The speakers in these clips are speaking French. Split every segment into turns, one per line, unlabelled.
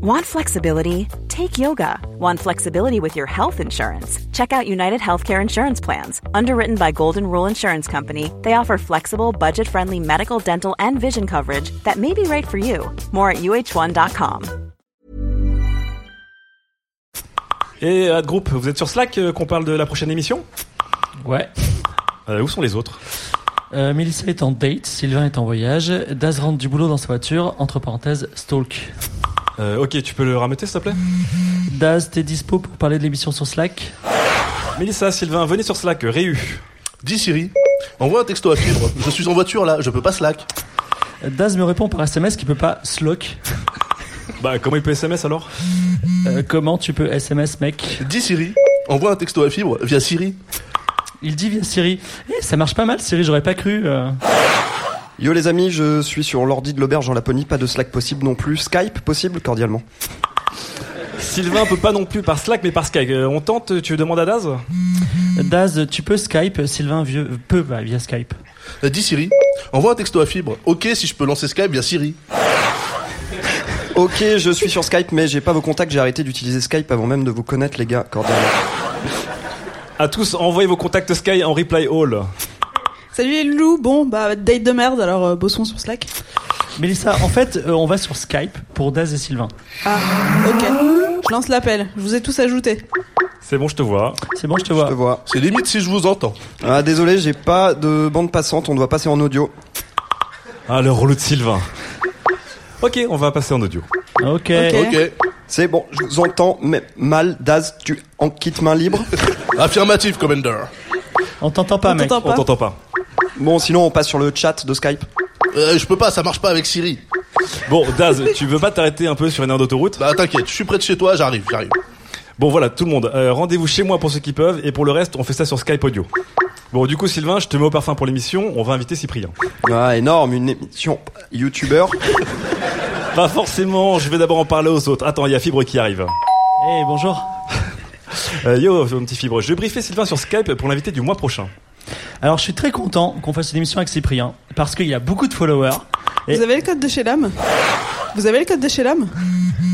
Want flexibility? Take yoga. Want flexibility with your health insurance? Check out United Healthcare Insurance Plans. Underwritten by Golden Rule Insurance Company, they offer flexible, budget friendly medical, dental, and vision coverage that may be right for you. More at uh1.com.
Et Ad Group, vous êtes sur Slack euh, qu'on parle de la prochaine émission
Ouais.
Euh, Où sont les autres
Euh, Mélissa est en date, Sylvain est en voyage, Daz rentre du boulot dans sa voiture, entre parenthèses, stalk.
Euh, Ok, tu peux le rameuter s'il te plaît
Daz, t'es dispo pour parler de l'émission sur Slack
Mélissa, Sylvain, venez sur Slack, euh, Réu.
Dis Siri, envoie un texto à suivre. Je suis en voiture là, je peux pas slack.
Daz me répond par SMS qu'il peut pas slock.
Bah, comment il peut SMS alors
Euh, comment tu peux SMS, mec
Dis Siri, envoie un texto à fibre via Siri.
Il dit via Siri. Eh, ça marche pas mal, Siri, j'aurais pas cru. euh.
Yo les amis, je suis sur l'ordi de l'auberge en Laponie, pas de Slack possible non plus. Skype possible cordialement.
Sylvain peut pas non plus par Slack, mais par Skype. Euh, on tente, tu demandes à Daz
Daz, tu peux Skype Sylvain vieux, peut bah, via Skype.
Euh, Dis Siri, envoie un texto à fibre. Ok si je peux lancer Skype via Siri.
Ok, je suis sur Skype, mais j'ai pas vos contacts, j'ai arrêté d'utiliser Skype avant même de vous connaître les gars, cordialement.
À tous, envoyez vos contacts Sky en reply all.
Salut les loulous, bon bah date de merde alors euh, bossons sur Slack.
Mélissa, en fait, euh, on va sur Skype pour Daz et Sylvain.
Ah ok, je lance l'appel, je vous ai tous ajoutés.
C'est bon, je te vois.
C'est bon, je te
Je
vois.
te vois.
C'est limite si je vous entends.
Ah désolé, j'ai pas de bande passante, on doit passer en audio.
Ah, le rouleau de Sylvain. Ok, on va passer en audio.
Ok.
Ok.
Ok.
C'est bon, je vous entends, mais mal, Daz, tu en quittes main libre
Affirmatif, Commander.
On t'entend pas,
On
mec.
t'entend
On t'entend pas.
Bon, sinon on passe sur le chat de Skype.
Euh, je peux pas, ça marche pas avec Siri.
Bon, Daz, tu veux pas t'arrêter un peu sur une aire d'autoroute
Bah t'inquiète, je suis près de chez toi, j'arrive, j'arrive.
Bon voilà, tout le monde, euh, rendez-vous chez moi pour ceux qui peuvent, et pour le reste, on fait ça sur Skype Audio. Bon, du coup, Sylvain, je te mets au parfum pour l'émission, on va inviter Cyprien.
Ah énorme, une émission youtubeur.
Pas forcément, je vais d'abord en parler aux autres. Attends, il y a Fibre qui arrive.
Eh, bonjour.
Euh, yo, mon petit Fibre, je briefais Sylvain sur Skype pour l'invité du mois prochain.
Alors, je suis très content qu'on fasse une émission avec Cyprien parce qu'il y a beaucoup de followers. Et-
Vous avez le code de chez l'âme Vous avez le code de chez l'âme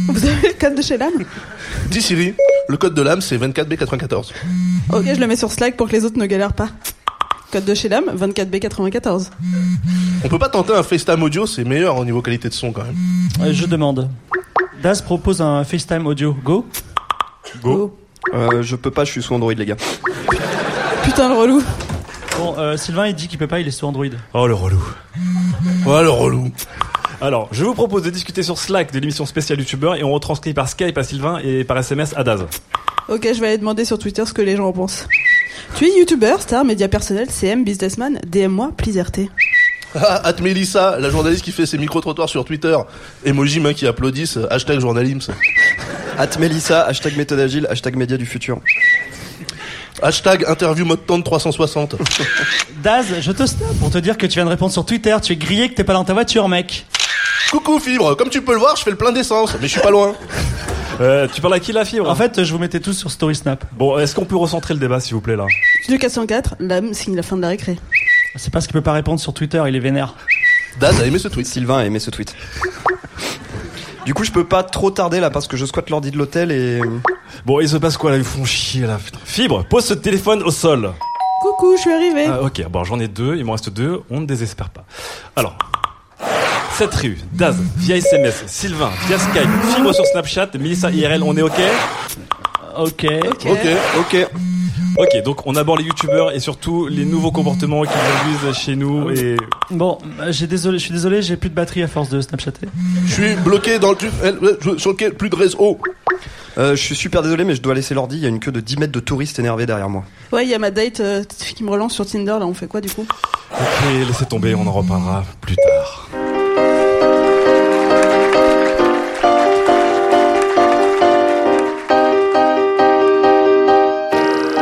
Vous avez le code de chez l'âme
Dis Siri, le code de l'âme c'est 24B94.
Ok, je le mets sur Slack pour que les autres ne galèrent pas. Code de chez l'âme 24B94.
On peut pas tenter un FaceTime audio, c'est meilleur au niveau qualité de son quand même.
Euh, je demande. Daz propose un FaceTime audio. Go.
Go.
Euh, je peux pas, je suis sous Android les gars.
Putain le relou.
Bon, euh, Sylvain, il dit qu'il peut pas, il est sur Android.
Oh, le relou.
Ouais le relou.
Alors, je vous propose de discuter sur Slack de l'émission spéciale YouTubeur, et on retranscrit par Skype à Sylvain et par SMS à Daz.
Ok, je vais aller demander sur Twitter ce que les gens en pensent. Tu es youtubeur, star, média personnel, CM, businessman, DM-moi, please RT.
Ah, at Melissa, la journaliste qui fait ses micro-trottoirs sur Twitter. Emoji main qui applaudissent, hashtag journalims.
At Melissa, hashtag méthode agile, hashtag média du futur.
Hashtag interview mode tente 360.
Daz, je te snap pour te dire que tu viens de répondre sur Twitter, tu es grillé, que t'es pas dans ta voiture, mec.
Coucou fibre, comme tu peux le voir, je fais le plein d'essence, mais je suis pas loin.
Euh, tu parles à qui, la Fibre
En fait, je vous mettais tous sur Story Snap.
Bon, est-ce qu'on peut recentrer le débat, s'il vous plaît, là
Studio 404, l'âme signe la fin de la récré.
C'est parce qu'il peut pas répondre sur Twitter, il est vénère.
Daz a aimé ce tweet.
Sylvain a aimé ce tweet. Du coup, je peux pas trop tarder là parce que je squatte l'ordi de l'hôtel et. euh,
Bon, il se passe quoi, là Ils font chier, là, putain. Fibre, pose ce téléphone au sol
Coucou, je suis arrivée.
Ah, ok, bon, j'en ai deux, il m'en reste deux, on ne désespère pas. Alors, cette rue, Daz, via SMS, Sylvain, via Skype, Fibre sur Snapchat, Melissa IRL, on est ok
Ok.
Ok.
Ok.
Ok, donc on aborde les youtubeurs et surtout les nouveaux comportements qu'ils induisent chez nous et...
Bon, euh, j'ai désolé, je suis désolé, j'ai plus de batterie à force de Snapchatter.
Je suis bloqué dans le tunnel, euh, sur lequel plus de réseau.
Euh, je suis super désolé, mais je dois laisser l'ordi. Il y a une queue de 10 mètres de touristes énervés derrière moi.
Ouais, il y a ma date euh, qui me relance sur Tinder, là on fait quoi du coup
Ok, laissez tomber, on en reparlera plus tard.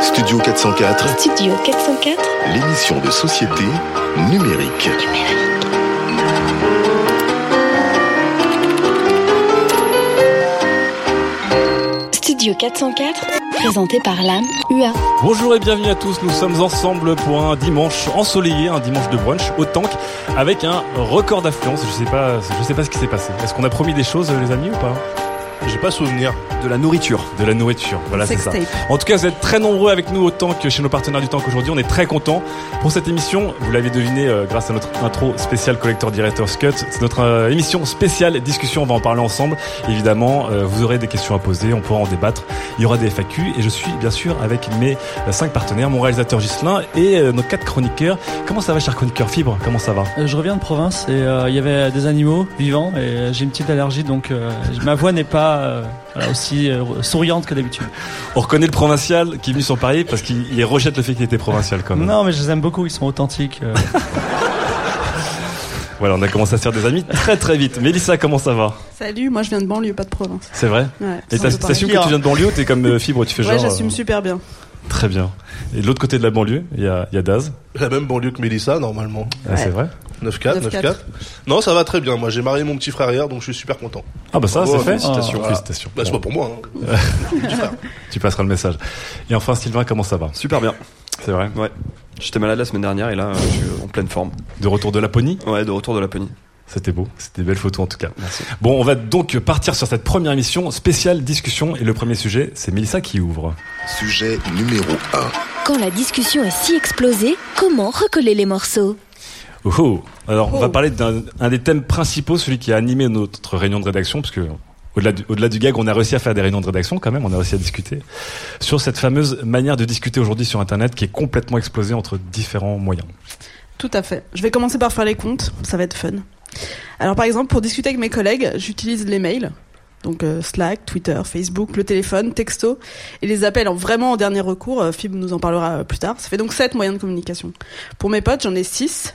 Studio 404,
Studio 404.
l'émission de société numérique.
Studio 404. Présenté par l'âme UA.
Bonjour et bienvenue à tous, nous sommes ensemble pour un dimanche ensoleillé, un dimanche de brunch au tank avec un record d'affluence, je sais pas je sais pas ce qui s'est passé. Est-ce qu'on a promis des choses les amis ou pas
J'ai pas souvenir.
De la nourriture.
de la nourriture. Voilà, c'est ça.
Sextape.
En tout cas, vous êtes très nombreux avec nous autant que chez nos partenaires du temps qu'aujourd'hui. On est très contents pour cette émission. Vous l'avez deviné euh, grâce à notre intro spéciale Collector Director's Cut. C'est notre euh, émission spéciale discussion. On va en parler ensemble. Évidemment, euh, vous aurez des questions à poser. On pourra en débattre. Il y aura des FAQ. Et je suis bien sûr avec mes euh, cinq partenaires, mon réalisateur Gislin et euh, nos quatre chroniqueurs. Comment ça va, cher chroniqueur Fibre Comment ça va
Euh, Je reviens de province et euh, il y avait des animaux vivants et euh, j'ai une petite allergie donc euh, ma voix n'est pas euh, voilà, aussi euh, souriante que d'habitude.
On reconnaît le provincial qui est venu sur Paris parce qu'il il rejette le fait qu'il était provincial quand même.
Non mais je les aime beaucoup, ils sont authentiques. euh.
Voilà, on a commencé à se faire des amis très très vite. Mélissa, comment ça va
Salut, moi je viens de banlieue, pas de province.
C'est vrai
Ouais,
Et
c'est un
t'as-
peu pareil.
t'assumes que tu viens de banlieue ou t'es comme euh, fibre, tu fais
Ouais,
genre.
j'assume
euh,
super bien.
Très bien. Et de l'autre côté de la banlieue, il y a, il y a Daz.
La même banlieue que Mélissa, normalement.
Ah, c'est vrai
9-4,
9-4.
9-4. Non, ça va très bien. Moi, j'ai marié mon petit frère hier, donc je suis super content.
Ah bah ça,
Bravo,
c'est fait.
félicitations.
Ah, félicitations.
Bah, c'est
Bon,
pas pour moi. hein.
tu passeras le message. Et enfin, Sylvain, comment ça va
Super bien.
C'est vrai.
Ouais. J'étais malade la semaine dernière et là, euh, je suis en pleine forme.
De retour de Laponie
Ouais, de retour de Laponie.
C'était beau. C'était des belles photos en tout cas.
Merci.
Bon, on va donc partir sur cette première émission spéciale discussion. Et le premier sujet, c'est Mélissa qui ouvre.
Sujet numéro 1.
Quand la discussion est si explosée, comment recoller les morceaux
Oh, oh. Alors, on va
Oh.
parler d'un un des thèmes principaux, celui qui a animé notre réunion de rédaction, parce que au-delà du, au-delà du gag, on a réussi à faire des réunions de rédaction quand même, on a réussi à discuter sur cette fameuse manière de discuter aujourd'hui sur Internet qui est complètement explosée entre différents moyens.
Tout à fait. Je vais commencer par faire les comptes, ça va être fun. Alors par exemple, pour discuter avec mes collègues, j'utilise les mails, donc euh, Slack, Twitter, Facebook, le téléphone, texto, et les appels en vraiment en dernier recours, euh, Fib nous en parlera euh, plus tard. Ça fait donc sept moyens de communication. Pour mes potes, j'en ai six.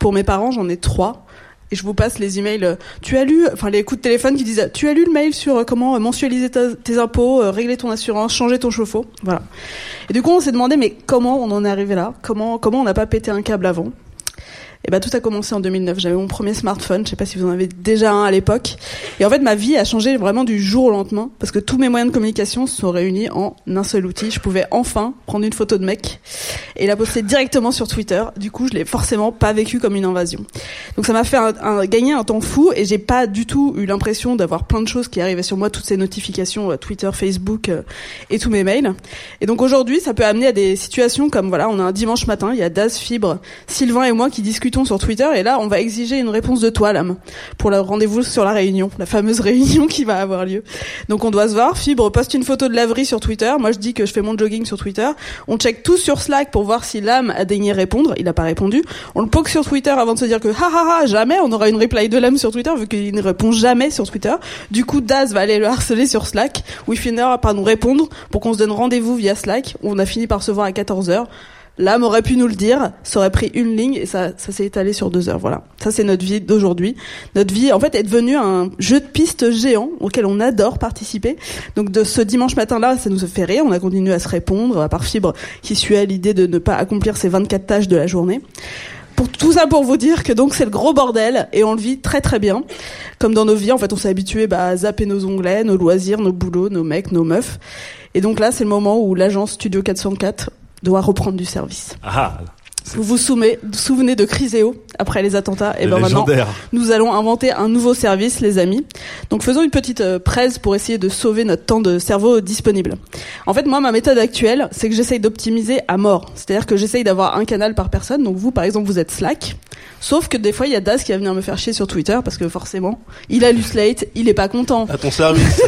Pour mes parents, j'en ai trois. Et je vous passe les emails. euh, Tu as lu, enfin les coups de téléphone qui disent Tu as lu le mail sur euh, comment euh, mensualiser ta- tes impôts, euh, régler ton assurance, changer ton chauffe-eau. Voilà. Et du coup, on s'est demandé mais comment on en est arrivé là Comment comment on n'a pas pété un câble avant et bah tout a commencé en 2009. J'avais mon premier smartphone. Je sais pas si vous en avez déjà un à l'époque. Et en fait, ma vie a changé vraiment du jour au lendemain parce que tous mes moyens de communication se sont réunis en un seul outil. Je pouvais enfin prendre une photo de mec et la poster directement sur Twitter. Du coup, je l'ai forcément pas vécu comme une invasion. Donc ça m'a fait un- un- gagner un temps fou et j'ai pas du tout eu l'impression d'avoir plein de choses qui arrivaient sur moi, toutes ces notifications euh, Twitter, Facebook euh, et tous mes mails. Et donc aujourd'hui, ça peut amener à des situations comme voilà, on a un dimanche matin, il y a Daz Fibre, Sylvain et moi qui discutons sur Twitter et là, on va exiger une réponse de toi, l'âme, pour le rendez-vous sur la réunion, la fameuse réunion qui va avoir lieu. Donc on doit se voir, Fibre poste une photo de laverie sur Twitter, moi je dis que je fais mon jogging sur Twitter, on check tout sur Slack pour voir si l'âme a daigné répondre, il n'a pas répondu, on le poke sur Twitter avant de se dire que ha ha ha, jamais on aura une reply de l'âme sur Twitter vu qu'il ne répond jamais sur Twitter. Du coup, Daz va aller le harceler sur Slack où il finira par nous répondre pour qu'on se donne rendez-vous via Slack. On a fini par se voir à 14h. L'âme aurait pu nous le dire, ça aurait pris une ligne et ça, ça s'est étalé sur deux heures. Voilà, ça c'est notre vie d'aujourd'hui. Notre vie, en fait, est devenue un jeu de piste géant auquel on adore participer. Donc de ce dimanche matin-là, ça nous a fait rire. On a continué à se répondre, à part Fibre qui suait à l'idée de ne pas accomplir ses 24 tâches de la journée. Pour tout ça pour vous dire que donc c'est le gros bordel et on le vit très très bien. Comme dans nos vies, en fait, on s'est habitué bah, à zapper nos onglets, nos loisirs, nos boulots, nos mecs, nos meufs. Et donc là, c'est le moment où l'agence Studio 404 doit reprendre du service.
Ah,
Vous vous soumez- souvenez de Criseo après les attentats et
les
ben maintenant
légendaire.
nous allons inventer un nouveau service, les amis. Donc faisons une petite euh, presse pour essayer de sauver notre temps de cerveau disponible. En fait, moi, ma méthode actuelle, c'est que j'essaye d'optimiser à mort. C'est-à-dire que j'essaye d'avoir un canal par personne. Donc vous, par exemple, vous êtes Slack. Sauf que des fois, il y a Daz qui va venir me faire chier sur Twitter parce que forcément, il a lu Slate, il est pas content.
À ton service.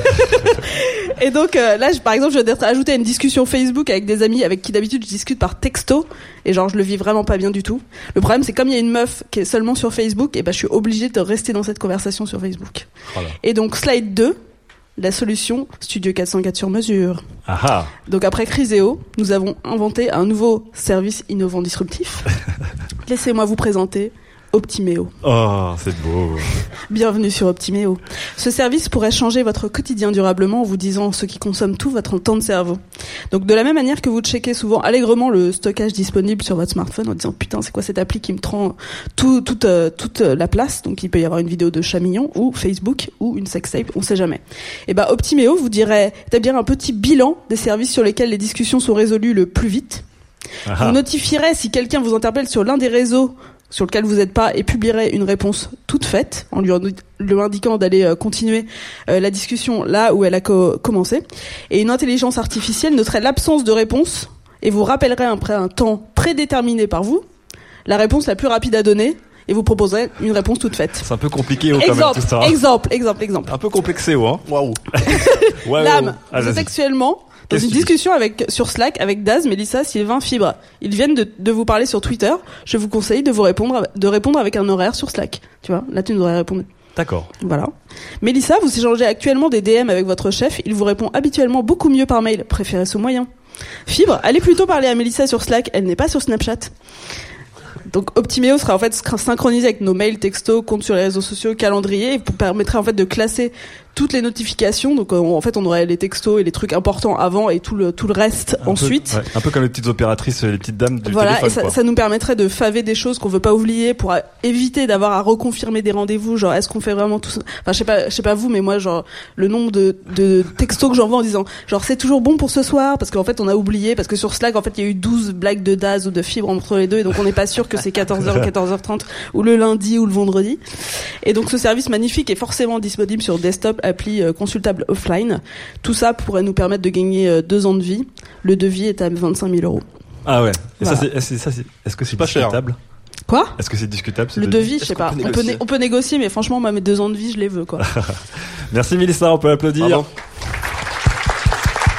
Et donc euh, là, je- par exemple, je vais être ajouté à une discussion Facebook avec des amis avec qui d'habitude je discute par texto et genre je le vis vraiment pas bien du tout. Le problème, c'est comme il y a une meuf qui est seulement sur Facebook, et ben je suis obligée de rester dans cette conversation sur Facebook.
Voilà.
Et donc slide 2, la solution Studio 404 sur mesure.
Ah, ah.
Donc après Criseo, nous avons inventé un nouveau service innovant disruptif. Laissez-moi vous présenter Optimeo.
Oh, c'est beau.
Bienvenue sur Optiméo. Ce service pourrait changer votre quotidien durablement en vous disant ce qui consomme tout votre temps de cerveau. Donc de la même manière que vous checkez souvent allègrement le stockage disponible sur votre smartphone en disant putain c'est quoi cette appli qui me prend tout, toute, euh, toute euh, la place. Donc il peut y avoir une vidéo de Chamillon ou Facebook ou une sextape, on sait jamais. Et ben Optiméo vous dirait établir un petit bilan des services sur lesquels les discussions sont résolues le plus vite.
Ah,
Vous
ah.
notifierait si quelqu'un vous interpelle sur l'un des réseaux sur lequel vous n'êtes pas et publierait une réponse toute faite en lui, en- lui indiquant d'aller euh, continuer euh, la discussion là où elle a co- commencé. Et une intelligence artificielle noterait l'absence de réponse et vous rappellerait après un temps prédéterminé par vous la réponse la plus rapide à donner et vous proposerait une réponse toute faite.
C'est un peu compliqué oh, quand même
Exemple,
tout ça.
exemple, exemple, exemple.
Un peu complexé, oh, hein.
Waouh.
Ouais, ouais, ouais.
Lame,
Ah,
vous êtes
vas-y.
actuellement dans
Qu'est-ce
une
que tu dis
discussion avec, sur Slack avec Daz, Mélissa, Sylvain, Fibre. Ils viennent de, de vous parler sur Twitter. Je vous conseille de vous répondre, de répondre avec un horaire sur Slack. Tu vois, là tu nous aurais répondu.
D'accord.
Voilà. Mélissa, vous échangez actuellement des DM avec votre chef. Il vous répond habituellement beaucoup mieux par mail. Préférez ce moyen. Fibre, allez plutôt parler à Mélissa sur Slack. Elle n'est pas sur Snapchat. Donc Optiméo sera en fait syn- synchronisé avec nos mails, textos, comptes sur les réseaux sociaux, calendrier, et vous permettra en fait de classer toutes les notifications. Donc euh, en fait, on aurait les textos et les trucs importants avant et tout le Ah, tout le reste
Un peu-
ensuite.
ouais, un peu comme les petites opératrices, les petites dames du
Voilà,
téléphone.
et ça,
quoi.
ça nous permettrait de faver des choses qu'on veut pas oublier pour euh, éviter d'avoir à reconfirmer des rendez-vous. Genre, est-ce qu'on fait vraiment tout ça Enfin, je sais pas, je sais pas vous, mais moi, genre, le nombre de, de textos que j'envoie en disant, genre, c'est toujours bon pour ce soir, parce qu'en fait, on a oublié, parce que sur Slack, en fait, il y a eu 12 blagues de Daz ou de Fibre entre les deux, et donc on n'est pas sûr que c'est 14h, 14h30, ou le lundi ou le vendredi. Et donc, ce service magnifique est forcément disponible sur desktop, appli euh, consultable offline. Tout ça pourrait nous permettre de gagner euh, deux ans de vie. Le devis est à 25 000 euros.
Ah ouais. Et ça,
Voilà.
c'est- est-ce que ça, c'est- Est-ce que c'est
Pas cher.
discutable
Quoi
Est-ce que c'est discutable ce
Le
devis
devis, je sais pas. On peut, né- on peut négocier, mais franchement, moi, mes deux ans de vie, je les veux, quoi.
Merci Mélissa, on peut applaudir.
Bravo.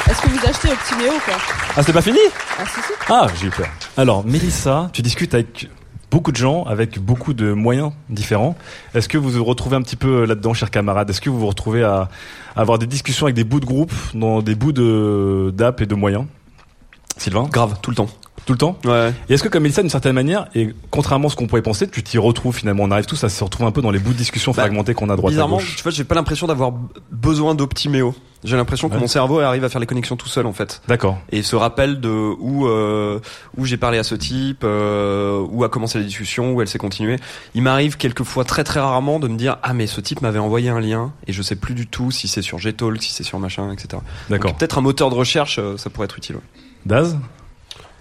Est-ce que vous achetez Optiméo, quoi
Ah, c'est pas fini
Ah, si, si.
Ah, j'ai eu peur. Alors, Mélissa, tu discutes avec beaucoup de gens, avec beaucoup de moyens différents. Est-ce que vous vous retrouvez un petit peu euh, là-dedans, chers camarades Est-ce que vous vous retrouvez à, à avoir des discussions avec des bouts de groupe, dans des bouts de d'app et de moyens Sylvain
Grave, tout le temps.
Tout le temps
Ouais.
Et est-ce que, comme Mélissa, d'une certaine manière, et contrairement à ce qu'on pourrait penser, tu t'y retrouves finalement On arrive tous à se retrouver un peu dans les bouts de discussion
Bah,
fragmentés qu'on a à droite à
Bizarrement,
gauche.
tu vois, j'ai pas l'impression d'avoir b- besoin d'Optiméo. J'ai l'impression que
Ouais.
mon cerveau arrive à faire les connexions tout seul en fait.
D'accord.
Et il se rappelle de où euh, où j'ai parlé à ce type, euh, où a commencé la discussion, où elle s'est continuée. Il m'arrive quelquefois très très rarement de me dire ah mais ce type m'avait envoyé un lien et je sais plus du tout si c'est sur Gtalk, si c'est sur machin, etc.
D'accord.
Donc, Peut-être un moteur de recherche, euh, ça pourrait être utile. ouais.
Daz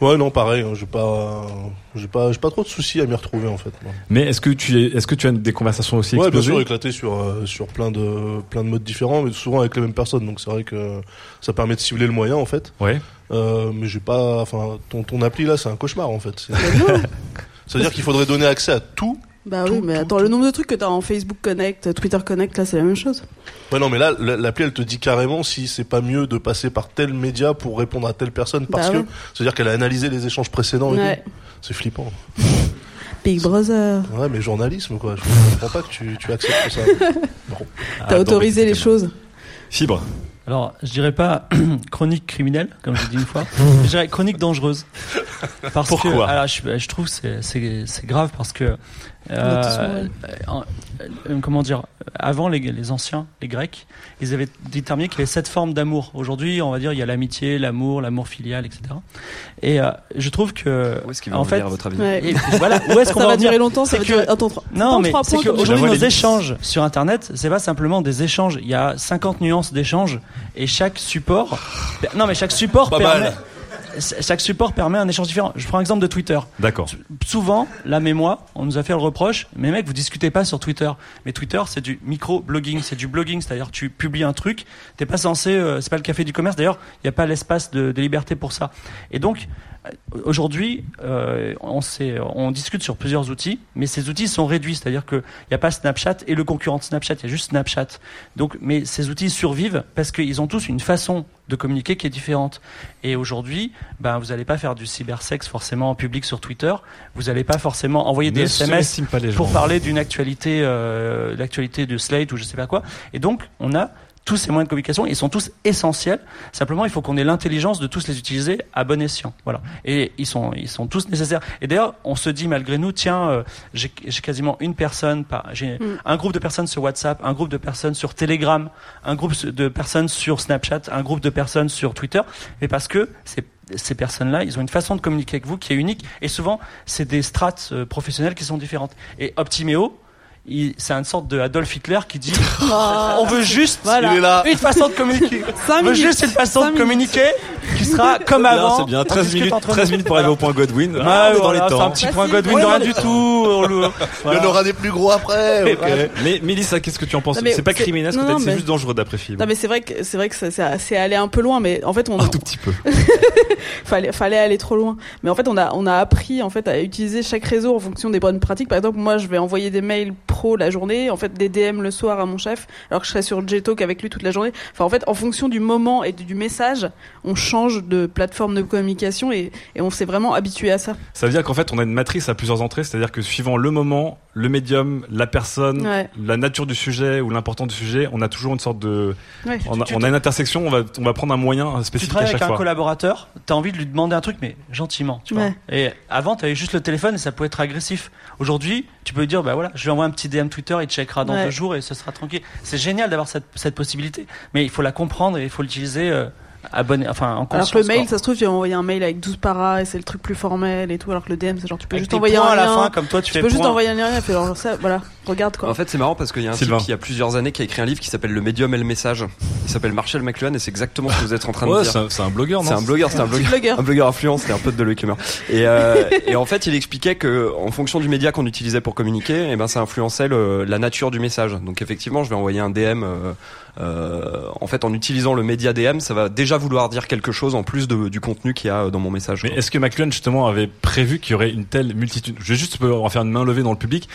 Ouais, non, pareil. hein, J'ai pas, j'ai pas, j'ai pas trop de soucis à m'y retrouver en fait. moi.
Mais est-ce que tu es- est-ce que tu as des conversations aussi
Ouais, bien
explosées
sûr, éclaté sur euh, sur plein de plein de modes différents, mais souvent avec les mêmes personnes. Donc c'est vrai que ça permet de cibler le moyen en fait.
Ouais.
Euh, mais j'ai pas, enfin, ton ton appli là, c'est un cauchemar en fait. C'est- C'est-à-dire qu'il faudrait donner accès à tout.
Bah oui, mais attends, le nombre de trucs que t'as en Facebook Connect, Twitter Connect, là, c'est la même chose.
Ouais, non, mais là, la- l'appli, elle te dit carrément si c'est pas mieux de passer par tel média pour répondre à telle personne parce
Bah
que
ouais.
c'est-à-dire qu'elle a analysé les échanges précédents. et
Ouais.
tout. C'est flippant.
Big Brother.
Ouais, mais journalisme quoi. Je comprends pas que tu tu acceptes ça. Bon.
Ah,
T'as autorisé les choses.
Fibre.
Alors, je dirais pas chronique criminelle, comme j'ai dit une fois, mais je dirais chronique dangereuse. Parce que,
Pourquoi
alors, je, je trouve que c'est- c'est c'est grave parce que,
a tous
euh, euh, euh, comment dire, avant les, les anciens, les Grecs, ils avaient déterminé qu'il y avait sept formes d'amour. Aujourd'hui, on va dire, il y a l'amitié, l'amour, l'amour filial, etc. Et euh, je trouve que,
Où est-ce qu'il va
en
en
fait,
venir, à votre avis
Ouais.
et voilà, où est-ce qu'on
ça
va en
va
venir
durer longtemps, ça
C'est
va
que-
durer. Attends,
non, mais c'est
que
qu'aujourd'hui,
Je vois
nos
les limites.
échanges sur Internet, c'est pas simplement des échanges. Il y a 50 nuances d'échanges et chaque support. Non, mais chaque support
Pas
permet.
mal.
Chaque support permet un échange différent. Je prends l'exemple de Twitter.
D'accord.
Souvent, là, mais moi, on nous a fait le reproche, mais mec, vous discutez pas sur Twitter. Mais Twitter, c'est du micro-blogging, c'est du blogging, c'est-à-dire tu publies un truc, t'es pas censé, euh, c'est pas le café du commerce, d'ailleurs, il n'y a pas l'espace de, de liberté pour ça. Et donc, euh, aujourd'hui, euh, on, s'est- on discute sur plusieurs outils, mais ces outils sont réduits, c'est-à-dire qu'il n'y a pas Snapchat et le concurrent de Snapchat, il y a juste Snapchat. Donc, mais ces outils survivent parce qu'ils ont tous une façon de communiquer qui est différente. Et aujourd'hui, ben, vous n'allez pas faire du cybersex forcément en public sur Twitter, vous n'allez pas forcément envoyer des
Ne
SMS
sous-estime pas les gens.
pour parler d'une actualité, euh, l'actualité de Slate ou je sais pas quoi. Et donc, on a tous ces moyens de communication, ils sont tous essentiels. Simplement, il faut qu'on ait l'intelligence de tous les utiliser à bon escient. Voilà. Et ils sont, ils sont tous nécessaires. Et d'ailleurs, on se dit malgré nous, tiens, euh, j'ai j'ai quasiment une personne, par- j'ai un groupe de personnes sur WhatsApp, un groupe de personnes sur Telegram, un groupe de personnes sur Snapchat, un groupe de personnes sur Twitter. Mais parce que c'est ces personnes-là, ils ont une façon de communiquer avec vous qui est unique. Et souvent, c'est des strates euh, professionnelles qui sont différentes. Et Optiméo, il- c'est une sorte de Adolf Hitler qui dit on veut juste
Ah, Voilà.
une façon de communiquer.
Cinq
on veut
minutes.
juste une façon
Cinq
de
minutes.
communiquer qui sera comme avant.
c'est bien.
On
13
discute
minutes,
entre nous.
13 minutes pour arriver au point Godwin.
Ah,
Ah, on est dans
voilà,
les
C'est un
temps.
petit
Facile.
point Godwin
Ouais,
de rien
mais-
du tout. on le-
Il y
voilà.
en aura des plus gros après. ok.
Mais Mélissa, qu'est-ce que tu en penses
Non, mais
C'est pas
c'est-
criminel, ce que
non,
t'as dit, c'est
mais-
juste dangereux d'après film.
Non mais c'est vrai que c'est vrai que ça- ça- c'est allé un peu loin, mais en fait on
Un tout petit peu.
fallait fallait aller trop loin. Mais en fait on a on a appris en fait à utiliser chaque réseau en fonction des bonnes pratiques. Par exemple moi je vais envoyer des mails pro la journée, en fait des DM le soir à mon chef, alors que je serai sur Jetalk avec lui toute la journée. Enfin en fait en fonction du moment et du du message, on change de plateforme de communication et, et on s'est vraiment habitué à ça.
Ça veut dire qu'en fait, on a une matrice à plusieurs entrées, c'est-à-dire que suivant le moment, le médium, la personne,
Ouais.
la nature du sujet ou l'importance du sujet, on a toujours une sorte de.
Ouais.
On a,
Tu- tu-
on a une intersection, on va, on va prendre un moyen
Tu
spécifique à
travailles avec
chaque
un
fois.
collaborateur, t'as envie de lui demander un truc, mais gentiment, tu vois.
Ouais.
Et avant, t'avais juste le téléphone et ça pouvait être agressif. Aujourd'hui, tu peux lui dire, bah voilà, je lui envoie un petit DM Twitter, il checkera dans
Ouais.
deux jours et ce sera tranquille. C'est génial d'avoir cette, cette possibilité, mais il faut la comprendre et il faut l'utiliser euh, à bonne, enfin, en
Alors
conscience.
que le mail,
quoi.
ça se trouve, j'ai envoyé un mail avec 12 paras et c'est le truc plus formel et tout, alors que le DM, c'est genre tu peux
Avec
juste
tes
envoyer
points
un
à la
lien.
fin, comme toi, tu,
tu
fais
peux juste
point.
envoyer un lien et puis alors ça, voilà, regarde quoi.
En fait, c'est marrant parce qu'il y a un
Sylvain.
type qui, il y a plusieurs années, qui a écrit un livre qui s'appelle Le médium et le message. Il s'appelle Marshall McLuhan et c'est exactement ce que vous êtes en train de
Ouais,
dire.
c'est un, c'est un blogueur, non
C'est un blogueur, c'est un blogueur.
blogueur.
Un blogueur influent, c'était un pote de Loïc Lemur. Et, euh, et en fait, il expliquait que, en fonction du média qu'on utilisait pour communiquer, eh ben, ça influençait le- la nature du message. Donc, effectivement, je vais envoyer un DM. euh, euh, en fait, en utilisant le média DM, ça va déjà vouloir dire quelque chose en plus de- du contenu qu'il y a euh, dans mon message.
Mais
quoi.
est-ce que McLuhan justement avait prévu qu'il y aurait une telle multitude Je vais juste euh, en faire une main levée dans le public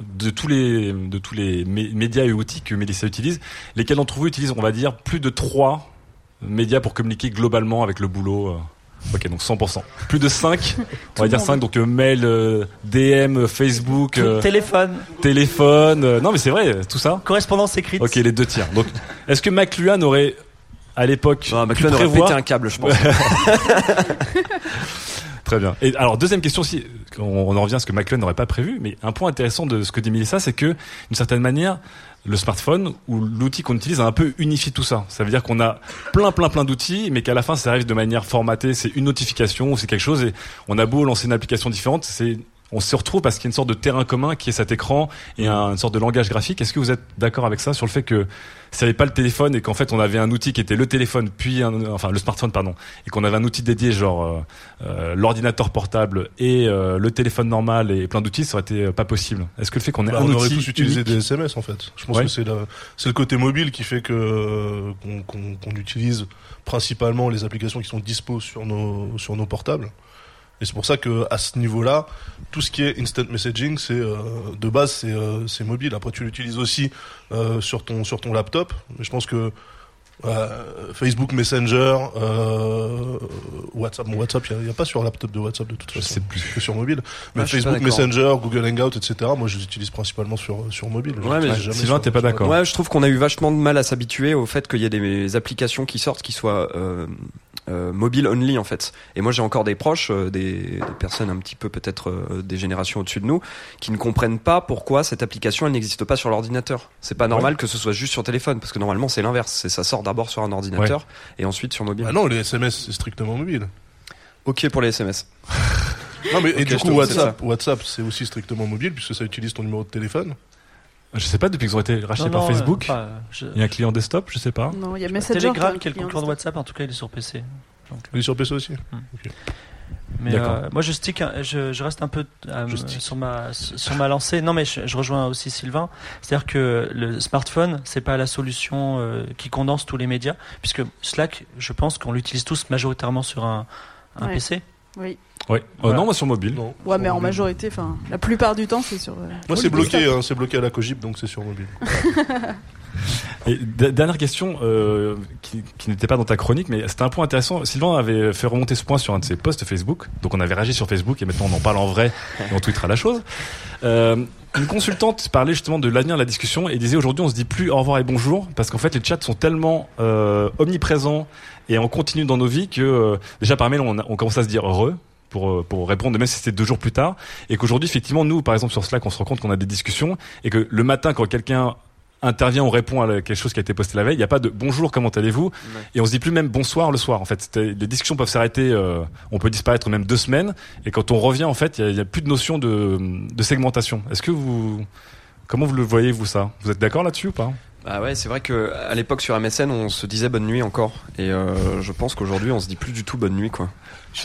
de tous les de tous les mé- médias et outils que Mélissa utilise, lesquels d'entre vous utilisent, on va dire, plus de trois médias pour communiquer globalement avec le boulot. euh, Ok, donc 100%. Plus de 5, on va
le
dire
monde.
5, donc euh, mail, euh, DM, euh, Facebook, euh,
Téléphone,
téléphone. euh, non, mais c'est vrai, tout ça.
correspondance écrite.
Ok, les deux tiers. Donc, est-ce que McLuhan aurait, à l'époque,
Ah,
pu
McLuhan aurait
prévoir-
pété un câble, je pense.
Très bien. Et alors deuxième question si on, on en revient à ce que McLuhan n'aurait pas prévu, mais un point intéressant de ce que dit Melissa, c'est que d'une certaine manière, le smartphone ou l'outil qu'on utilise a un peu unifié tout ça. Ça veut dire qu'on a plein plein plein d'outils, mais qu'à la fin ça arrive de manière formatée, c'est une notification ou c'est quelque chose et on a beau lancer une application différente, c'est on se retrouve parce qu'il y a une sorte de terrain commun qui est cet écran
Mmh.
et un- une sorte de langage graphique. Est-ce que vous êtes d'accord avec ça sur le fait que si n'y avait pas le téléphone et qu'en fait on avait un outil qui était le téléphone puis un, enfin le smartphone pardon et qu'on avait un outil dédié genre euh, euh, l'ordinateur portable et euh, le téléphone normal et plein d'outils, ça aurait été euh, pas possible. Est-ce que le fait qu'on ait
Bah,
un
on aurait
outil
tous utilisé
unique-
des SMS en fait. Je pense
Ouais.
que c'est la- c'est le côté mobile qui fait que euh, qu'on qu'on- qu'on utilise principalement les applications qui sont dispo sur nos sur nos portables. Et c'est pour ça que à ce niveau-là, tout ce qui est instant messaging, c'est euh, de base c'est euh, c'est mobile. Après tu l'utilises aussi euh, sur ton sur ton laptop. Mais je pense que euh, Facebook Messenger, euh, WhatsApp, bon, WhatsApp, il n'y a, pas sur laptop de WhatsApp de toute façon.
sais plus.
C'est que sur mobile. Mais
Ah, je suis pas
Bah, Facebook
d'accord.
Messenger, Google Hangout, etc. Moi, je les utilise principalement sur, euh, sur mobile. Je
Ouais,
les
mais
utilise jamais
Sylvain,
sur-
t'es pas
sur-
d'accord.
Ouais, je trouve qu'on a eu vachement de mal à s'habituer au fait qu'il y ait des applications qui sortent qui soient euh, euh, mobile only en fait. Et moi j'ai encore des proches, euh, des, des personnes un petit peu peut-être euh, des générations au-dessus de nous, qui ne comprennent pas pourquoi cette application elle n'existe pas sur l'ordinateur. C'est pas normal que ce soit juste sur téléphone parce que normalement c'est l'inverse, c'est ça sort d'abord sur un ordinateur et ensuite sur mobile.
Ah non, les SMS, c'est strictement mobile.
Ok pour les SMS.
Non, mais et
Ok,
du
je
coup,
te vois, c'est
WhatsApp, WhatsApp, c'est aussi strictement mobile puisque ça utilise ton numéro de téléphone.
Je sais pas depuis qu'ils ont été rachetés
Non,
par
non, euh,
Facebook.
enfin, je-
Il y a un client desktop, je sais pas.
Non, il y a Messenger.
Telegram,
qui-
qui est le
hein, qui est en
concurrent de WhatsApp, en tout cas il est sur PC.
Il est sur PC aussi.
Mmh.
Mais
D'accord.
euh, moi, je stick, hein, je, je reste un peu euh,
Je stick.
sur ma sur ma lancée. Non, mais je, je rejoins aussi Sylvain. C'est-à-dire que le smartphone, c'est pas la solution euh, qui condense tous les médias, puisque Slack, je pense qu'on l'utilise tous majoritairement sur un, un
Ouais.
PC.
Oui.
Ouais. Euh,
Voilà.
Non, moi sur mobile.
Non.
Ouais, mais en
Mobile.
majorité, enfin, la plupart du temps, c'est sur. euh,
Moi, c'est bloqué, hein, c'est bloqué à la Cogip, donc c'est sur mobile.
Et d- dernière question euh, qui, qui n'était pas dans ta chronique, mais c'était un point intéressant. Sylvain avait fait remonter ce point sur un de ses posts Facebook, donc on avait réagi sur Facebook et maintenant on en parle en vrai et on tweetera la chose. Euh, une consultante parlait justement de l'avenir de la discussion et disait aujourd'hui on se dit plus au revoir et bonjour parce qu'en fait les chats sont tellement euh, omniprésents et en continu dans nos vies que euh, déjà par mail on, a- on commence à se dire heureux. Pour, euh, pour répondre, même si c'était deux jours plus tard, et qu'aujourd'hui, effectivement, nous, par exemple, sur Slack, on se rend compte qu'on a des discussions, et que le matin, quand quelqu'un intervient, on répond à la- quelque chose qui a été posté la veille. Il n'y a pas de bonjour, comment allez-vous Et on se dit plus même bonsoir le soir. En fait, C'était- les discussions peuvent s'arrêter. euh, on peut disparaître même deux semaines. Et quand on revient, en fait, il y a- il n'y a, plus de notion de, de segmentation. Est-ce que vous, comment vous le voyez vous ça Vous êtes d'accord là-dessus ou pas
Bah ouais, c'est vrai que à l'époque sur MSN, on se disait bonne nuit encore, et euh, je pense qu'aujourd'hui, on se dit plus du tout bonne nuit, quoi.
Je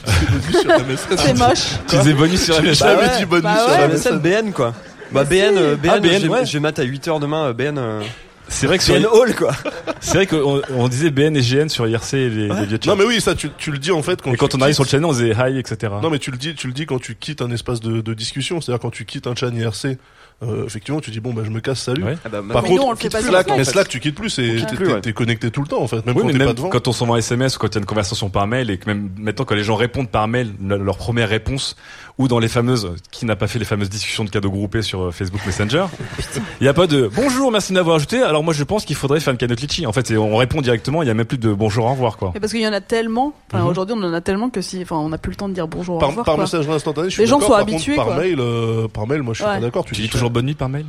suis sur MSN.
C'est moche.
Tu disais bonne nuit sur
J'ai
MSN.
jamais
ouais,
dit bonne
bah
nuit sur
ouais.
la
MSN, BN, quoi. Bah BN, euh, BN,
Ah, BN,
j'ai-
ouais.
j'ai mat à 8h demain, euh, BN. euh,
C'est vrai que sur,
BN Hall, quoi.
c'est vrai qu'on on disait BN et GN sur IRC et les, les vieux chats.
Non mais oui, ça tu, tu le dis en fait quand
et quand
tu
on arrive sur le
quittes-
channel, on disait hi, etc.
Non mais tu le dis, tu le dis quand tu quittes un espace de, de discussion, c'est-à-dire quand tu quittes un chat IRC, euh, effectivement tu dis bon bah je me casse, salut.
Ouais.
Ah bah,
Par
Mais
contre,
nous, on le fait pas sur
Slack,
Slack,
mais
en
Slack tu quittes plus et
On
t'es
quitte plus, ouais.
t'es connecté tout le temps en fait, même
oui,
quand
mais
t'es pas
même
devant.
quand on s'envoie un SMS ou quand il y a une conversation par mail et que même maintenant quand les gens répondent par mail le- leur première réponse ou dans les fameuses qui n'a pas fait les fameuses discussions de cadeaux groupés sur euh, Facebook Messenger il n'y a pas de bonjour merci de m'avoir ajouté alors moi je pense qu'il faudrait faire une cagnotte litchi en fait c'est- on répond directement il n'y a même plus de bonjour au revoir quoi
Et parce qu'il y en a tellement. Enfin,
Mhm.
Aujourd'hui, on en a tellement que si, enfin, on n'a plus le temps de dire bonjour. au
par,
revoir,
par
quoi.
message instantané, je suis
Les gens sont
d'accord, par contre,
habitués,
par
quoi.
mail euh, par mail moi je suis
Ouais.
pas d'accord, tu,
tu
dis
dis toujours bonne nuit par mail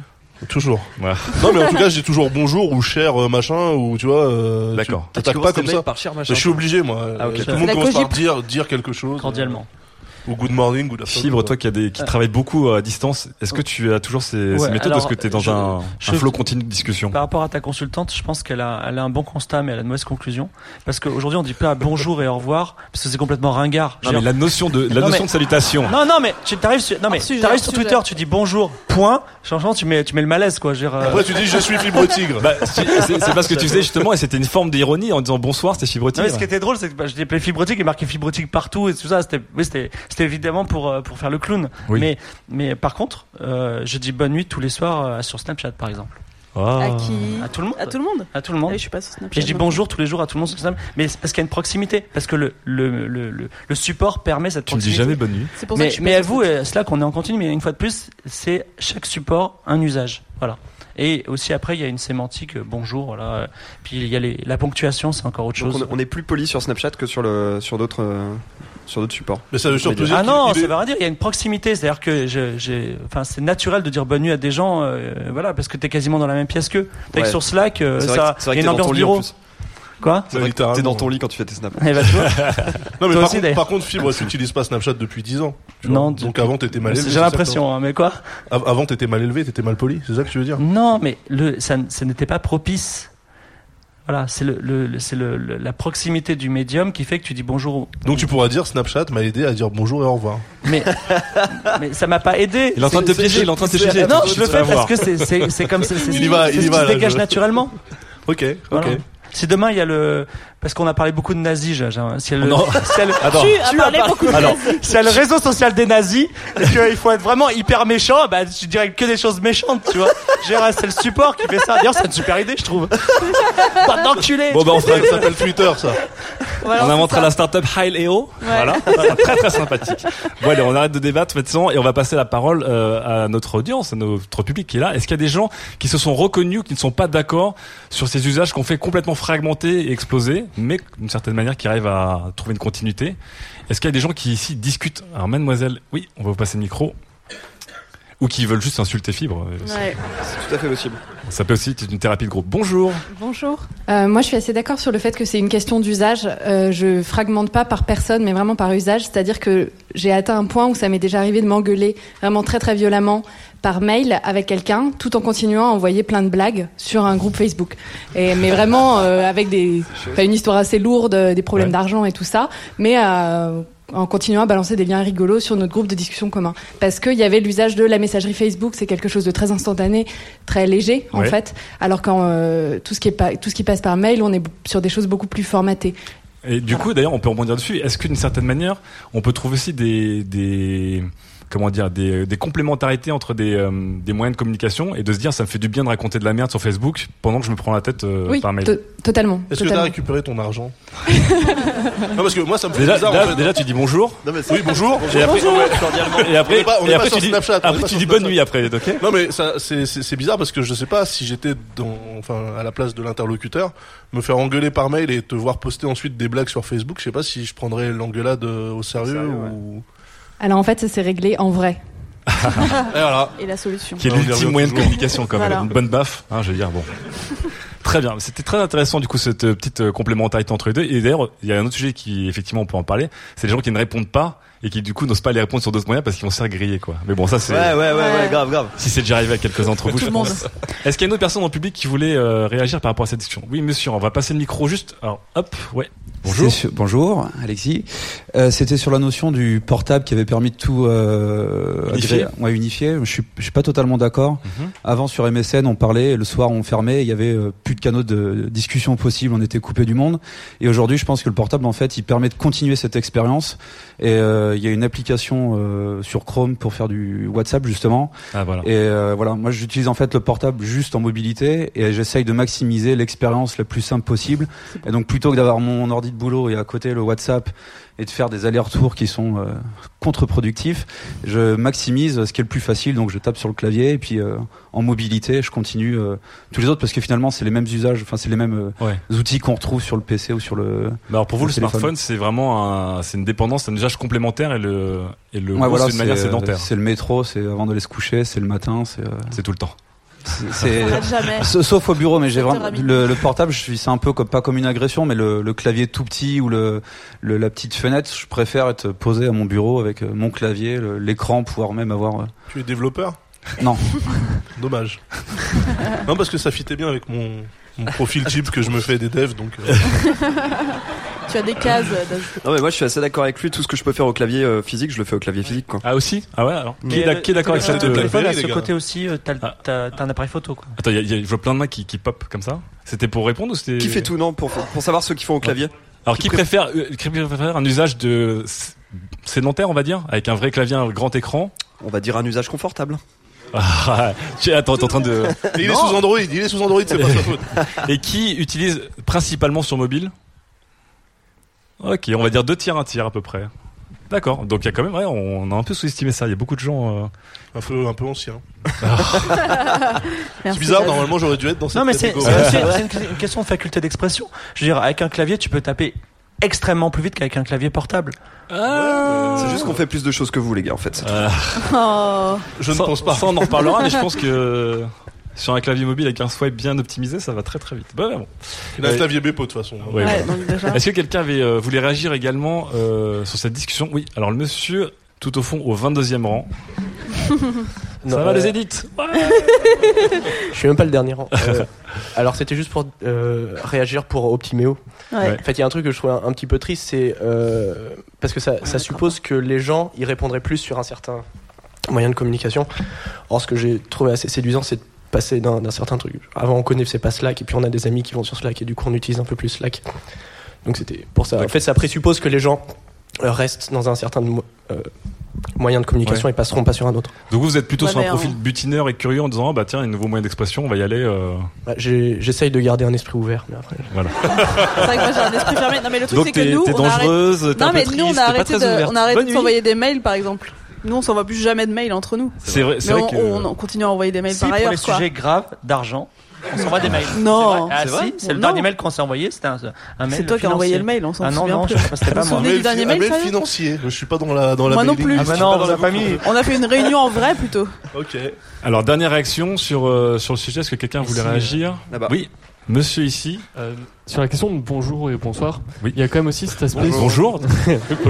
toujours.
Ouais.
non mais en tout cas, je dis toujours bonjour ou cher euh, machin ou tu vois euh, tu-
D'accord.
Ah, tu
T'attaques
commences
pas
tes
comme
mails
ça.
Par cher,
Je
machin.
suis obligé moi.
Ah, ok.
Tout le monde
La
commence par
cogip.
dire dire quelque chose. euh,
cordialement.
Ou good morning, good afternoon.
Fibre toi qui a des qui travaille beaucoup euh, à distance est-ce que tu as toujours ces, ces
Ouais,
méthodes
alors,
est-ce que tu es dans
je-
un,
je-
un flot continu de discussion
Par rapport à ta consultante, je pense qu'elle a, elle a un bon constat, mais elle a une mauvaise conclusion. Parce qu'aujourd'hui, on dit pas bonjour et au revoir, parce que c'est complètement ringard. Je
non mais
veux dire-
la notion de la
Non,
notion
mais-
de salutation
Non, non, mais tu t'arrives sur, non, mais
Hors sujet,
t'arrives
hors
sur
sujet.
Twitter, tu dis bonjour, point. Franchement, tu mets, tu mets le malaise, quoi. Je veux dire, euh,
Après tu dis je suis Fibre Tigre.
Bah, c'est c'est- c'est parce que tu faisais justement, et c'était une forme d'ironie en disant bonsoir, c'était Fibre
Non,
Tigre.
mais ce qui était drôle, c'est que bah, j'ai appelé fibrotique et marqué fibrotique partout et tout ça. C'était, oui, c'était, c'était évidemment pour euh, pour faire le clown.
Oui.
Mais mais par contre, euh, je dis bonne nuit tous les soirs euh, sur Snapchat, par exemple,
Ah.
À qui
à tout le monde,
À tout le monde.
à tout le
Ah
monde.
oui, je suis pas sur Snapchat.
Et je dis
non.
bonjour tous les jours à tout le monde sur Snapchat. Mais c'est parce qu'il y a une proximité, parce que le le le le, le support permet cette
Tu me dis
proximité.
jamais bonne nuit.
C'est pour ça que
Mais,
je suis
mais
pas
à
sur
vous,
Snapchat.
euh, Slack, on est en continu, mais une fois de plus, c'est chaque support un usage. Voilà. Et aussi après, il y a une sémantique, euh, bonjour, voilà. euh, Puis il y a les, la ponctuation, c'est encore autre
Donc,
chose.
on, on est plus poli sur Snapchat que sur le sur d'autres euh, sur d'autres supports.
Mais ça veut surtout dire
Ah non,
qu'il- il
ça
est-
veut rien dire. Il y a une proximité, c'est-à-dire que je- j'ai, enfin, c'est naturel de dire bonne nuit à des gens, euh, voilà, parce que t'es quasiment dans la même pièce qu'eux. T'es
Ouais.
sur Slack, euh,
C'est vrai
ça,
que- c'est vrai
il y a une
que t'es dans
ambiance
ton lit, en
bureau,
plus.
quoi.
C'est vrai que
Littéralement.
t'es dans ton lit quand tu fais tes snaps.
Eh ben, tu vois,
Non
Toi
mais par
aussi,
contre,
d'ailleurs.
par contre, Fibre, tu utilises pas Snapchat depuis 10 ans. tu vois.
Non,
Donc
depuis-
avant t'étais mal élevé.
j'ai
c'est ça que
l'impression, hein, mais quoi
t'as- Av- Avant t'étais mal élevé, t'étais mal poli, c'est ça que tu veux dire
Non, mais le, ça, n- ça n'était pas propice. Voilà, c'est le, le- le- c'est le- le- la proximité du médium qui fait que tu dis bonjour.
Donc tu pourras dire Snapchat m'a aidé à dire bonjour et au revoir.
Mais, mais ça m'a pas aidé.
Il est en train de te piéger, il est en train de te piéger.
Non,
Tu
je le
vas
fais
voir.
parce que c'est, c'est, c'est comme c'est, c'est,
Il y va,
c'est
il y
ce qui
va,
se
là,
dégage
je-
naturellement.
Ok, ok.
Voilà. Si demain il y a le, parce qu'on a parlé beaucoup de nazis, j'ai- j'ai- si elle,
Non.
si elle,
Attends.
Tu as parlé beaucoup de
Alors,
nazis.
si elle a le réseau social des nazis, et qu'il faut être vraiment hyper méchant, bah je dirais que des choses méchantes, tu vois. Gérard, c'est le support qui fait ça. D'ailleurs, c'est une super idée, je trouve. Pas d'enculé.
Bon, bah, on, fera-
Ça s'appelle Twitter ça.
Voilà,
on
c'est
inventera
ça.
la startup Heil EO. Voilà. très, très sympathique. Bon, allez, on arrête de débattre maintenant et on va passer la parole euh, à notre audience, à notre public qui est là. Est-ce qu'il y a des gens qui se sont reconnus, ou qui ne sont pas d'accord sur ces usages qu'on fait complètement fragmentés et explosés, mais d'une certaine manière qui arrivent à trouver une continuité Est-ce qu'il y a des gens qui ici discutent Alors, mademoiselle, oui, on va vous passer le micro. Ou qui veulent juste insulter Fibre. euh, ça-
Ouais.
C'est tout à fait possible.
Ça peut aussi être une thérapie de groupe. Bonjour.
Bonjour. Euh, moi, je suis assez d'accord sur le fait que c'est une question d'usage. Euh, je fragmente pas par personne, mais vraiment par usage. C'est-à-dire que j'ai atteint un point où ça m'est déjà arrivé de m'engueuler vraiment très très violemment par mail avec quelqu'un, tout en continuant à envoyer plein de blagues sur un groupe Facebook. Et mais vraiment euh, avec des, enfin, une histoire assez lourde, euh, des problèmes
Ouais.
d'argent et tout ça, mais euh, en continuant à balancer des liens rigolos sur notre groupe de discussion commun. Parce qu'il y avait l'usage de la messagerie Facebook, c'est quelque chose de très instantané, très léger en
Ouais.
fait. Alors quand euh, tout ce qui est pas, tout ce qui passe par mail, on est b- sur des choses beaucoup plus formatées.
Et du coup, d'ailleurs, on peut rebondir dessus. Est-ce que d'une certaine manière, on peut trouver aussi des, des comment dire, des, des complémentarités entre des, euh, des moyens de communication et de se dire, ça me fait du bien de raconter de la merde sur Facebook pendant que je me prends la tête euh,
oui,
par mail.
to- totalement.
Est-ce que t'as
totalement.
récupéré ton argent Non parce que moi ça me fait
Déjà,
bizarre
déjà-
en fait.
déjà, tu dis bonjour.
Non, mais c'est- oui bonjour.
Et après, et après,
On est pas- on
et
est
après,
pas sur
tu dis,
Snapchat, on est
après,
pas
tu
sur
dis bonne
Snapchat.
nuit après, ok?
Non mais ça c'est c'est- c'est bizarre parce que je sais pas si j'étais dans enfin à la place de l'interlocuteur me faire engueuler par mail et te voir poster ensuite des blagues sur Facebook je sais pas si je prendrais l'engueulade euh, au sérieux,
Sérieux, ouais.
ou
Alors en fait, ça s'est réglé en vrai.
Et voilà
Et la solution.
Qui est
On y
l'ultime
revient
moyen de
toujours.
communication, quand même.
Voilà.
Une bonne baffe, hein, je veux dire, bon. Très bien. C'était très intéressant, du coup, cette euh, petite euh, complémentarité entre les deux. Et d'ailleurs, il y a un autre sujet qui, effectivement, on peut en parler. C'est les gens qui ne répondent pas et qui, du coup, n'osent pas les répondre sur d'autres moyens parce qu'ils vont se faire griller, quoi. Mais bon, ça, c'est,
Ouais, ouais, ouais, ouais,
Ouais.
grave, grave.
si c'est déjà arrivé à quelques-uns d'entre
Tout
vous, je
le monde.
pense. Est-ce qu'il y a une autre personne dans le public qui voulait euh, réagir par rapport à cette discussion? Oui, monsieur, on va passer le micro juste. Alors, hop, ouais. Bonjour.
C'était sur- bonjour, Alexis. Euh, C'était sur la notion du portable qui avait permis de tout euh,
Unifier.
agré- ouais, unifier. Je suis, je suis pas totalement d'accord.
Mhm.
Avant sur MSN, on parlait, le soir on fermait, il y avait euh, plus de canaux de discussion possible, on était coupé du monde. Et aujourd'hui, je pense que le portable, en fait, il permet de continuer cette expérience. Et euh, il y a une application euh, sur Chrome pour faire du WhatsApp justement.
Ah, voilà.
Et euh, voilà, moi j'utilise en fait le portable juste en mobilité et j'essaye de maximiser l'expérience la plus simple possible. Et donc plutôt que d'avoir mon ordi de boulot et à côté le WhatsApp et de faire des allers-retours qui sont euh, contre-productifs, je maximise ce qui est le plus facile. Donc je tape sur le clavier et puis euh, en mobilité je continue euh, tous les autres parce que finalement c'est les mêmes usages, enfin c'est les mêmes euh,
Ouais.
outils qu'on retrouve sur le PC ou sur le.
Mais alors, pour vous, le,
Le téléphone.
smartphone, c'est vraiment un, c'est une dépendance, c'est un usage complémentaire et le, et le,
Ouais,
gros,
voilà,
c'est une manière
c'est, euh,
sédentaire.
C'est le métro, c'est avant d'aller se coucher, c'est le matin, c'est. euh,
C'est tout le temps.
c'est- c'est-
Arrête jamais.
Sa- Sauf au bureau, mais j'ai
Secteur
vraiment
ami.
le, le portable. Je suis, c'est un peu comme pas comme une agression, mais le, le clavier tout petit ou le, le- la petite fenêtre, je préfère être posé à mon bureau avec euh, mon clavier, le- l'écran, pouvoir même avoir. euh,
Tu es développeur
Non.
Dommage. non, parce que ça fitait bien avec mon, mon profil type que je me fais des devs, donc euh,
Tu as des cases. euh, d'ajouter.
Non, mais moi, je suis assez d'accord avec lui. Tout ce que je peux faire au clavier euh, physique, je le fais au clavier physique, quoi.
Ah, aussi? Ah ouais, alors. Qui
Mais,
est d'ac-
euh,
qui est d'accord avec
le
cette,
euh,
téléphone a
les
ce
gars.
côté aussi, euh, t'as le-
Ah.
t'as t'as un appareil photo. Quoi.
Attends, il y a- il y a- je vois plein de mains qui, qui pop comme ça. C'était pour répondre ou c'était
Qui fait tout, non, pour, pour savoir ceux qui font au clavier
Alors qui,
Qui
préfère, euh, qui préfère un usage de s- sédentaire, on va dire, avec un vrai clavier, un grand écran
On va dire un usage confortable.
Ah, tu- Attends, t'es en train de
il est sous Android, il est sous Android, c'est pas sa faute.
et qui utilise principalement sur mobile Ok, on va dire deux tiers, un tiers à peu près. D'accord. Donc il y a quand même, ouais, on a un peu sous-estimé ça. Il y a beaucoup de gens. euh,
Un peu, un peu ancien. C'est
Merci,
bizarre,
Jazz.
normalement j'aurais dû être dans cette
Non, mais c'est
catégorie.
c'est- c'est une, c'est une question de faculté d'expression. Je veux dire, avec un clavier, tu peux taper extrêmement plus vite qu'avec un clavier portable.
C'est juste qu'on fait plus de choses que vous, les gars, en fait. c'est tout.
euh,
Oh.
Je ne
sans-
pense pas.
sans, on en reparlera, mais je pense que sur un clavier mobile avec un swipe bien optimisé, ça va très très vite. Bah, ouais, bon.
Il a un clavier Bepo de toute façon.
Ouais, voilà.
Ouais, donc déjà.
Est-ce que quelqu'un avait, euh, voulait réagir également euh, sur cette discussion Oui, alors le monsieur tout au fond au 22e rang.
Non,
Ça va
euh,
les élites
Ah,
Je suis même pas le dernier rang. Euh, alors c'était juste pour euh, réagir pour Optiméo.
Ouais.
Ouais.
En fait, il y a un truc que je trouve un, un petit peu triste, c'est euh, parce que ça, ça suppose que les gens y répondraient plus sur un certain moyen de communication. Or, ce que j'ai trouvé assez séduisant, c'est de passer d'un d'un certain truc. Avant, on connaissait pas Slack, et puis on a des amis qui vont sur Slack, et du coup, on utilise un peu plus Slack. Donc, c'était pour ça. En fait, ça présuppose que les gens euh, restent dans un certain mo- euh, moyen de communication et passeront pas sur un autre.
Donc vous, vous êtes plutôt
Ouais,
sur un
mais
profil
on-
butineur et curieux en disant ah, bah tiens, il y a un nouveau moyen d'expression, on va y aller. euh.
Ouais, Bah, j'ai- J'essaye de garder un esprit ouvert, mais après.
C'est vrai que moi j'ai un esprit fermé. Non mais le truc c'est
Donc
que
t'es
nous
t'es
on a arrêté.
dangereuse, t'es un
Non
peu
mais nous on a
triste, t'es pas
arrêté
très
de,
ouverte.
on a arrêté
Bonne
de
nuit.
s'envoyer des mails par exemple. Nous on s'envoie plus jamais de mails entre nous.
C'est vrai, c'est
Mais
vrai
on,
que
on- on continue à envoyer des mails
Si,
par
pour
ailleurs
les
quoi.
sujets graves d'argent, on s'envoie des mails.
Non.
C'est vrai. Ah,
C'est vrai
si, c'est le
Non.
dernier mail qu'on s'est envoyé, c'était un, un mail.
C'est toi qui as envoyé le mail, on s'en
Ah non,
souvient
non,
plus.
je crois que c'était pas
Vous
moi.
vous souvenez du dernier
un
mail, sérieux
financier. Je suis pas dans la dans la
Moi non
mailing
plus.
list,
Ah
je
bah
suis
non,
pas
on
dans
l'a
la
pas
boucle.
mis.
On a fait une réunion en vrai plutôt.
Ok.
Alors dernière réaction sur euh, sur le sujet, est-ce que quelqu'un voulait
Ici, euh,
réagir
là-bas.
Oui, monsieur ici.
Euh, sur la question de bonjour et bonsoir,
Oui.
il y a quand même aussi cet aspect
Bonjour.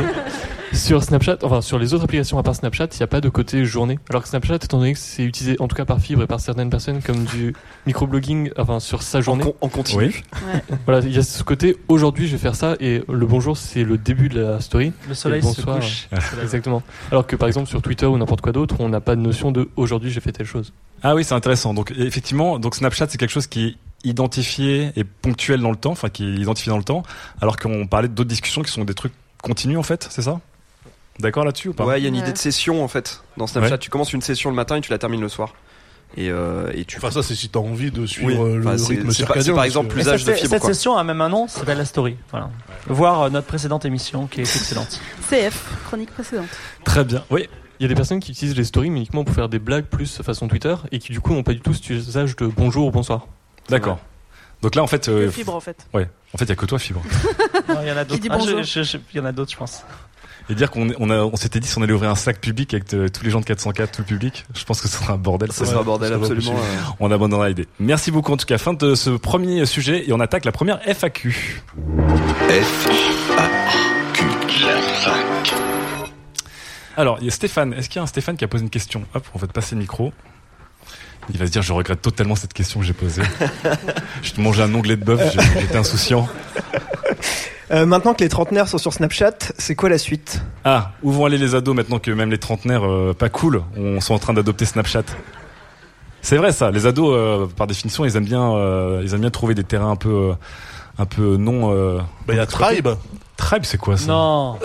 sur Snapchat, enfin sur les autres applications à part Snapchat, il n'y a pas de côté journée. Alors que Snapchat, étant donné que c'est utilisé en tout cas par fibre et par certaines personnes comme du microblogging, enfin sur sa
On,
journée,
con- on continue.
Oui.
voilà, il y a ce côté aujourd'hui je vais faire ça et le bonjour c'est le début de la story.
Le soleil
Et bonsoir.
se
Ah.
couche.
Exactement. Alors que par exemple sur Twitter ou n'importe quoi d'autre, on n'a pas de notion de aujourd'hui j'ai fait telle chose.
Ah oui, c'est intéressant. Donc effectivement, donc Snapchat c'est quelque chose qui est identifié et ponctuel dans le temps, enfin qui est identifié dans le temps, alors qu'on parlait d'autres discussions qui sont des trucs continus en fait, c'est ça D'accord là-dessus ou pas
Ouais, il y a une
Ouais.
idée de session, en fait, dans Snapchat.
Ouais.
Tu commences une session le matin et tu la termines le soir. Et, euh, et tu...
Enfin ça c'est si t'as envie de suivre
Oui.
euh, le
Enfin, c'est-
rythme
c'est pas- c'est
circadien.
par
parce
exemple
que-
plus-
Et ça,
Usage de
c'est-
fibre,
cette
quoi.
session a même un nom, s'appelle la story. Voilà. Voir euh, notre précédente émission qui est excellente.
CF, chronique précédente.
Très bien. Oui.
Il y a des personnes qui utilisent les stories uniquement pour faire des blagues plus façon Twitter et qui du coup n'ont pas du tout cet usage de bonjour ou bonsoir.
D'accord. Donc là, en fait.
Que
euh,
fibre, en fait.
Ouais. En fait, il y a que toi, fibre.
Non, Il y en a d'autres.
dit
Ah, je-
bonjour.
je- je- Il y en a d'autres, je pense.
Et dire qu'on on a- on s'était dit si on allait ouvrir un Slack public avec euh, tous les gens de 404, tout le public, je pense que ce sera un bordel.
Ça sera un bordel,
Ça sera pas
absolument,
possible.
ouais.
On abandonnera l'idée. Merci beaucoup en tout cas. Fin de ce premier sujet et on attaque la première FAQ. Alors, il y a Stéphane. Est-ce qu'il y a un Stéphane qui a posé une question Hop, on va te passer le micro. Il va se dire, je regrette totalement cette question que j'ai posée. je te mangeais un onglet de bœuf, j'ai- j'étais insouciant.
Euh, maintenant que les trentenaires sont sur Snapchat, c'est quoi la suite
Ah, où vont aller les ados maintenant que même les trentenaires, euh, pas cool, on sont en train d'adopter Snapchat C'est vrai ça, les ados, euh, par définition, ils aiment bien, euh, ils aiment bien trouver des terrains un peu, euh, un peu non. euh,
Bah, il y a
exploités.
Tribe.
Tribe, c'est quoi ça
Non.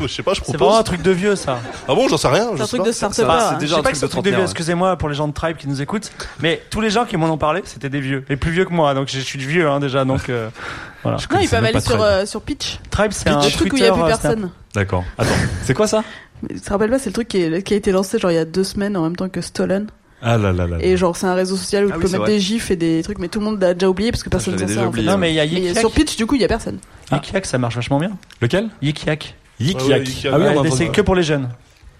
je sais pas, je propose.
C'est vraiment un truc de vieux, ça.
Ah bon, j'en sais rien. je
C'est un
sais
truc
pas.
de start-up.
Ça,
hein.
c'est déjà un
pas
truc
que
de
c'est un truc de vieux,
trentenaire, ouais.
excusez-moi pour les gens de Tribe qui nous écoutent, mais tous les gens qui m'en ont parlé, c'était des vieux. Les plus vieux que moi, donc je je suis vieux hein, déjà, donc euh, voilà.
Non, ils peuvent aller sur, euh, sur Pitch.
Tribe, c'est
Pitch,
un
le truc où il n'y a
Twitter,
plus
euh, Snap.
personne.
D'accord. Attends, c'est quoi ça
Mais Tu te rappelles pas, c'est le truc qui, est- qui a été lancé genre il y a deux semaines en même temps que Stolen.
Ah là là là. là.
Et genre, c'est un réseau social où
Ah
tu
oui,
peux
c'est
mettre
vrai. Ah,
des gifs et des trucs, mais tout le monde l'a déjà oublié parce que personne ne
l'avais
s'en
déjà
sert. en
oublié,
fait.
Non, mais il y a
Mais
Yik-Yak.
sur Pitch, du coup, il n'y a personne.
Ah. Yik Yak, ça marche vachement bien.
Lequel
Yik Yak.
Yik Yak. Ah oui, on
Ouais,
va
mais
voir
c'est
ça.
que pour les jeunes.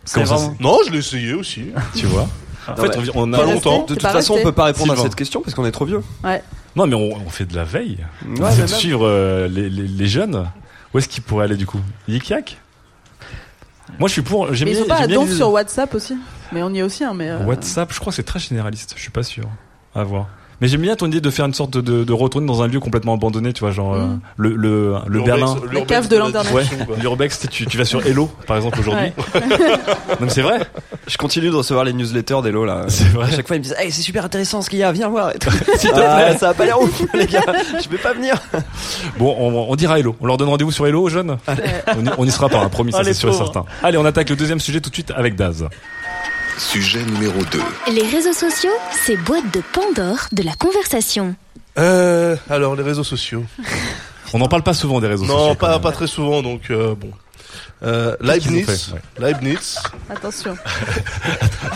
C'est
Comment ça,
vraiment.
Non, je l'ai essayé aussi.
Tu vois En fait, on- on a
Pas
longtemps.
De toute façon, on peut pas répondre à
Sylvain.
cette question parce qu'on est trop vieux.
Ouais.
Non, mais on, on fait de la veille.
Ouais,
on
mais
fait de
même.
suivre euh, les, les- les jeunes. Où est-ce qu'ils pourraient aller du coup Yik Yak Moi, je suis pour. J'aime
Mais ils
bien-
sont pas
j'aime
à
bien
donf
les-
sur WhatsApp aussi. Mais on y est aussi, hein, mais. euh,
WhatsApp, je crois que c'est très généraliste, je suis pas sûr. À voir. Mais j'aime bien ton idée de faire une sorte de, de, de retourner dans un lieu complètement abandonné, tu vois, genre euh,
Mm.
le, le, le
L'urbex-
Berlin.
l'urbex La cave de de la l'Internet.
Ouais,
destruction, quoi.
l'urbex, tu- tu, tu vas sur Hello, par exemple, aujourd'hui. Non, mais c'est vrai.
Je continue de recevoir les newsletters d'Elo là. C'est
vrai.
À chaque fois, ils me disent Hey, c'est super intéressant ce qu'il y a, viens voir. et tout. S'il te
Ah
plaît,
ouais.
ça a pas l'air ouf, les gars. Je vais pas venir.
Bon, on, on dira Hello. On leur donne rendez-vous sur Hello aux jeunes on, y- on y sera pas, hein, promis, ça
Ah,
c'est
les
sûr et
pauvres.
certain. Allez, on attaque le deuxième sujet tout de suite avec Daz.
Sujet numéro 2.
Les réseaux sociaux, c'est boîte de Pandore de la conversation.
Euh, alors, les réseaux sociaux.
On n'en parle pas souvent des réseaux sociaux.
non, pas, pas très souvent, donc euh, bon. Euh,
Qu'est-ce qu'ils ont
Leibniz. Leibniz.
Attention.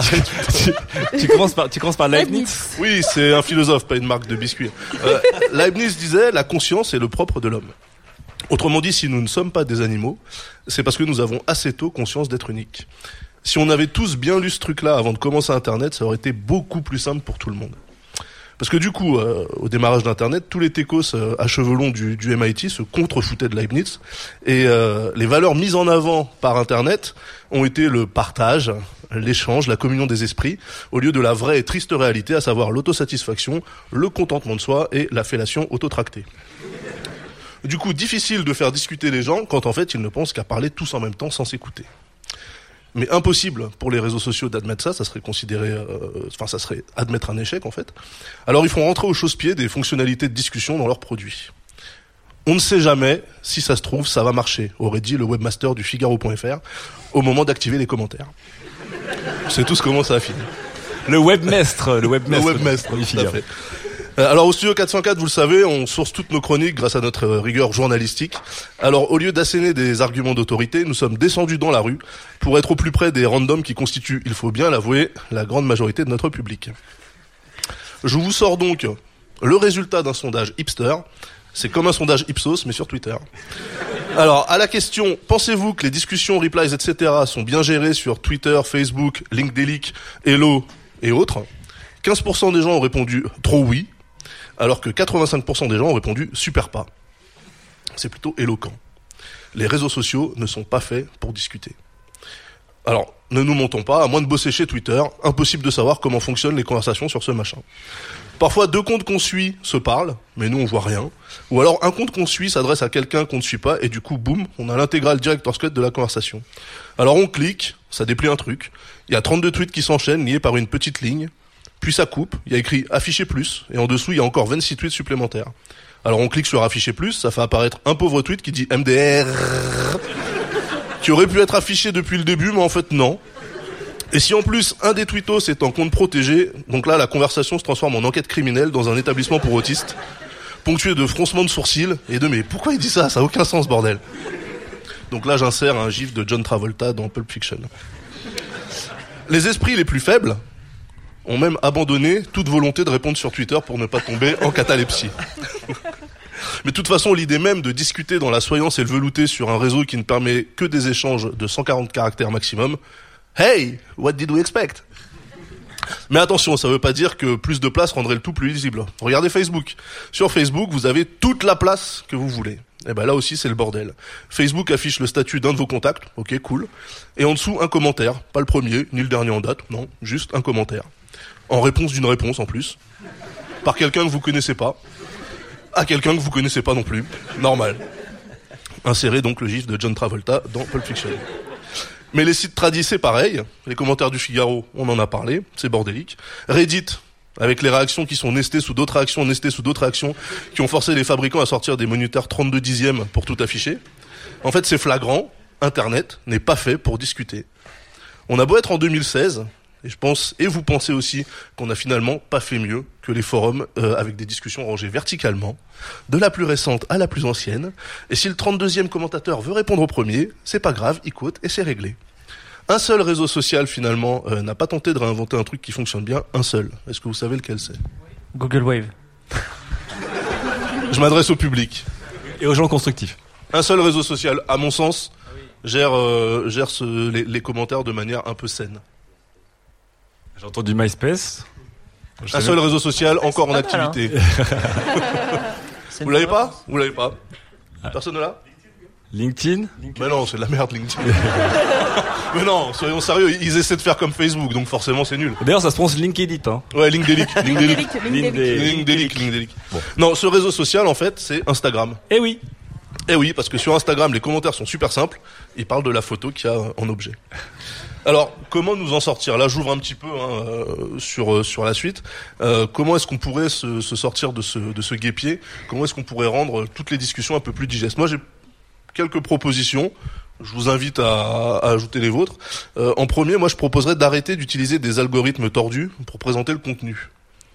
tu, tu commences par, tu commences par Leibniz.
Oui, c'est un philosophe, pas une marque de biscuits. Euh, Leibniz disait la conscience est le propre de l'homme. Autrement dit, si nous ne sommes pas des animaux, c'est parce que nous avons assez tôt conscience d'être uniques. Si on avait tous bien lu ce truc-là avant de commencer Internet, ça aurait été beaucoup plus simple pour tout le monde. Parce que du coup, euh, au démarrage d'Internet, tous les techos euh, à cheveux longs du, du MIT se contrefoutaient de Leibniz. Et euh, les valeurs mises en avant par Internet ont été le partage, l'échange, la communion des esprits, au lieu de la vraie et triste réalité, à savoir l'autosatisfaction, le contentement de soi et la fellation autotractée. Du coup, difficile de faire discuter les gens quand en fait ils ne pensent qu'à parler tous en même temps sans s'écouter. Mais impossible pour les réseaux sociaux d'admettre ça, ça serait considéré, euh, enfin ça serait admettre un échec en fait. Alors ils font rentrer au chausse-pied des fonctionnalités de discussion dans leurs produits. On ne sait jamais si ça se trouve, ça va marcher, aurait dit le webmaster du Figaro.fr au moment d'activer les commentaires. C'est tous comment ça a fini.
Le webmestre, le webmestre.
Le webmestre,
du
tout à
Figaro.
fait. Euh, Alors au studio 404, vous le savez, on source toutes nos chroniques grâce à notre euh, rigueur journalistique. Alors au lieu d'asséner des arguments d'autorité, nous sommes descendus dans la rue pour être au plus près des randoms qui constituent, il faut bien l'avouer, la grande majorité de notre public. Je vous sors donc le résultat d'un sondage hipster. C'est comme un sondage Ipsos, mais sur Twitter. Alors, à la question, pensez-vous que les discussions, replies, etc. sont bien gérées sur Twitter, Facebook, LinkedIn, Hello et autres 15% des gens ont répondu trop oui, alors que 85% des gens ont répondu super pas. C'est plutôt éloquent. Les réseaux sociaux ne sont pas faits pour discuter. Alors, ne nous montons pas, à moins de bosser chez Twitter, impossible de savoir comment fonctionnent les conversations sur ce machin. Parfois, deux comptes qu'on suit se parlent, mais nous, on voit rien. Ou alors, un compte qu'on suit s'adresse à quelqu'un qu'on ne suit pas, et du coup, boum, on a l'intégrale director's cut de la conversation. Alors, on clique, ça déplie un truc. Il y a 32 tweets qui s'enchaînent, liés par une petite ligne. Puis ça coupe, il y a écrit afficher plus, et en dessous, il y a encore 26 tweets supplémentaires. Alors, on clique sur afficher plus, ça fait apparaître un pauvre tweet qui dit MDR, qui aurait pu être affiché depuis le début, mais en fait, non. Et si en plus un des tweetos est en compte protégé, donc là la conversation se transforme en enquête criminelle dans un établissement pour autistes, ponctuée de froncements de sourcils et de mais pourquoi il dit ça Ça a aucun sens bordel. Donc là j'insère un gif de John Travolta dans Pulp Fiction. Les esprits les plus faibles ont même abandonné toute volonté de répondre sur Twitter pour ne pas tomber en catalepsie. Mais de toute façon, l'idée même de discuter dans la soyance et le velouté sur un réseau qui ne permet que des échanges de 140 caractères maximum, hey, what did we expect mais attention, ça veut pas dire que plus de place rendrait le tout plus lisible. Regardez Facebook. Sur Facebook, vous avez toute la place que vous voulez. Et ben là aussi, c'est le bordel. Facebook affiche le statut d'un de vos contacts, ok, cool. Et en dessous, un commentaire. Pas le premier, ni le dernier en date, non, juste un commentaire. En réponse d'une réponse en plus. Par quelqu'un que vous connaissez pas. À quelqu'un que vous connaissez pas non plus. Normal. Insérez donc le gif de John Travolta dans Pulp Fiction. Mais les sites tradis, c'est pareil. Les commentaires du Figaro, on en a parlé, c'est bordélique. Reddit, avec les réactions qui sont nestées sous d'autres réactions, nestées sous d'autres réactions, qui ont forcé les fabricants à sortir des moniteurs 32 dixièmes pour tout afficher. En fait, c'est flagrant. Internet n'est pas fait pour discuter. On a beau être en 2016, et je pense, et vous pensez aussi, qu'on n'a finalement pas fait mieux que les forums euh, avec des discussions rangées verticalement, de la plus récente à la plus ancienne. Et si le 32e commentateur veut répondre au premier, c'est pas grave, il cote et c'est réglé. Un seul réseau social, finalement, euh, n'a pas tenté de réinventer un truc qui fonctionne bien, un seul. Est-ce que vous savez lequel c'est
Google Wave.
Je m'adresse au public.
Et aux gens constructifs.
Un seul réseau social, à mon sens, gère, euh, gère ce- les, les commentaires de manière un peu saine.
J'ai entendu MySpace. Je
un
savais
seul
pas.
réseau social encore en
c'est pas mal,
activité.
C'est
Vous
une
l'avez pas Vous l'avez pas Personne ne l'a
Ah. LinkedIn
Mais non, c'est de la merde LinkedIn. Mais non, soyons sérieux, ils essaient de faire comme Facebook, donc forcément c'est nul.
D'ailleurs, ça se prononce LinkedIn. Hein.
Ouais, LinkedIn. LinkedIn.
LinkedIn.
LinkedIn. LinkedIn. Non, ce réseau social, en fait, c'est Instagram.
Eh oui.
Eh oui, parce que sur Instagram, les commentaires sont super simples. Ils parlent de la photo qu'il y a en objet. Alors, comment nous en sortir Là, j'ouvre un petit peu hein, euh, sur euh, sur la suite. Euh, comment est-ce qu'on pourrait se, se sortir de ce de ce guépier Comment est-ce qu'on pourrait rendre euh, toutes les discussions un peu plus digestes Moi, j'ai quelques propositions. Je vous invite à, à ajouter les vôtres. Euh, en premier, moi, je proposerais d'arrêter d'utiliser des algorithmes tordus pour présenter le contenu.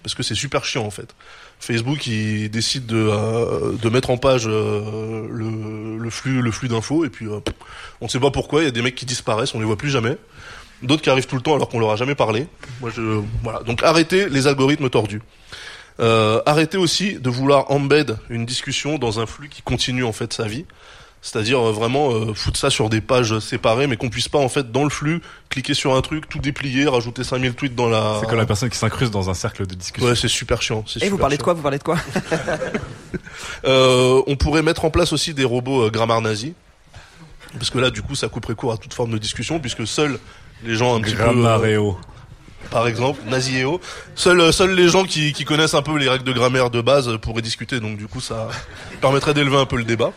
Parce que c'est super chiant, en fait. Facebook, il décide de, euh, de mettre en page euh, le, le flux, le flux d'infos, et puis euh, pff, on ne sait pas pourquoi, il y a des mecs qui disparaissent, on les voit plus jamais. D'autres qui arrivent tout le temps alors qu'on leur a jamais parlé. Moi, je, voilà. Donc arrêtez les algorithmes tordus. Euh, arrêtez aussi de vouloir embed une discussion dans un flux qui continue en fait sa vie. C'est-à-dire euh, vraiment euh, foutre ça sur des pages séparées, mais qu'on puisse pas en fait dans le flux cliquer sur un truc, tout déplier, rajouter 5000 tweets dans la.
C'est comme la personne qui s'incruste dans un cercle de discussion.
Ouais, c'est super chiant. c'est
Et Eh, vous
super
parlez de
chiant.
quoi Vous parlez de quoi
Euh, on pourrait mettre en place aussi des robots euh, grammaire nazi. Parce que là, du coup, ça couperait court à toute forme de discussion, puisque seuls les gens un petit peu. euh,
Grammaréo.
par exemple, Naziéo. Seuls, euh, seuls les gens qui, qui connaissent un peu les règles de grammaire de base euh, pourraient discuter, donc du coup, ça permettrait d'élever un peu le débat.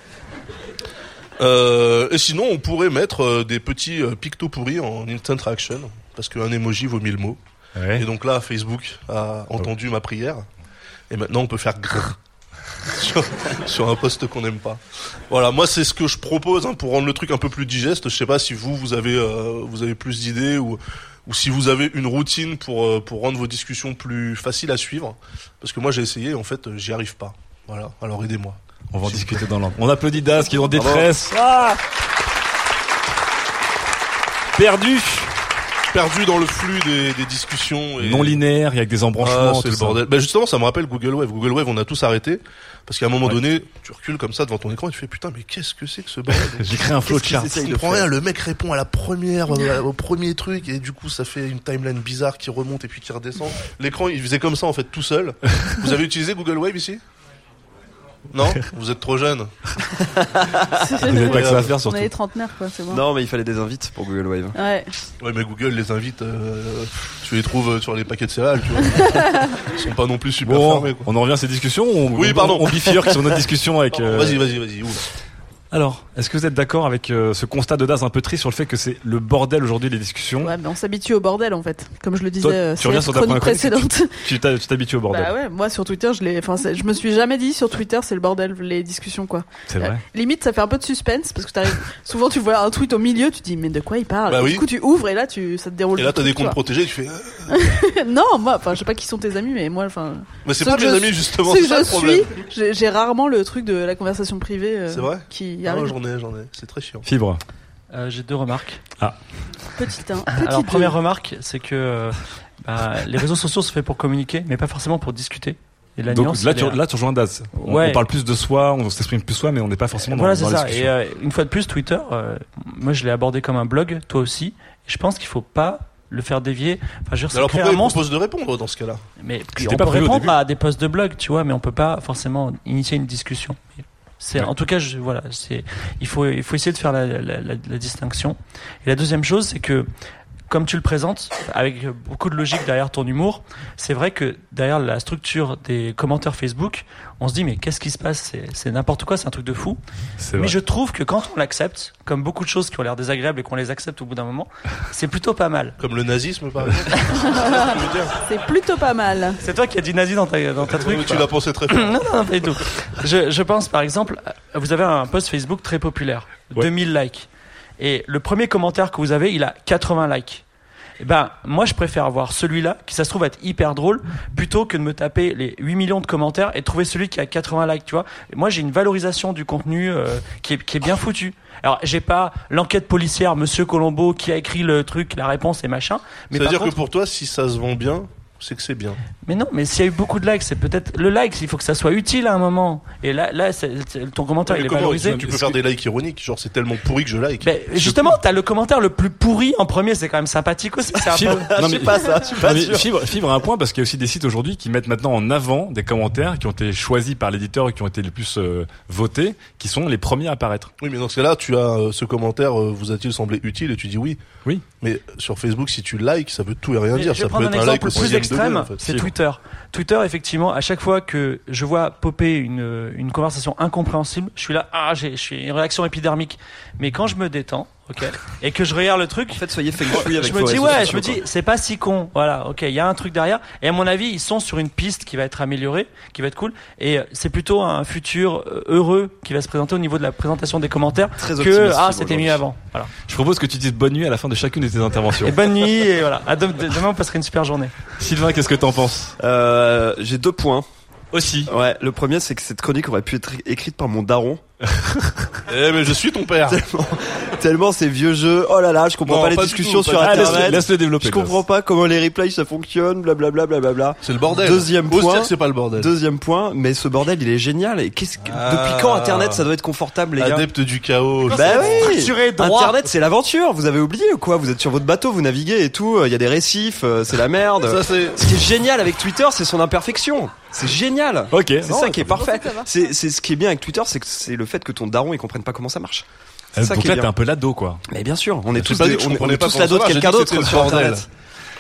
Euh, et sinon, on pourrait mettre euh, des petits euh, pictos pourris en instant reaction, parce qu'un emoji vaut mille mots. Et donc là, Facebook a entendu ma prière, et maintenant on peut faire grrr sur, sur un poste qu'on n'aime pas. Voilà, moi c'est ce que je propose hein, pour rendre le truc un peu plus digeste. Je sais pas si vous vous avez euh, vous avez plus d'idées ou ou si vous avez une routine pour euh, pour rendre vos discussions plus faciles à suivre. Parce que moi j'ai essayé, en fait, euh, j'y arrive pas. Voilà, alors aidez-moi.
On va en discuter dans l'ordre. On applaudit Das
Ah
qui est en détresse. Perdu.
Perdu dans le flux des, des discussions. Et...
Non linéaire, il y a que des embranchements.
Ah,
tout
c'est le
ça.
bordel. Bah, justement, ça me rappelle Google Wave. Google Wave, on a tous arrêté. Parce qu'à un moment donné, tu recules comme ça devant ton écran et tu fais putain, mais qu'est-ce que c'est que ce bordel
J'ai créé un flowchart.
Je comprends rien, le mec répond à la première, euh, au premier truc, et du coup, ça fait une timeline bizarre qui remonte et puis qui redescend. L'écran, il faisait comme ça, en fait, tout seul. Vous avez utilisé Google Wave ici? Non? Vous êtes trop jeune.
On est les trentenaires, quoi, c'est bon.
Non, mais il fallait des invites pour Google Wave.
Ouais.
Ouais, mais Google les invite, euh, tu les trouves euh, sur les paquets de céréales, tu vois. Ils sont pas non plus super
Bon,
fermés, quoi.
on en revient à ces discussions. ou On,
Oui,
on-
pardon.
On bifurque sur notre discussion avec.
Pardon,
euh,
Vas-y, vas-y, vas-y. ouvre.
Alors, est-ce que vous êtes d'accord avec euh, ce constat de Das un peu triste sur le fait que c'est le bordel aujourd'hui les discussions
Ouais, mais on s'habitue au bordel en fait, comme je le disais
Toi,
euh,
tu reviens
la
sur ta
chronique
première chronique,
précédente.
Tu t'as- tu t'habitues au bordel.
Bah ouais, moi sur Twitter, je l'ai. Enfin, c'est- je me suis jamais dit sur Twitter, c'est le bordel les discussions quoi.
C'est vrai.
Limite, ça fait un peu de suspense parce que t'arrives. souvent, tu vois un tweet au milieu, tu te dis mais de quoi il parle.
Bah
Et
oui.
Du coup, tu ouvres et là, tu ça te déroule.
Et là,
le
t'as
truc,
des comptes
tu vois.
protégés, tu fais, euh,
non, moi, enfin, je sais pas qui sont tes amis, mais moi, enfin.
Mais c'est
ceux
pas
que
mes
je-
amis, justement,
ceux
c'est
que
ça le
je
problème.
suis, j'ai- J'ai rarement le truc de la conversation privée. euh,
c'est vrai?
Qui
Ah,
arrive.
j'en ai, j'en ai. C'est très chiant.
Fibre.
Euh, J'ai deux remarques.
Ah.
Petit un.
Alors,
Petit deux.
première remarque, c'est que euh, bah, les réseaux sociaux se fait pour communiquer, mais pas forcément pour discuter. Et la
Donc
nuance,
là,
elle
tu,
est-
là, tu rejoins Daz. On,
Ouais.
on parle plus de soi, on s'exprime plus soi, mais on n'est pas forcément dans,
voilà,
dans
c'est
la
ça.
discussion.
Et euh, une fois de plus, Twitter, euh, moi je l'ai abordé comme un blog, toi aussi. Et je pense qu'il faut pas le faire dévier. Enfin, je veux dire, c'est
Alors
créer
pourquoi
un
il
monstre.
propose de répondre dans ce cas-là
Mais puis
C'était
on
pas
peut
prévu au
répondre
début.
à des posts de blog, tu vois, mais on peut pas forcément initier une discussion. C'est,
Ouais.
en tout cas, je, voilà, c'est, il faut, il faut essayer de faire la, la- la- la- la distinction. Et la deuxième chose, c'est que, comme tu le présentes, avec beaucoup de logique derrière ton humour, c'est vrai que derrière la structure des commentaires Facebook, on se dit, mais qu'est-ce qui se passe? C'est, c'est n'importe quoi, c'est un truc de fou.
C'est
Mais
vrai.
je trouve que quand on l'accepte, comme beaucoup de choses qui ont l'air désagréables et qu'on les accepte au bout d'un moment, c'est plutôt pas mal.
Comme le nazisme, par exemple.
C'est plutôt pas mal.
C'est toi qui as dit nazi dans ta, dans ta
Oui,
truc.
mais tu
quoi.
l'as pensé très fort.
non, non, non, pas du tout. Je, je pense, par exemple, à- vous avez un post Facebook très populaire, 2000 likes. Et le premier commentaire que vous avez, il a 80 likes. Eh ben, moi, je préfère avoir celui-là, qui ça se trouve être hyper drôle, plutôt que de me taper les 8 millions de commentaires et de trouver celui qui a 80 likes, tu vois. Et Moi, j'ai une valorisation du contenu euh, qui, est, qui est bien foutue. Alors, j'ai pas l'enquête policière, Monsieur Colombo, qui a écrit le truc, la réponse et machin. Mais par
C'est-à-dire
contre-
que pour toi, si ça se vend bien, c'est que c'est bien.
mais non, mais s'il y a eu beaucoup de likes, c'est peut-être le like. Il faut que ça soit utile à un moment. Et là, là, c'est- c'est- ton commentaire
Mais
il est
comment
valorisé.
Tu peux faire des likes ironiques, genre c'est tellement pourri que je like.
Mais justement, t'as le commentaire le plus pourri en premier. C'est quand même sympathique aussi. C'est un
Fibre,
peu-
non, mais- Non, mais Fibre, Fibre a un point parce qu'il y a aussi des sites aujourd'hui qui mettent maintenant en avant des commentaires qui ont été choisis par l'éditeur et qui ont été les plus euh, votés, qui sont les premiers à apparaître.
Oui, mais dans ce cas-là, tu as euh, ce commentaire, euh, vous a-t-il semblé utile Et tu dis oui.
Oui.
Mais sur Facebook, si tu likes, ça veut tout et rien
Mais
dire.
Je vais
Ça peut
prendre un
être un like
exemple
au
le plus
sixième
extrême,
degré, en fait.
c'est Twitter. Twitter, effectivement, à chaque fois que je vois popper une, une conversation incompréhensible, je suis là, ah, j'ai, je suis une réaction épidermique. Mais quand je me détends, ok, et que je regarde le truc, en fait,
soyez feng shui avec
je me
vos
dis
réseaux
ouais, je
sociaux,
me
quoi.
dis c'est pas si con, voilà, ok, il y a un truc derrière. Et à mon avis, ils sont sur une piste qui va être améliorée, qui va être cool, et euh, c'est plutôt un futur euh, heureux qui va se présenter au niveau de la présentation des commentaires que
optimiste,
ah,
Fibre,
c'était
aujourd'hui.
mieux avant. Voilà. Eh ben-
Je propose que tu dises bonne nuit à la fin de chacune de tes interventions.
Et bonne nuit, et voilà. À dem- demain, on passera une super journée.
Sylvain, qu'est-ce que t'en penses
euh, J'ai deux points.
Aussi.
Ouais, le premier, c'est que cette chronique aurait pu être écrite par mon daron.
Eh, mais je suis ton père.
Tellement, tellement ces vieux jeux. Oh là là, je comprends
Non,
pas les
pas du
discussions
tout,
sur
pas du tout. Ah,
internet.
laisse-le- laisse-le développer,
Je comprends pas comment les replays ça fonctionne, blablabla, blablabla.
C'est le bordel.
Deuxième
Ose
point.
dire que c'est pas le bordel.
Deuxième point, mais ce bordel, il est génial. Et qu'est-ce que, depuis quand internet, ça doit être confortable, les gars?
Ah. Adepte du chaos.
Bah oui.
Structuré, droit.
Internet, c'est l'aventure. Vous avez oublié ou quoi Vous êtes sur votre bateau, vous naviguez et tout. Il y a des récifs, euh, c'est la merde.
Ça, c'est-
Ce qui est génial avec Twitter, c'est son imperfection. C'est génial.
Ok.
C'est
Non,
ça qui est
ça va.
parfait. C'est c'est ce qui est bien avec Twitter, c'est que c'est le fait que ton daron il comprenne pas comment ça marche. C'est
Euh,
ça
Donc
qui est
là, t'es
bien.
un peu l'ado, quoi.
Mais bien sûr, on est
J'ai
tous
pas
des-
dit que je
on, on
comprenais
est
pas
tous
comment
l'ado
ça
de
marche, j'ai
quelqu'un
dit que
d'autre
c'était le
sur
bordel.
Internet.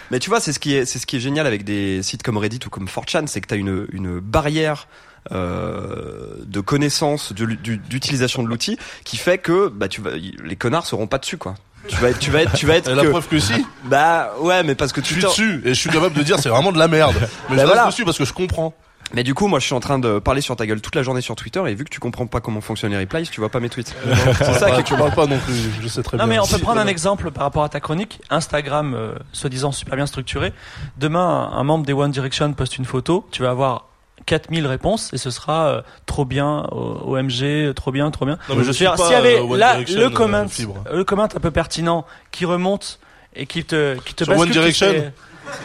Mais tu vois, c'est ce qui est c'est ce qui est génial avec des sites comme Reddit ou comme 4chan, c'est que t'as une une barrière euh, de connaissance de l'u- du- d'utilisation de l'outil qui fait que bah tu vas y- les connards seront pas dessus quoi. Tu vas être tu vas être tu vas être
La preuve que si.
Bah ouais, mais parce que Bah,
Je suis dessus et je suis capable de dire c'est vraiment de la merde. Mais je reste dessus parce que je comprends.
Mais du coup, moi, je suis en train de parler sur ta gueule toute la journée sur Twitter et vu que tu comprends pas comment fonctionnent les replies, tu vois pas mes tweets. C'est ça
Bah,
qui
tu parles pas non plus, je sais très
Non,
bien.
mais on peut
Si,
prendre un
voilà.
exemple par rapport à ta chronique. Instagram, euh, soi-disant super bien structuré. Demain, un, un membre des One Direction poste une photo. Tu vas avoir 4000 réponses et ce sera euh, trop bien, O- OMG, euh, trop bien, trop bien.
Non, mais je
veux
suis
dire,
pas,
S'il y avait
euh, One
là
Direction,
le
euh,
comment,
fibre.
euh, le comment un peu pertinent qui remonte et qui te, qui te
Sur One
bascule, qui
Direction
fait-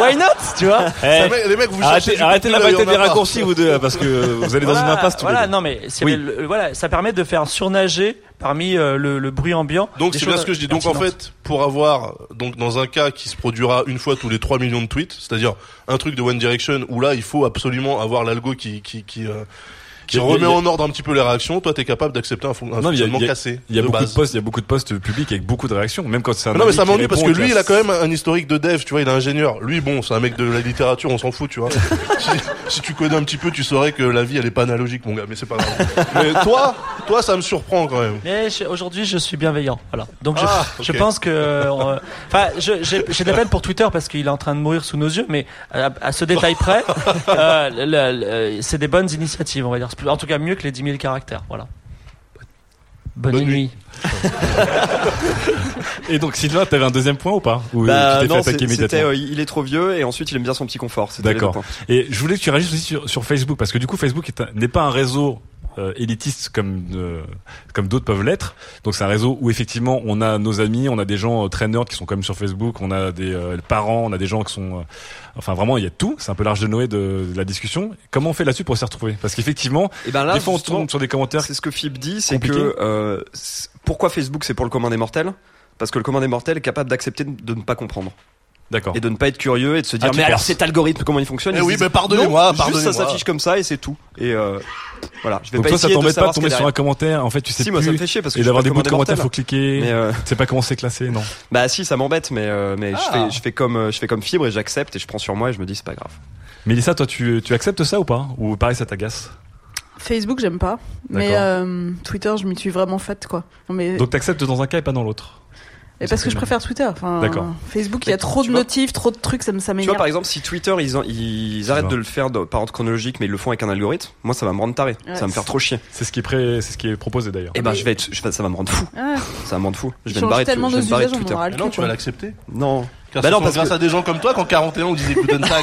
Why not, tu vois
Eh,
les mecs, vous cherchez
arrêtez arrêtez
du contenu,
la
là, il
bataille
y en a
des
pas.
raccourcis, vous deux, hein, parce que vous allez dans
Voilà,
une impasse tous
voilà,
les deux.
non mais c'est-
Oui.
mais le- voilà, ça permet de faire surnager parmi euh, le, le bruit ambiant.
Donc
des
c'est bien
choses
ce que je dis. Donc en
pertinentes.
fait, pour avoir donc dans un cas qui se produira une fois tous les 3 millions de tweets, c'est-à-dire un truc de One Direction où là il faut absolument avoir l'algo qui qui qui, euh, qui
Il y a-
remet
il y a-
en ordre un petit peu les réactions, toi t'es capable d'accepter un, fon- un
Non, mais il y a,
fonctionnement
il y a-
Ah, cassé.
il y a
de
beaucoup
base.
de posts, il y a beaucoup de posts publics avec beaucoup de réactions, même quand c'est un.
Mais non mais
ami
ça
qui
m'ennuie parce que
répond,
lui
qui
il a quand même un historique de dev, tu vois, il est ingénieur. Lui bon, c'est un mec de la littérature, on s'en fout, tu vois. si, si tu connais un petit peu, tu saurais que la vie elle est pas analogique mon gars, mais c'est pas grave. mais toi, toi ça me surprend quand même.
Mais je- aujourd'hui, je suis bienveillant. Voilà. Donc je,
Ah,
je
ok.
pense que, euh, on- enfin, je- j'ai j'ai de la peine pour Twitter parce qu'il est en train de mourir sous nos yeux, mais à, à ce détail près, euh, le- le- le- c'est des bonnes initiatives, on va dire. C'est plus- En tout cas, mieux que les 10 000 caractères. Voilà. Bonne, nuit.
Et donc Sylvain, t'avais un deuxième point ou pas Ou
Bah,
tu t'es
non,
fait attaquer
c'est- c'était,
immédiatement
euh, il est trop vieux et ensuite il aime bien son petit confort. C'était les deux
D'accord.
points.
Et je voulais que tu réagisses aussi sur, sur Facebook parce que du coup Facebook est un- n'est pas un réseau euh, élitiste comme euh, comme d'autres peuvent l'être. Donc c'est un réseau où effectivement on a nos amis, on a des gens euh, très nerds qui sont quand même sur Facebook, on a des euh, parents, on a des gens qui sont, euh, enfin vraiment il y a tout. C'est un peu l'arche de Noé de, de la discussion. Comment on fait là-dessus pour s'y retrouver Parce qu'effectivement,
Et ben là,
des fois on
justement,
tombe sur des commentaires.
C'est ce que Philippe dit, c'est
compliqués.
que euh, c'est- pourquoi Facebook c'est pour le commun des mortels Parce que le commun des mortels est capable d'accepter de ne pas comprendre.
D'accord. Ah,
Et de ne pas être curieux et de se dire
tu
mais alors
penses.
cet algorithme comment il fonctionne
Eh
Ils
oui,
disent,
mais pardonnez-moi,
non, juste
pardonnez-moi.
ça s'affiche comme ça et c'est tout. Et euh, voilà, je vais
Donc
pas
toi, ça
essayer de
t'embête pas de
savoir ce
tomber
qu'il y a
sur un
derrière.
commentaire. En fait, tu sais
Si,
plus.
moi, ça me fait chier parce que
et
je
d'avoir
suis
des
pas
bouts de
commandé
commentaires, faut
mortel.
cliquer.
Mais, euh,
C'est pas comment c'est classé, non.
Bah si, ça m'embête, mais euh, mais
Ah.
je fais je fais comme euh, je fais comme fibre et j'accepte et je prends sur moi et je me dis c'est pas grave.
Mélissa, toi, tu, tu acceptes ça ou pas Ou pareil, ça t'agace
Facebook, j'aime pas. Mais
D'accord.
euh, Twitter, je m'y suis vraiment faite, quoi. Non, mais,
Donc t'acceptes dans un cas et pas dans l'autre.
mais parce que je préfère Twitter. Enfin,
D'accord.
Facebook, il y a trop de notifs, trop de trucs, ça me ça
Tu vois,
m'énerve.
par exemple, si Twitter, ils, en- ils arrêtent de le faire de- par ordre chronologique, mais ils le font avec un algorithme, moi, ça va me rendre taré.
Ouais.
Ça va me faire trop chier.
C'est ce qui est, pré- c'est ce qui est proposé d'ailleurs.
Eh ben, je vais être, je vais- ça va me rendre fou.
Ah.
Ça va me rendre fou. Je
Ils
vais
changent
me barrer de,
tellement
je vais
nos
me barrer de
usages, on
Twitter.
en a ras le hein.
Mais non,
cul,
tu vas
quoi.
l'accepter.
Non.
Car
Bah
ce
non,
sont
parce
grâce
que-
à des gens comme toi qu'en 41 on disait Guten Tag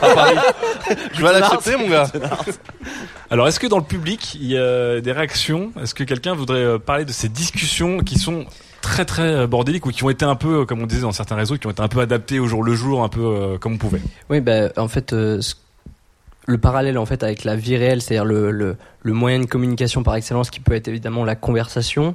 à Paris. tu vas l'accepter, mon gars.
Alors, est-ce que dans le public, il y a des réactions Est-ce que quelqu'un voudrait euh, parler de ces discussions qui sont très très euh, bordéliques ou qui ont été un peu, euh, comme on disait dans certains réseaux, qui ont été un peu adaptées au jour le jour, un peu euh, comme on pouvait
Oui, bah, en fait, euh, ce- le parallèle en fait avec la vie réelle, c'est-à-dire le, le, le moyen de communication par excellence qui peut être évidemment la conversation.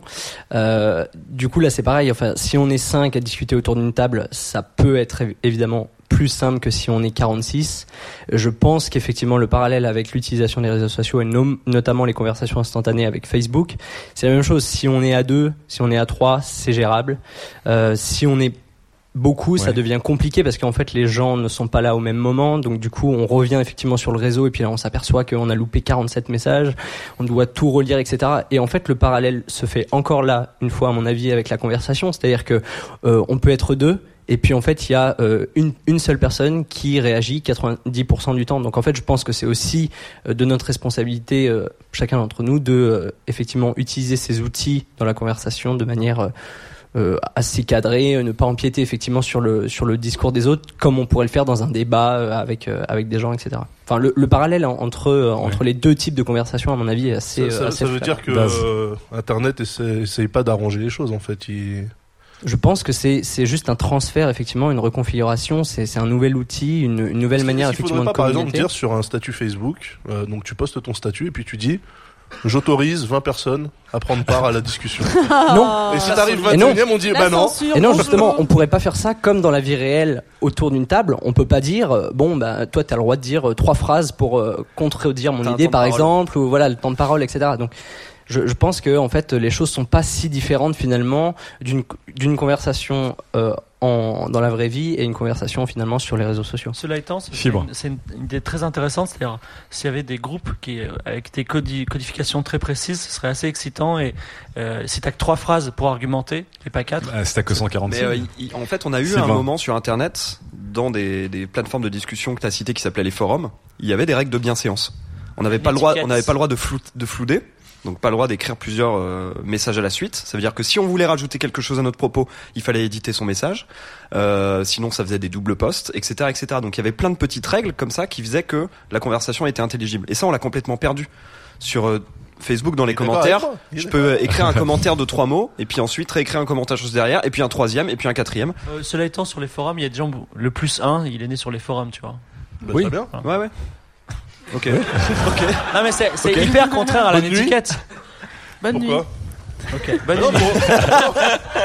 Euh, du coup, là, c'est pareil. Enfin, si on est 5 à discuter autour d'une table, ça peut être évi- évidemment plus simple que si on est 46. Je pense qu'effectivement le parallèle avec l'utilisation des réseaux sociaux et nom- notamment les conversations instantanées avec Facebook, c'est la même chose. Si on est à deux, si on est à trois, c'est gérable. Euh, si on est beaucoup, ça devient compliqué parce qu'en fait les gens ne sont pas là au même moment. Donc du coup, on revient effectivement sur le réseau et puis là on s'aperçoit qu'on a loupé 47 messages, on doit tout relire, etc. Et en fait, le parallèle se fait encore là, une fois à mon avis, avec la conversation. C'est-à-dire que euh, on peut être deux. Et puis en fait, il y a euh, une, une seule personne qui réagit 90% du temps. Donc en fait, je pense que c'est aussi euh, de notre responsabilité, euh, chacun d'entre nous, de euh, effectivement utiliser ces outils dans la conversation de manière euh, euh, assez cadré, euh, ne pas empiéter effectivement sur le sur le discours des autres, comme on pourrait le faire dans un débat euh, avec euh, avec des gens, etc. Enfin, le, le parallèle en- entre euh, entre les deux types de conversations, à mon avis, est assez.
Ça, ça-
euh, assez
ça veut
faible.
dire que euh, Internet essaie, essaye pas d'arranger les choses en fait. Il-
Je pense que c'est c'est juste un transfert, effectivement, une reconfiguration. C'est c'est un nouvel outil, une, une nouvelle manière
Est-ce qu'il
effectivement
faudrait pas,
de
par
communiquer.
exemple, dire sur un statut Facebook, euh, donc tu postes ton statut et puis tu dis j'autorise 20 personnes à prendre part à la discussion.
Non. Ah,
Et si t'arrives
Et non.
21 e on dit bah non.
Et non, justement, on pourrait pas faire ça comme dans la vie réelle autour d'une table. On peut pas dire, euh, bon, bah, toi, t'as le droit de dire euh, trois phrases pour euh, contredire
T'as
mon
un
idée,
temps de
par
parole.
exemple, ou voilà, le temps de parole, etc. Donc, je, je pense que, en fait, les choses sont pas si différentes finalement d'une d'une conversation euh, en, dans la vraie vie et une conversation finalement sur les réseaux sociaux.
Cela étant, c'est
Fibre.
une, c'est une- une idée très intéressante. C'est-à-dire, s'il y avait des groupes qui, euh, avec des codi- codifications très précises, ce serait assez excitant. Et euh, si t'as que trois phrases pour argumenter, et pas quatre.
Ah, Si t'as que 146.
Mais euh, il- il- en fait, on a eu
C'est
un
vingt.
moment sur Internet, dans des, des plateformes de discussion que tu as citées qui s'appelaient les forums, il y avait des règles de bienséance. On n'avait pas le droit, on n'avait pas le droit de, flou- de flouder. Donc pas le droit d'écrire plusieurs euh, messages à la suite. Ça veut dire que si on voulait rajouter quelque chose à notre propos, il fallait éditer son message. Euh, sinon, ça faisait des doubles postes, etc., etc. Donc il y avait plein de petites règles comme ça qui faisaient que la conversation était intelligible. Et ça, on l'a complètement perdu sur euh, Facebook dans les
d'accord avec
commentaires.
moi. Il est
Je peux euh, écrire un commentaire de trois mots et puis ensuite réécrire un commentaire chose derrière et puis un troisième et puis un quatrième.
Euh, cela étant, sur les forums, il y a des gens. Le plus 1, il est né sur les forums, tu vois.
Bah, Oui. très bien. Ouais, ouais. Ok.
ok. Non, mais c'est c'est
Ok.
hyper contraire à la
Bonne nuit.
étiquette.
Bonne
Pourquoi
Ok, bonne
Non,
nuit.
pour,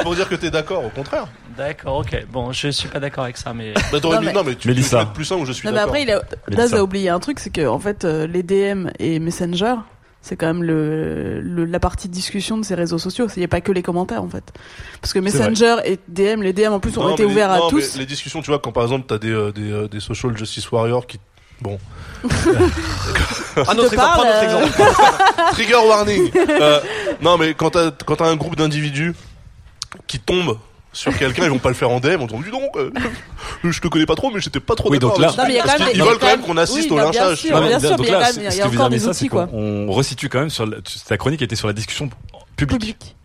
pour dire que t'es d'accord, au contraire.
D'accord, ok. Bon, je suis pas d'accord avec ça, mais.
Bah, t'aurais dit non, mais tu
Mélissa.
tu fais plus simple où je suis
Non, mais
d'accord.
après, il a,
Mais
Daz
ça.
a oublié un truc, c'est que en fait, euh, les DM et Messenger, c'est quand même le, le- la partie discussion de ces réseaux sociaux. Il n'y a pas que les commentaires, en fait. Parce que
C'est vrai.
Messenger et DM, les DM en plus ont
Non,
été
mais les-
ouverts à
non, mais
tous.
Les discussions, tu vois, quand par exemple t'as des, euh, des, euh, des social justice warriors qui. Bon. Ah,
Un autre Te exemple, parle, prends un autre euh.
Trigger warning. Euh, non, mais quand t'as quand t'as un groupe d'individus qui tombent sur quelqu'un, ils vont pas le faire en DM, on dit donc, euh, je te connais pas trop, mais j'étais pas trop
Oui,
d'accord
donc là-
avec ce
Non, mais il y a quand
truc, parce
même
qu'ils
des-
veulent
quand
quand même
même-
qu'on assiste
oui,
au
non, bien
lynchage.
sûr,
tu vois.
bien sûr, mais il y a quand
même-
Ce
il y
que
a
vous
encore
avez
des
ça,
outils,
c'est
quoi.
qu'on resitue quand même sur la, ta chronique était sur la discussion publique.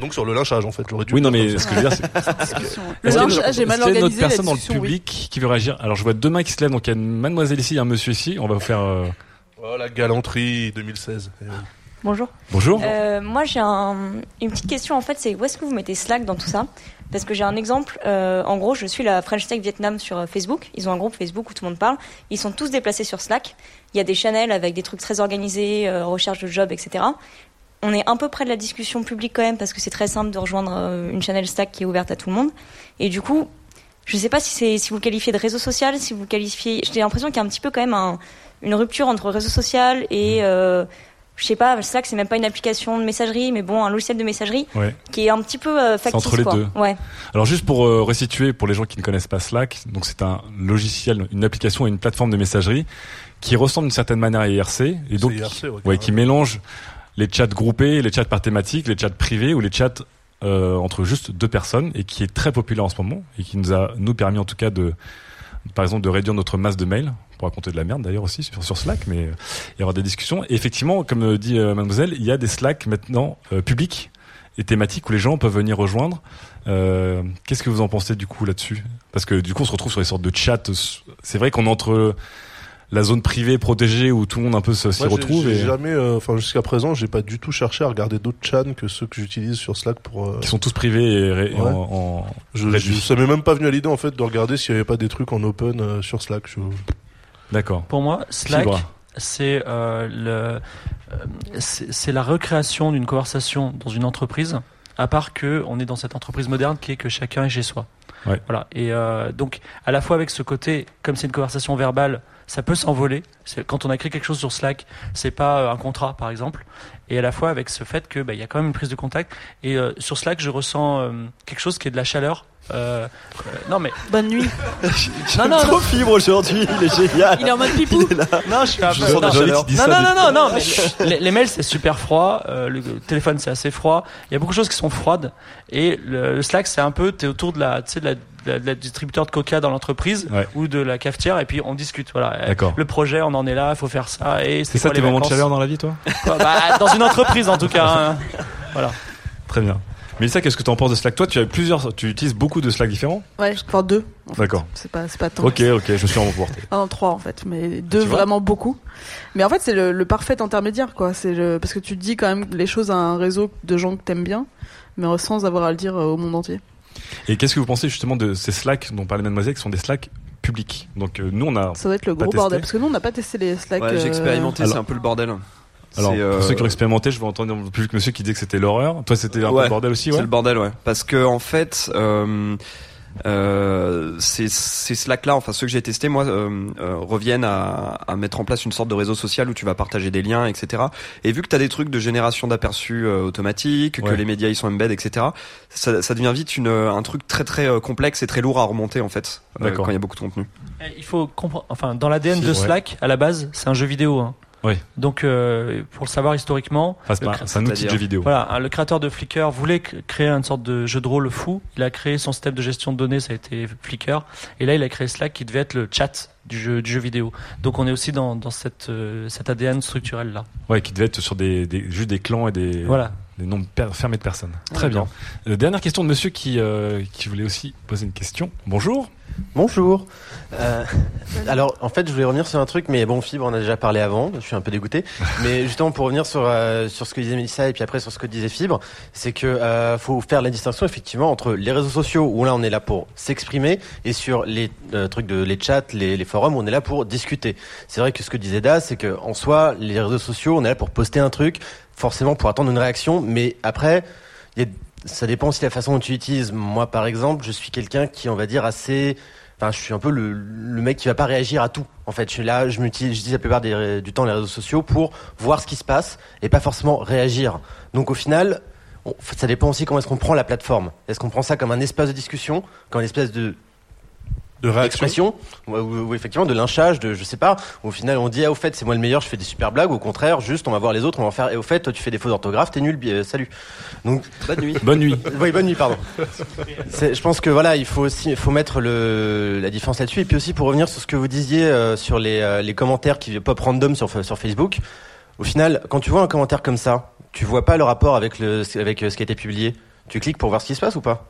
Donc sur le lynchage, en fait, j'aurais dû.
Oui, non, mais ce que je veux dire, c'est.
Le
Est-ce qu'il y a-
lynchage, j'ai mal
est-ce qu'il y a une autre
organisé la
personne dans le
discussion, oui.
public qui veut réagir. Alors, je vois deux mains qui se lèvent. Donc, il y a une mademoiselle ici, il y a un monsieur ici. On va vous faire. euh,
Oh, la galanterie 2016. Eh oui.
Bonjour.
Bonjour.
Euh, moi, j'ai un- une petite question. En fait, c'est où est-ce que vous mettez Slack dans tout ça Parce que j'ai un exemple. Euh, en gros, je suis la French Tech Vietnam sur euh, Facebook. Ils ont un groupe Facebook où tout le monde parle. Ils sont tous déplacés sur Slack. Il y a des channels avec des trucs très organisés, euh, recherche de job, etc. On est un peu près de la discussion publique quand même parce que c'est très simple de rejoindre euh, une channel Slack qui est ouverte à tout le monde. Et du coup, je ne sais pas si, c'est- si vous le qualifiez de réseau social, si vous le qualifiez. J'ai l'impression qu'il y a un petit peu quand même un- une rupture entre réseau social
Mmh.
et. euh, je sais pas, Slack, c'est même pas une application de messagerie, mais bon, un logiciel de messagerie
Ouais.
qui est un petit peu euh,
C'est
factice.
entre les
quoi.
deux.
Ouais.
Alors juste pour euh, resituer pour les gens qui ne connaissent pas Slack, donc c'est un logiciel, une application et une plateforme de messagerie qui ressemble d'une certaine manière à IRC et donc
IRC, ouais,
ouais, qui mélange les chats groupés, les chats par thématique, les chats privés ou les chats euh, entre juste deux personnes et qui est très populaire en ce moment et qui nous a nous permis en tout cas de par exemple de réduire notre masse de mails pour raconter de la merde d'ailleurs aussi sur, sur Slack mais euh, il y aura des discussions et effectivement comme euh, dit euh, mademoiselle il y a des Slack maintenant euh, publics et thématiques où les gens peuvent venir rejoindre Euh, qu'est-ce que vous en pensez du coup là-dessus parce que du coup on se retrouve sur des sortes de chats euh, c'est vrai qu'on est entre la zone privée protégée où tout le monde un peu se- s'y
Moi, j'ai-
retrouve
j'ai
et-
jamais, euh, enfin jusqu'à présent, j'ai pas du tout cherché à regarder d'autres chans que ceux que j'utilise sur Slack pour. euh,
qui sont tous privés et, ré- et
Ouais.
en, en
Je, je-
réduits.
ça m'est même pas venu à l'idée en fait de regarder s'il y avait pas des trucs en open euh, sur Slack. Je-
D'accord.
Pour moi, Slack,
Fibre.
c'est euh, le, euh, c'est c'est la recréation d'une conversation dans une entreprise, à part que on est dans cette entreprise moderne qui est que chacun est chez soi.
Ouais.
Voilà. Et euh, donc, à la fois avec ce côté, comme c'est une conversation verbale, ça peut s'envoler. C'est- Quand on a écrit quelque chose sur Slack, c'est pas euh, un contrat, par exemple. Et à la fois avec ce fait que bah, il y a quand même une prise de contact. Et euh, sur Slack, je ressens euh, quelque chose qui est de la chaleur. Euh, euh, non mais
bonne nuit.
non non
trop fibre aujourd'hui, il est génial.
Il est en mode pipou.
Non, je suis un
Je
peu-
sens
non,
déjà que tu dis
non,
ça,
non,
mais-
non, non, non, mais Les, les mails, c'est super froid. euh, le le téléphone, c'est assez froid. Il y a beaucoup de choses qui sont froides. Et le, le Slack, c'est un peu, t'es autour de la, tu sais, de la, de la- de la distributeur de coca dans l'entreprise
Ouais.
ou de la cafetière et puis on discute voilà Euh,
D'accord.
le projet on en est là faut faire ça et
C'est ça
quoi
tes
les
moments de
vacances
chaleur dans la vie, toi
Quoi, bah, dans une entreprise en tout cas hein. voilà
Très bien. Mélissa, qu'est-ce que tu en penses de Slack Toi, tu as plusieurs, tu utilises beaucoup de Slack différents.
Ouais, enfin deux. en fait.
D'accord.
C'est pas, c'est pas tant.
Ok, ok, je suis emporté.
Ah non, trois en fait, mais deux
vois
vraiment beaucoup. Mais en fait, c'est le, le parfait intermédiaire, quoi. C'est le- parce que tu dis quand même les choses à un réseau de gens que t'aimes bien, mais sans avoir à le dire euh, au monde entier.
Et qu'est-ce que vous pensez justement de ces Slack dont parlait Mademoiselle, qui sont des Slack publics Donc euh, nous, on a
Ça doit être le
pas
gros
testé.
bordel, parce que nous on n'a pas testé les Slack.
Ouais, j'ai
euh,
expérimenté, c'est
Alors-
un peu le bordel.
Alors
C'est, euh,
pour ceux qui ont expérimenté, je vais entendre dans le public monsieur qui disait que c'était l'horreur. Toi, c'était un peu
Ouais,
le bordel aussi, ouais.
C'est le bordel, ouais. Parce que en fait, euh, euh, ces, ces Slack-là, enfin ceux que j'ai testés, moi, euh, euh, reviennent à, à mettre en place une sorte de réseau social où tu vas partager des liens, etc. Et vu que t'as des trucs de génération d'aperçus euh, automatiques, que
Ouais.
les médias ils sont embed, etc. Ça, ça devient vite une, un truc très très euh, complexe et très lourd à remonter en fait euh,
D'accord.
quand il y a beaucoup de contenu.
Et Eh, il faut comprendre enfin dans l'ADN
Si,
de
ouais.
Slack à la base c'est un jeu vidéo hein.
Oui.
donc euh, pour le savoir historiquement
Enfin, c'est
le
pas-
cré-
c'est un outil de
C'est-à-dire
jeu vidéo.
Voilà, hein, le créateur de Flickr voulait cr- créer une sorte de jeu de rôle fou. Il a créé son système de gestion de données, ça a été Flickr. Et là, il a créé Slack qui devait être le chat du jeu, du jeu vidéo. Donc on est aussi dans, dans cette, euh, cet ADN structurel là.
Ouais, qui devait être sur des, des juste des clans et des
Voilà.
des nombres per- fermés de personnes. Très
Ouais.
bien. Euh, dernière question de monsieur qui euh, qui voulait aussi poser une question. Bonjour.
Bonjour. Euh, alors, en fait, je voulais revenir sur un truc, mais bon, Fibre, on a déjà parlé avant, je suis un peu dégoûté. Mais justement, pour revenir sur, euh, sur ce que disait Mélissa et puis après sur ce que disait Fibre, c'est que euh, faut faire la distinction, effectivement, entre les réseaux sociaux, où là, on est là pour s'exprimer, et sur les euh, trucs de les chats, les, les forums, où on est là pour discuter. C'est vrai que ce que disait Da, c'est que en soi, les réseaux sociaux, on est là pour poster un truc, forcément pour attendre une réaction, mais après, il y a- ça dépend aussi de la façon dont tu utilises. Moi, par exemple, je suis quelqu'un qui, on va dire, assez. Enfin, je suis un peu le, le mec qui va pas réagir à tout. En fait, je suis là, je m'utilise, je dis la plupart des- du temps les réseaux sociaux pour voir ce qui se passe et pas forcément réagir. Donc, au final, on- ça dépend aussi comment est-ce qu'on prend la plateforme. Est-ce qu'on prend ça comme un espace de discussion, comme un espace de
de
réaction ou, ou- ou effectivement de lynchage de je sais pas au final on dit ah au fait c'est moi le meilleur je fais des super blagues au contraire juste on va voir les autres on va en faire et au fait toi tu fais des fautes d'orthographe t'es nul bi- euh, salut donc
bonne nuit
bonne nuit
oui bonne nuit pardon c'est- je pense que voilà il faut aussi faut mettre le la différence là-dessus et puis aussi pour revenir sur ce que vous disiez euh, sur les, euh, les commentaires qui pop random sur fa- sur Facebook au final quand tu vois un commentaire comme ça tu vois pas le rapport avec le avec euh, ce qui a été publié tu cliques pour voir ce qui se passe ou pas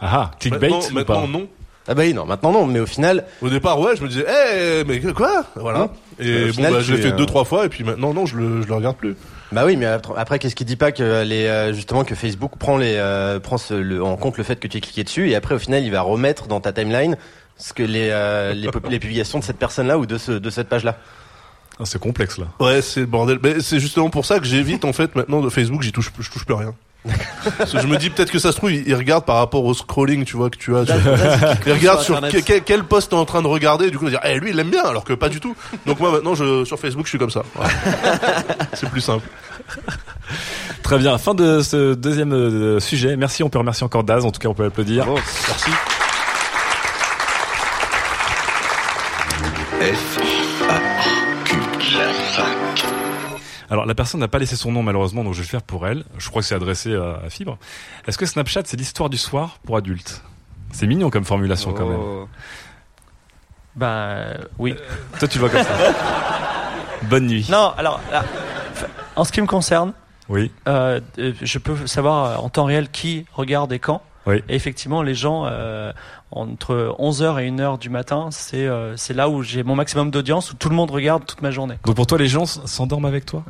ah clickbait
Maintenant-
ou
maintenant,
pas
non. ah bah oui non maintenant non mais au final
au départ ouais je me disais eh mais que- quoi voilà
Hein
et
Au
bon
final,
bah, je l'ai
tu,
fait
euh,
deux trois fois et puis maintenant non je le je le regarde plus.
Bah oui, mais après, après, qu'est-ce qui dit pas que les euh, justement que Facebook prend les euh, prend ce- le- en compte le fait que tu aies cliqué dessus et après au final il va remettre dans ta timeline ce que les euh, les, pop- les publications de cette personne-là ou de ce de cette page-là.
Ah, c'est complexe là.
Ouais, c'est le bordel. Mais c'est justement pour ça que j'évite en fait maintenant de Facebook, j'y touche, je touche plus à rien. Parce que je me dis peut-être que ça se trouve, ils ils regardent par rapport au scrolling, tu vois, que tu as. sur- Ils regardent
sur
sur
Internet.
que- quel, quel post t'es en train de regarder, du coup, ils vont dire, eh, lui, il l'aime bien, alors que pas du tout. Donc moi maintenant, je, sur Facebook, je suis comme ça. Voilà. c'est plus simple.
Très bien, fin de ce deuxième euh, sujet. Merci, on peut remercier encore Daz, en tout cas on peut l'applaudir.
Merci.
Alors la personne n'a pas laissé son nom malheureusement, donc je vais le faire pour elle. Je crois que c'est adressé à, à Fibre. Est-ce que Snapchat c'est l'histoire du soir pour adultes C'est mignon comme formulation quand même.
Ben euh, oui.
Toi tu le vois comme ça. Bonne nuit.
Non, alors, là, f- en ce qui me concerne, euh,
oui.
je peux savoir euh, en temps réel qui regarde et quand.
Oui.
Et effectivement, les gens, euh, entre 11h et 1h du matin, c'est euh, c'est là où j'ai mon maximum d'audience, où tout le monde regarde toute ma journée.
Donc pour toi les gens s- s'endorment avec toi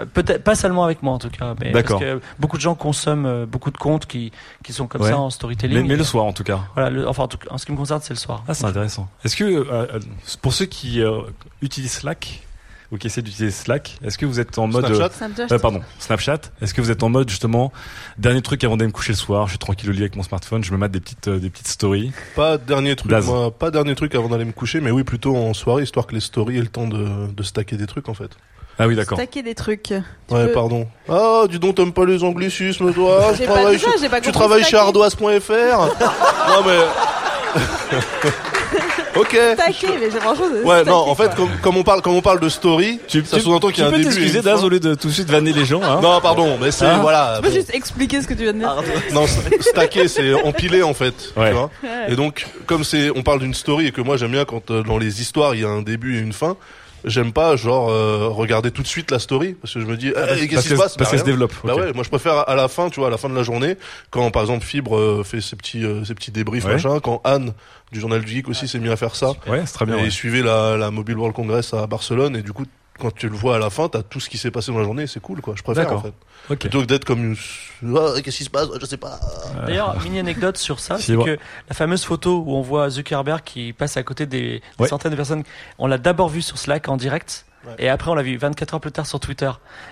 Euh, Peut-être pas seulement avec moi en tout cas, mais
D'accord.
parce que beaucoup de gens consomment euh, beaucoup de comptes qui, qui sont comme
Ouais.
ça en storytelling.
Mais, mais le soir en tout cas.
Voilà, le- enfin en, tout cas, en ce qui me concerne, c'est le soir.
Ah, c'est intéressant. Est-ce que, euh, euh, pour ceux qui euh, utilisent Slack, ou qui essaient d'utiliser Slack, est-ce que vous êtes en mode.
Snapchat
euh,
Snapchat.
euh, pardon, Snapchat. Est-ce que vous êtes en mode, justement, dernier truc avant d'aller me coucher le soir, je suis tranquille au lit avec mon smartphone, je me mate des petites, euh, des petites stories.
Pas dernier truc,
Daz.
moi, pas dernier truc avant d'aller me coucher, mais oui, plutôt en soirée, histoire que les stories aient le temps de, de stacker des trucs en fait.
Ah oui,
Stacker des trucs. Tu
Ouais,
peux-
pardon. Ah, du don, t'aimes pas les anglicismes, toi
J'ai
Je
pas
travaille
dit ça,
chez-
j'ai pas
Tu
compris
travailles
ça,
chez
qui-
ardoise.fr Non, mais. ok.
Stacker, mais j'ai grand-chose. de
Ouais,
stacker,
non, en fait,
quoi.
comme, comme on parle, comme on parle de story, ça
tu-
sous-entend qu'il y a
tu peux
un début.
t'excuser,
et une
Daz,
fin.
au lieu de tout de suite vanner les gens, hein.
Non, pardon, mais c'est.
Hein
voilà.
Tu peux
bon.
juste expliquer ce que tu viens de dire.
Non, st- stacker, c'est empiler en fait. tu
Ouais.
vois.
Ouais.
Et donc, comme c'est, on parle d'une story et que moi j'aime bien quand euh, dans les histoires il y a un début et une fin. J'aime pas genre euh, regarder tout de suite la story parce que je me dis eh,
parce-
qu'est-ce
parce
qui se
que- parce
passe Bah,
qu'elle se
rien.
développe,
Bah
ok.
ouais, moi je préfère à la fin, tu vois, à la fin de la journée quand par exemple Fibre euh, fait ses petits euh, ses petits débriefs
Ouais.
machin, quand Anne du journal du geek aussi s'est mis à faire ça.
Ouais, c'est très bien,
Et
ouais.
suivait la, la Mobile World Congress à Barcelone et du coup quand tu le vois à la fin, t'as tout ce qui s'est passé dans la journée, et c'est cool quoi. Je préfère en
D'accord.
fait.
Ok.
Plutôt que d'être comme une- Ah, qu'est-ce qui se passe Je sais pas.
D'ailleurs, mini anecdote sur ça,
Si,
c'est
bon.
que la fameuse photo où on voit Zuckerberg qui passe à côté des, des
Ouais.
centaines de personnes, on l'a d'abord vu sur Slack en direct. Et après, on l'a vu 24 heures plus tard sur Twitter.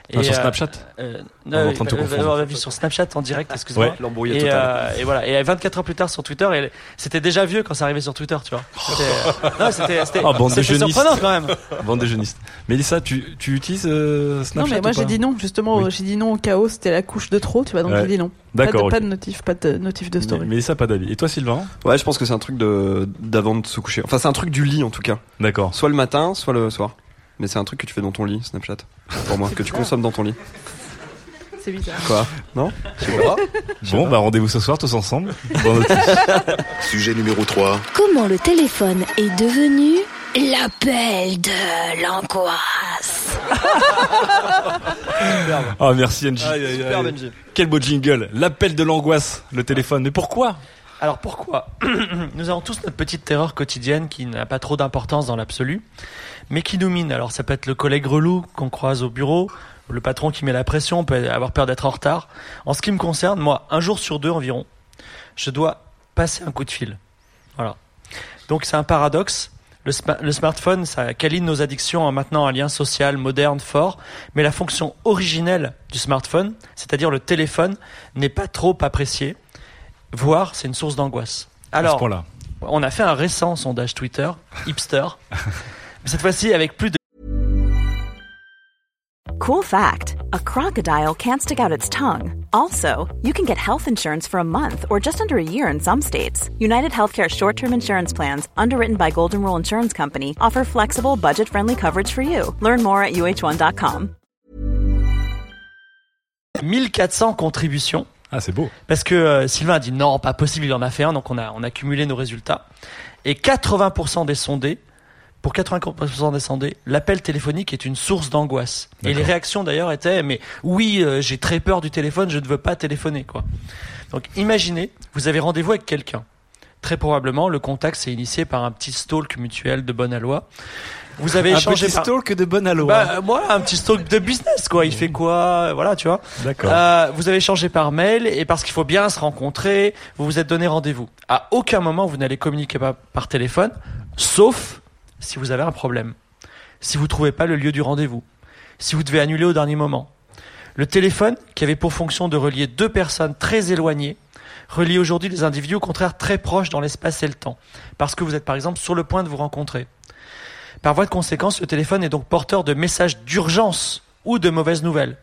Et
Ah, sur
euh,
Snapchat
euh,
On
non,
est en
oui,
train de te
euh,
confondre.
On l'a vu sur Snapchat en direct, excuse-moi.
Ouais,
et,
l'embrouille totale.
euh, et voilà. Et 24 heures plus tard sur Twitter, et c'était déjà vieux quand ça arrivait sur Twitter, tu vois. C'était- non, c'était c'était-
Ah, bande de
c'était
jeunistes.
surprenant quand même.
Bande de jeunistes. Mélissa, tu, tu utilises euh,
Non,
Snapchat
mais moi
ou pas
j'ai dit non, justement, j'ai dit non au chaos, c'était la couche de trop, tu vois, donc
Ouais.
j'ai dit non. Pas de,
D'accord, ok.
pas de notif, pas de notif de story.
Mais- Mélissa, pas d'avis. Et toi, Sylvain
Ouais, je pense que c'est un truc de d'avant de se coucher. Enfin, c'est un truc du lit en tout cas.
D'accord.
Soit le matin, soit le soir. Mais c'est un truc que tu fais dans ton lit, Snapchat. Pour moi, que tu consommes dans ton lit.
C'est bizarre.
Quoi Non
Je sais pas. Bon, bah rendez-vous ce soir tous ensemble. Dans notre-
Sujet numéro 3.
Comment le téléphone est devenu l'appel de l'angoisse
Ah, merci NJ.
Aïe, aïe, Super, aïe. Benji.
Quel beau jingle. L'appel de l'angoisse, le téléphone. Mais pourquoi
Alors pourquoi Nous avons tous notre petite terreur quotidienne qui n'a pas trop d'importance dans l'absolu, mais qui nous mine. Alors ça peut être le collègue relou qu'on croise au bureau, le patron qui met la pression, on peut avoir peur d'être en retard. En ce qui me concerne, moi, un jour sur deux environ, je dois passer un coup de fil. Voilà. Donc c'est un paradoxe. Le, sma- le smartphone, ça câline nos addictions en maintenant un lien social moderne fort, mais la fonction originelle du smartphone, c'est-à-dire le téléphone, n'est pas trop appréciée, voire c'est une source d'angoisse.
À ce
Alors,
point-là.
on a fait un récent sondage Twitter, hipster, mais cette fois-ci avec plus de
Cool fact a crocodile can't stick out its tongue. Also, you can get health insurance for a month or just under a year in some states. United Healthcare short term insurance plans, underwritten by Golden Rule Insurance Company, offer flexible, budget friendly coverage for you. Learn more at uh1.com.
1400 contributions.
Ah, c'est beau.
Parce que euh, Sylvain a dit non, pas possible, il en a fait un, donc on a, on a cumulé nos résultats. Et 80% des sondés, pour 80% des sondés, l'appel téléphonique est une source d'angoisse. Et les réactions d'ailleurs étaient, mais oui, euh, j'ai très peur du téléphone, je ne veux pas téléphoner, quoi. Donc imaginez, vous avez rendez-vous avec quelqu'un. Très probablement, le contact s'est initié par un petit stalk mutuel de bonne aloi. Vous avez
Un
échangé
petit
par-
stalk de bonne aloi.
Bah, euh, moi, un petit stalk de business, quoi. Il fait quoi euh, Voilà, tu vois.
D'accord.
Euh, vous avez échangé par mail et parce qu'il faut bien se rencontrer, vous vous êtes donné rendez-vous. À aucun moment, vous n'allez communiquer par, par téléphone, sauf si vous avez un problème. Si vous trouvez pas le lieu du rendez-vous. Si vous devez annuler au dernier moment. Le téléphone, qui avait pour fonction de relier deux personnes très éloignées, relie aujourd'hui des individus au contraire très proches dans l'espace et le temps, parce que vous êtes par exemple sur le point de vous rencontrer. Par voie de conséquence, le téléphone est donc porteur de messages d'urgence ou de mauvaises nouvelles.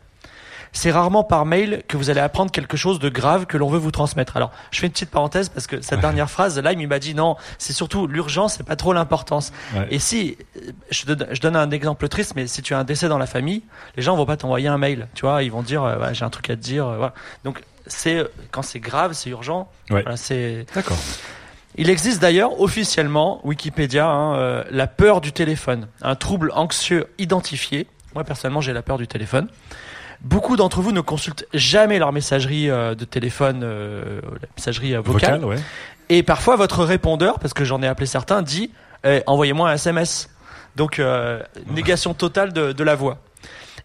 C'est rarement par mail que vous allez apprendre quelque chose de grave que l'on veut vous transmettre. Alors, je fais une petite parenthèse parce que cette dernière phrase, là, il m'a dit non, c'est surtout l'urgence, c'est pas trop l'importance.
Ouais.
Et si, euh, je donne, je donne un exemple triste, mais si tu as un décès dans la famille, les gens vont pas t'envoyer un mail, tu vois, ils vont dire, euh, Ouais, j'ai un truc à te dire, euh, voilà. Donc, c'est, euh, quand c'est grave, c'est urgent,
Ouais.
voilà, c'est.
D'accord.
Il existe d'ailleurs officiellement, Wikipédia, hein, euh, la peur du téléphone, un trouble anxieux identifié. Moi, personnellement, j'ai la peur du téléphone. Beaucoup d'entre vous ne consultent jamais leur messagerie euh, de téléphone, euh, la messagerie euh, vocale.
Vocale, ouais.
Et parfois, votre répondeur, parce que j'en ai appelé certains, dit eh, envoyez-moi un SMS. Donc, euh, négation totale de, de la voix.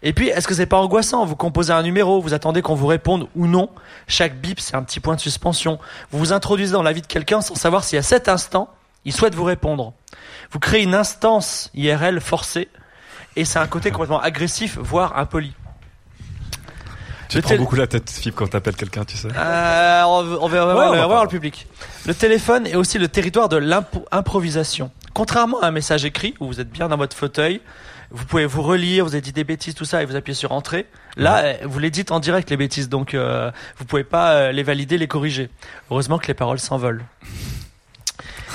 Et puis, est-ce que c'est pas angoissant Vous composez un numéro, vous attendez qu'on vous réponde ou non. Chaque bip, c'est un petit point de suspension. Vous vous introduisez dans la vie de quelqu'un sans savoir si à cet instant, il souhaite vous répondre. Vous créez une instance IRL forcée, et c'est un côté complètement agressif, voire impoli.
Tu te prends beaucoup la tête, Philippe, quand t'appelles quelqu'un, tu sais.
Euh, on va, on va- on va-
Ouais, on va
on va
pas.
voir le public. Le téléphone est aussi le territoire de l'improvisation. Contrairement à un message écrit où vous êtes bien dans votre fauteuil, vous pouvez vous relire, vous avez dit des bêtises, tout ça, et vous appuyez sur entrée. Là, euh, vous les dites en direct les bêtises, donc euh, vous pouvez pas euh, les valider, les corriger. Heureusement que les paroles s'envolent.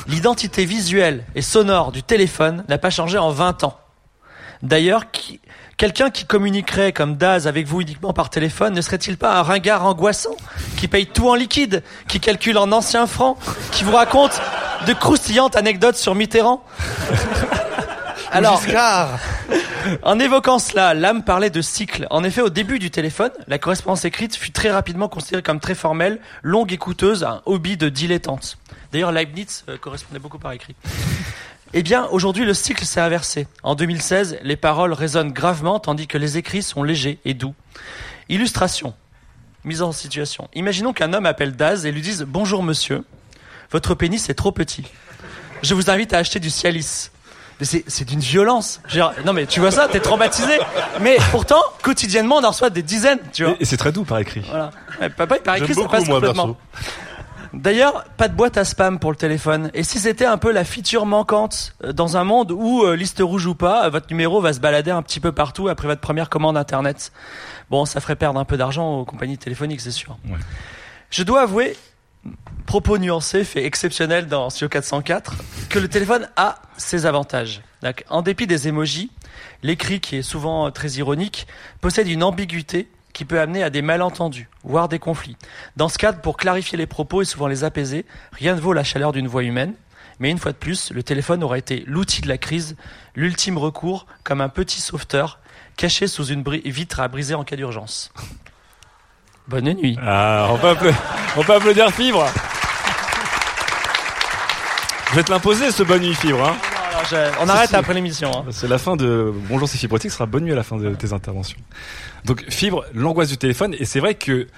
L'identité visuelle et sonore du téléphone n'a pas changé en 20 ans. D'ailleurs, qui- quelqu'un qui communiquerait comme Daz avec vous uniquement par téléphone ne serait-il pas un ringard angoissant qui paye tout en liquide, qui calcule en anciens francs, qui vous raconte de croustillantes anecdotes sur Mitterrand alors, en évoquant cela, l'âme parlait de cycle. En effet, au début du téléphone, la correspondance écrite fut très rapidement considérée comme très formelle, longue et coûteuse, un hobby de dilettante. D'ailleurs, Leibniz euh, correspondait beaucoup par écrit. Eh bien, aujourd'hui, le cycle s'est inversé. En 2016, les paroles résonnent gravement, tandis que les écrits sont légers et doux. Illustration. Mise en situation. Imaginons qu'un homme appelle Daz et lui dise Bonjour monsieur, votre pénis est trop petit. Je vous invite à acheter du Cialis. Mais c'est c'est d'une violence. Je veux dire, non mais tu vois ça, t'es traumatisé. Mais pourtant, quotidiennement, on en reçoit des dizaines, tu vois.
Et, et c'est très doux par écrit.
Voilà. Ouais, papa, il paraît
J'aime
que ça
beaucoup,
passe
moi,
complètement. D'ailleurs, pas de boîte à spam pour le téléphone. Et si c'était un peu la feature manquante euh, dans un monde où, euh, liste rouge ou pas, euh, votre numéro va se balader un petit peu partout après votre première commande Internet. Bon, ça ferait perdre un peu d'argent aux compagnies téléphoniques, c'est sûr. Je dois avouer, propos nuancé, fait exceptionnel dans Sio 404, que le téléphone a ses avantages. Donc, en dépit des émojis, l'écrit, qui est souvent euh, très ironique, possède une ambiguïté qui peut amener à des malentendus, voire des conflits. Dans ce cadre, pour clarifier les propos et souvent les apaiser, rien ne vaut la chaleur d'une voix humaine. Mais une fois de plus, le téléphone aura été l'outil de la crise, l'ultime recours, comme un petit sauveteur caché sous une bri- vitre à briser en cas d'urgence. Bonne nuit.
Ah, on peut, appla- on peut applaudir Fibre. Vous êtes l'imposé, ce bonne nuit, Fibre. hein.
Ah, On
Si,
arrête
si.
après l'émission. hein.
C'est la fin de Bonjour c'est Fibrotique sera bonne nuit à la fin de tes interventions. Donc Fibre, l'angoisse du téléphone et c'est vrai que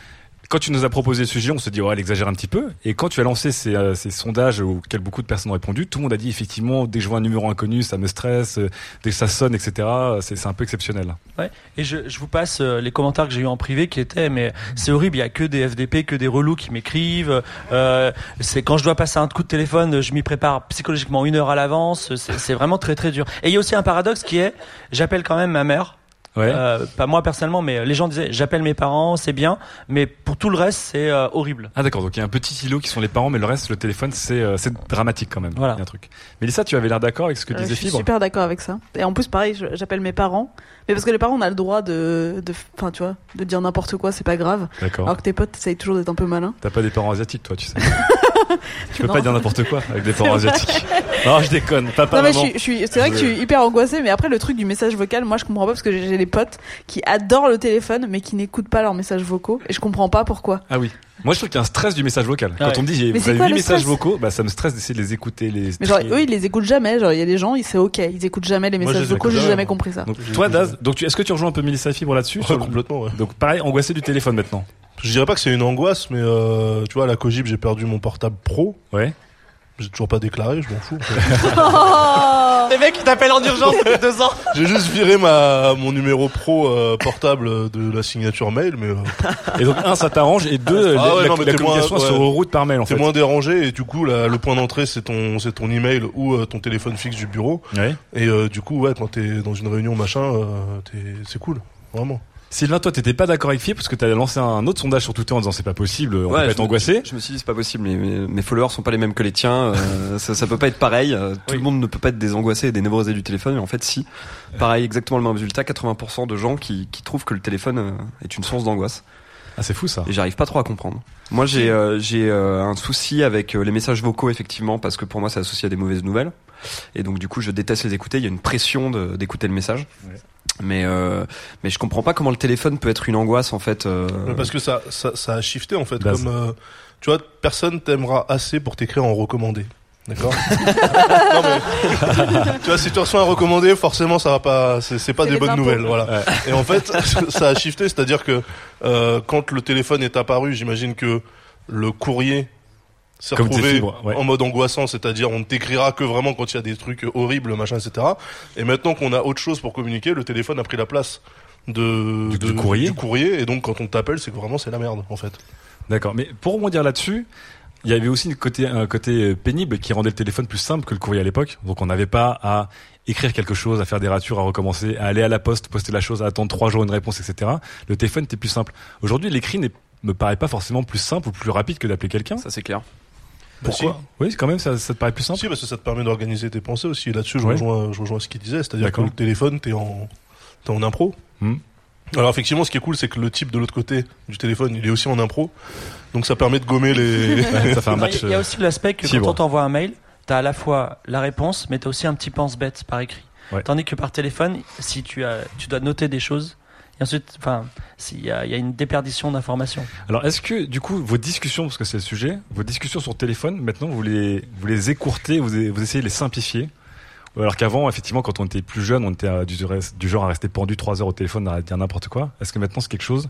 quand tu nous as proposé le sujet, on se dit ouais, elle exagère un petit peu et quand tu as lancé ces, euh, ces sondages auxquels beaucoup de personnes ont répondu, tout le monde a dit effectivement dès que je vois un numéro inconnu, ça me stresse, euh, dès que ça sonne etc. euh, C'est c'est un peu exceptionnel.
Ouais. Et je, je vous passe euh, les commentaires que j'ai eu en privé qui étaient mais c'est horrible, il y a que des FDP, que des relous qui m'écrivent. Euh, c'est quand je dois passer un coup de téléphone, je m'y prépare psychologiquement une heure à l'avance. C'est c'est vraiment très très dur. Et il y a aussi un paradoxe qui est, j'appelle quand même ma mère.
Ouais.
Euh, pas moi personnellement, mais les gens disaient j'appelle mes parents, c'est bien, mais pour tout le reste c'est euh, horrible.
Ah d'accord, donc il y a un petit îlot qui sont les parents mais le reste le téléphone c'est euh, c'est dramatique quand même.
Voilà.
Il y a un truc. Mélissa, tu avais l'air d'accord avec ce que
Euh,
disait
je suis
Fibre.
super d'accord avec ça. Et en plus, pareil, je- j'appelle mes parents. Mais parce que les parents, on a le droit de, de, enfin, tu vois, de dire n'importe quoi, c'est pas grave.
D'accord.
Alors que tes potes, essayent toujours d'être un peu malin.
T'as pas des parents asiatiques toi, tu sais. Tu peux pas dire n'importe quoi avec des parents asiatiques. Non, je déconne. Papa,
Non, mais je
maman.
suis- je suis- c'est vrai que je suis hyper angoissée, mais après le truc du message vocal, moi je comprends pas parce que j'ai j'ai des potes qui adorent le téléphone mais qui n'écoutent pas leurs messages vocaux et je comprends pas pourquoi.
Ah oui. Moi, je trouve qu'il y a un stress du message vocal. Quand
Ah ouais.
on me dit, j'ai-
Mais
vous
c'est
avez
quoi
8
le
messages
stress
vocaux, bah, ça me stresse d'essayer de les écouter, les
Mais genre
trier.
eux ils les écoutent jamais, genre il y a des gens, ils- c'est ok, ils écoutent jamais les
Moi, je
messages
les
vocaux,
écoute
j'ai jamais
jamais.
compris ça.
Donc, toi, Daz, donc tu- est-ce que tu rejoins un peu Mélissa Fibre là-dessus sur le-
Complètement, ouais.
Donc pareil, angoissé du téléphone maintenant.
Je dirais pas que c'est une angoisse, mais euh, tu vois, à la Cogib, j'ai perdu mon portable pro.
Ouais.
J'ai toujours pas déclaré, je m'en fous.
Les mecs, qui t'appellent en urgence depuis deux ans.
j'ai juste viré ma, mon numéro pro euh, portable de la signature mail, mais. euh,
Et donc, un, ça t'arrange, et deux,
Ah
la-
ouais,
la-
non, mais
la
t'es moins-
communication se reroute par mail, en
T'es
fait.
moins dérangé, et du coup, là, le point d'entrée, c'est ton, c'est ton email ou euh, ton téléphone fixe du bureau.
Ouais.
Et euh, du coup, ouais, quand t'es dans une réunion, machin, euh, t'es- c'est cool, vraiment.
Sylvain, toi, t'étais pas d'accord avec Fibre parce que t'as lancé un autre sondage sur Twitter en disant c'est pas possible, on
Ouais,
peut pas
je
être
me-
angoissé.
Je me suis dit, c'est pas possible, mes, mes- mes followers sont pas les mêmes que les tiens, euh, ça, ça peut pas être pareil, euh, tout le monde ne peut pas être des angoissés et des névrosés du téléphone, mais en fait, si. Pareil, exactement le même résultat, 80% de gens qui, qui trouvent que le téléphone euh, est une source d'angoisse.
Ah, c'est fou ça.
Et j'arrive pas trop à comprendre. Moi, j'ai euh, j'ai euh, un souci avec euh, les messages vocaux, effectivement, parce que pour moi, c'est associé à des mauvaises nouvelles. Et donc, du coup, je déteste les écouter. Il y a une pression de- d'écouter le message. Mais, euh, mais je comprends pas comment le téléphone peut être une angoisse, en fait. euh,
Ouais, Parce que ça, ça, ça a shifté en fait.
Base.
Comme, euh, tu vois, personne t'aimera assez pour t'écrire en recommandé. D'accord Non, mais, Tu vois, si tu reçois un recommandé, forcément, ça va pas. C'est c'est pas
C'est
des
les
bonnes
impôts.
nouvelles. Voilà. Et en fait, ça a shifté, c'est-à-dire que euh, quand le téléphone est apparu, j'imagine que le courrier s'est
Comme tes
retrouvé
fibres, ouais.
en mode angoissant, c'est-à-dire on ne t'écrira que vraiment quand il y a des trucs horribles, machin, etc. Et maintenant qu'on a autre chose pour communiquer, le téléphone a pris la place de, de-
courrier.
du courrier, et donc quand on t'appelle, c'est que vraiment c'est la merde, en fait.
D'accord. Mais pour rebondir là-dessus, il y avait aussi une côté, un côté euh, pénible qui rendait le téléphone plus simple que le courrier à l'époque. Donc on n'avait pas à écrire quelque chose, à faire des ratures, à recommencer, à aller à la poste, poster la chose, à attendre trois jours une réponse, etc. Le téléphone était plus simple. Aujourd'hui, l'écrit n'est- me paraît pas forcément plus simple ou plus rapide que d'appeler quelqu'un.
Ça c'est clair.
Pourquoi Oui, quand même, ça, ça te paraît plus simple.
Bah, Si, parce que ça te permet d'organiser tes pensées aussi. Et Là-dessus, je,
Ouais.
rejoins, je rejoins ce qu'il disait, c'est-à-dire que
D'accord.
le téléphone, t'es en, t'es en impro.
Hmm.
Alors effectivement, ce qui est cool, c'est que le type de l'autre côté du téléphone, il est aussi en impro, donc ça permet de gommer les.
Il y
euh,
euh,
a aussi l'aspect que quand on t'envoie un mail, t'as à la fois la réponse, mais t'as aussi un petit pense-bête par écrit.
Ouais.
Tandis que par téléphone, si tu as, tu dois noter des choses, et ensuite, enfin, s'il y a- il y a une déperdition d'informations.
Alors, est-ce que, du coup, vos discussions, parce que c'est le sujet, vos discussions sur téléphone, maintenant, vous les, vous les écourtez, vous, vous essayez de les simplifier Ou Alors qu'avant, effectivement, quand on était plus jeune, on était euh, du, du genre à rester pendu trois heures au téléphone, à dire n'importe quoi. Est-ce que maintenant, c'est quelque chose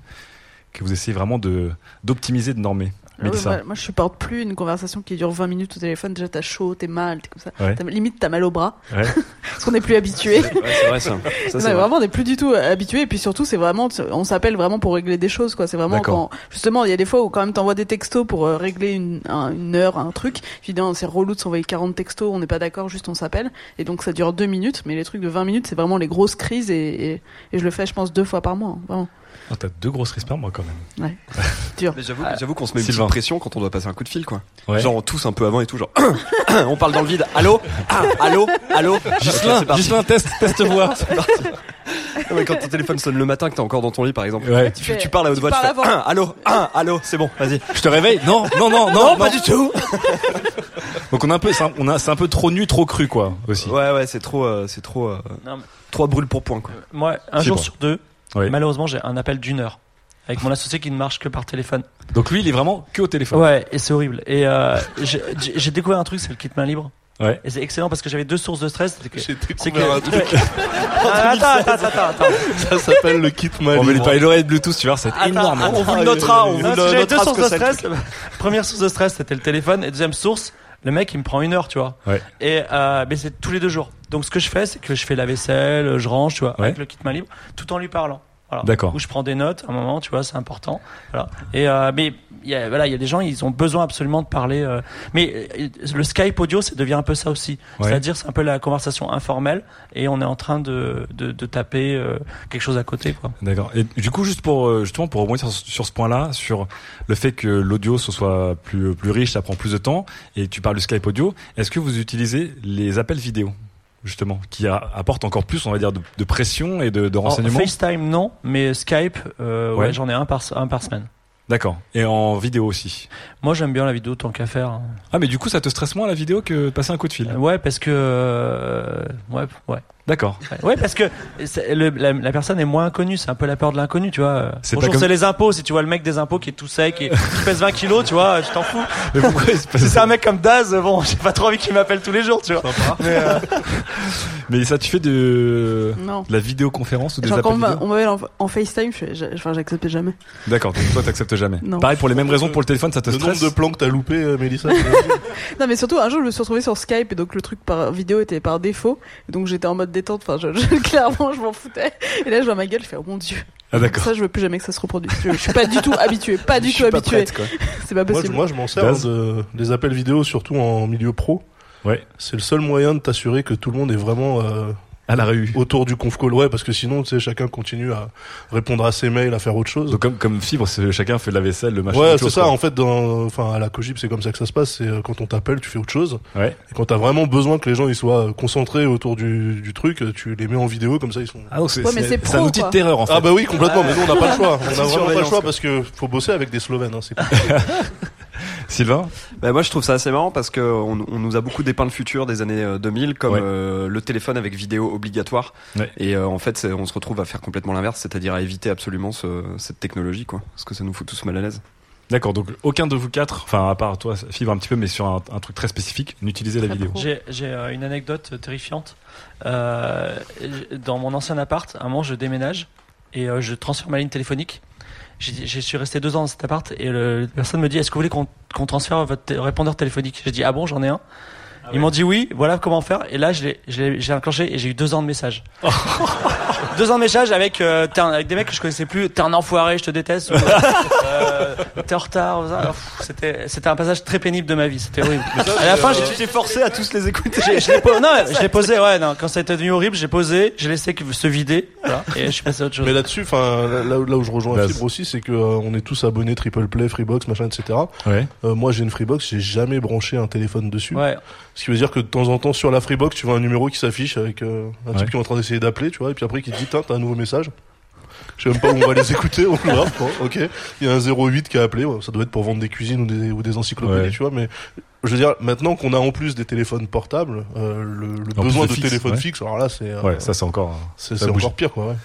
que vous essayez vraiment de, d'optimiser, de normer
Ah ouais,
Mélissa
moi, moi, je supporte plus une conversation qui dure 20 minutes au téléphone. Déjà, t'as chaud, t'es mal, t'es comme ça.
Ouais.
T'as- limite, t'as mal au bras.
Ouais.
Parce qu'on n'est plus habitué.
Ouais, c'est vrai, ça.
Non, mais
Ça, c'est vrai.
vraiment, on n'est plus du tout euh, habitué. Et puis surtout, c'est vraiment, on s'appelle vraiment pour régler des choses, quoi. C'est vraiment
D'accord.
quand, justement, il y a des fois où quand même t'envoies des textos pour euh, régler une, un- une heure, un truc. Tu dis, non, c'est relou de s'envoyer 40 textos, on n'est pas d'accord, juste on s'appelle. Et donc, ça dure deux minutes. Mais les trucs de 20 minutes, c'est vraiment les grosses crises. Et, et, et je le fais, je pense, deux fois par mois. hein, vraiment.
Oh, T'as deux grosses risques par mois, quand même.
Ouais.
Mais j'avoue, j'avoue qu'on se met une
Sylvain.
petite pression quand on doit passer un coup de fil, quoi.
Ouais.
Genre on tousse un peu avant et tout, genre on parle dans le vide. Allô, ah, allô, allô.
Ghislain,
Ok, c'est parti.
Ghislain, teste- teste voix.
C'est parti. Non, mais quand ton téléphone sonne le matin, que t'es encore dans ton lit, par exemple,
Ouais.
tu, tu parles à haute voix, tu
parles
fais,
avant.
Ah, allô, ah, allô, c'est bon, vas-y.
Je te réveille Non, non, non, non,
pas
non.
du tout.
Donc, on a un peu, c'est un- on a, c'est un peu trop nu, trop cru, quoi, aussi.
Ouais, ouais, c'est trop, euh, c'est trop, euh,
Non, mais-
trop à brûle pour point, quoi.
Moi, un
C'est
jour
bon.
sur deux,
Oui.
malheureusement, j'ai un appel d'une heure avec mon associé qui ne marche que par téléphone.
Donc, lui, il est vraiment que au téléphone.
Ouais, et c'est horrible. Et euh, j'ai- j'ai j'ai découvert un truc, c'est le kit main libre.
Ouais.
Et c'est excellent parce que j'avais deux sources de stress. C'est que- c'est
découvert un truc.
Ah, attends, attends, attends, attends.
Ça s'appelle le kit mal.
On va lui parler l'oreille Bluetooth, tu vois, c'est énorme.
Attends,
hein.
Non, parce que j'avais deux sources de stress. Première source de stress, c'était le téléphone. Et deuxième source, le mec, il me prend une heure, tu vois.
Ouais.
Et euh, mais c'est tous les deux jours. Donc ce que je fais, c'est que je fais la vaisselle, je range, tu vois,
Ouais.
avec le kit main libre, tout en lui parlant. Voilà.
D'accord.
Où je prends des notes, à un moment, tu vois, c'est important. Voilà. Et euh, mais il y a, voilà, il y a des gens, ils ont besoin absolument de parler. euh, mais euh, le Skype audio, ça devient un peu ça aussi.
Ouais.
C'est-à-dire, c'est un peu la conversation informelle, et on est en train de de, de taper euh, quelque chose à côté, quoi.
D'accord. Et du coup, juste pour euh, justement pour rebondir sur, sur ce point-là, sur le fait que l'audio ce soit plus euh, plus riche, ça prend plus de temps. Et tu parles du Skype audio. Est-ce que vous utilisez les appels vidéo justement qui a- apportent encore plus, on va dire, de, de pression et de, de
En
renseignements
FaceTime non, mais Skype, euh, ouais,
Ouais.
j'en ai un par, un par semaine.
D'accord. Et en vidéo aussi.
Moi, j'aime bien la vidéo tant qu'à faire. hein.
Ah, mais du coup, ça te stresse moins la vidéo que de passer un coup de fil
Ouais, parce que. euh, ouais, ouais.
D'accord.
Ouais, parce que c'est- le- la, la personne est moins inconnue, c'est un peu la peur de l'inconnu, tu vois.
C'est pas
Bonjour,
comme-
c'est les impôts. Si tu vois le mec des impôts qui est tout sec et qui pèse 20 kilos, tu vois, je t'en fous.
Mais pourquoi il se passe
Si c'est un mec comme Daz, bon, j'ai pas trop envie qu'il m'appelle tous les jours, tu vois. Mais, euh,
Mais ça, tu fais de,
Non.
de la vidéoconférence ou des
Genre,
appels
quand on m'a-
vidéo
on m'appelle en, en FaceTime, je fais- je- enfin, j'acceptais jamais.
D'accord, donc toi, t'acceptes jamais.
Non.
Pareil, pour les mêmes raisons, pour le téléphone, ça te
Le
stresse
nombre de plans que t'as loupé, euh, Mélissa.
Non, mais surtout, un jour, je me suis retrouvée sur Skype et donc le truc par vidéo était par défaut. Donc j'étais en mode détente, enfin, je, je- clairement, je m'en foutais. Et là, je vois ma gueule, je fais, oh mon dieu.
Ah, d'accord.
Ça, je veux plus jamais que ça se reproduise. Je, je suis pas du tout habituée, pas du
Je
tout
suis pas
habituée.
prête, quoi.
C'est pas
Moi,
possible.
je, moi, je m'en sers
Daz.
hein, de, des appels vidéo, surtout en milieu pro.
Ouais.
C'est le seul moyen de t'assurer que tout le monde est vraiment euh,
à la rue
autour du conf call. Ouais, parce que sinon, tu sais, chacun continue à répondre à ses mails, à faire autre chose.
Donc, comme, comme fibre, c'est- chacun fait de la vaisselle, le machin.
ouais,
autre
c'est
chose,
ça.
quoi.
En fait, dans, enfin, à la Cogip, c'est comme ça que ça se passe. C'est euh, quand on t'appelle, tu fais autre chose.
Ouais.
Et quand t'as vraiment besoin que les gens ils soient euh, concentrés autour du, du truc, euh, tu les mets en vidéo comme ça, ils sont.
Ah, donc c'est- Ouais, mais c'est- c'est c'est un pro, outil de quoi. terreur, en fait.
Ah bah oui, complètement. Mais nous, on n'a pas le choix.
C'est
On n'a vraiment pas le
surveillance,
choix
quoi.
parce que faut bosser avec des Slovènes. Hein, c'est
Sylvain
bah, Moi, je trouve ça assez marrant parce que on, on nous a beaucoup dépeint le futur des années euh, 2000 comme
Ouais.
euh, le téléphone avec vidéo obligatoire.
Ouais.
Et euh, en fait, c'est- on se retrouve à faire complètement l'inverse, c'est-à-dire à éviter absolument ce- cette technologie, quoi. Parce que ça nous fout tous mal à l'aise.
D'accord, donc aucun de vous quatre, enfin à part toi, fibre un petit peu, mais sur un, un truc très spécifique, n'utilisez la vidéo.
J'ai j'ai, euh, une anecdote terrifiante. Euh, j- dans mon ancien appart, à un moment, je déménage et euh, je transfère ma ligne téléphonique. J'ai dit- Je suis resté deux ans dans cet appart et le, la personne me dit Est-ce que vous voulez qu'on qu'on transfère votre té- répondeur téléphonique J'ai dit Ah bon, j'en ai un. Ils m'ont dit oui, voilà comment faire. Et là, je l'ai- je l'ai- j'ai enclenché et j'ai eu deux ans de messages. deux ans de messages avec, euh, t'es un- avec des mecs que je connaissais plus. T'es un enfoiré, je te déteste. ou, euh, T'es en retard. ou ça. Alors, pff, C'était c'était un passage très pénible de ma vie. C'était horrible. à la
euh,
fin, j'ai
été forcé à tous les écouter.
j'ai- je l'ai po- non, je l'ai posé, ouais, non. Quand ça a été devenu horrible, j'ai posé, j'ai laissé que- se vider, voilà, et je suis passé à autre chose.
Mais là-dessus, enfin, là, là où- là où je rejoins
Vas-y.
Fibre aussi, c'est que euh, on est tous abonnés Triple Play, Freebox, machin, etc.
Ouais.
Euh, moi, j'ai une Freebox, j'ai jamais branché un téléphone dessus.
Ouais.
Ce qui veut dire que de temps en temps, sur la Freebox, tu vois un numéro qui s'affiche avec euh, un
Ouais.
type qui est en train d'essayer d'appeler, tu vois, et puis après qui te dit, tiens, t'as un nouveau message. Je sais même pas où on va les écouter, on verra. Bon, ok. Il y a un 08 qui a appelé, ouais, ça doit être pour vendre des cuisines ou des, ou des encyclopédies,
Ouais.
tu vois, mais je veux dire, maintenant qu'on a en plus des téléphones portables, euh, le, le
En plus
besoin de,
fixe,
téléphone
ouais.
fixe, alors là, c'est. euh,
Ouais, ça c'est encore.
c'est
ça
c'est
bouge.
encore pire, quoi, ouais.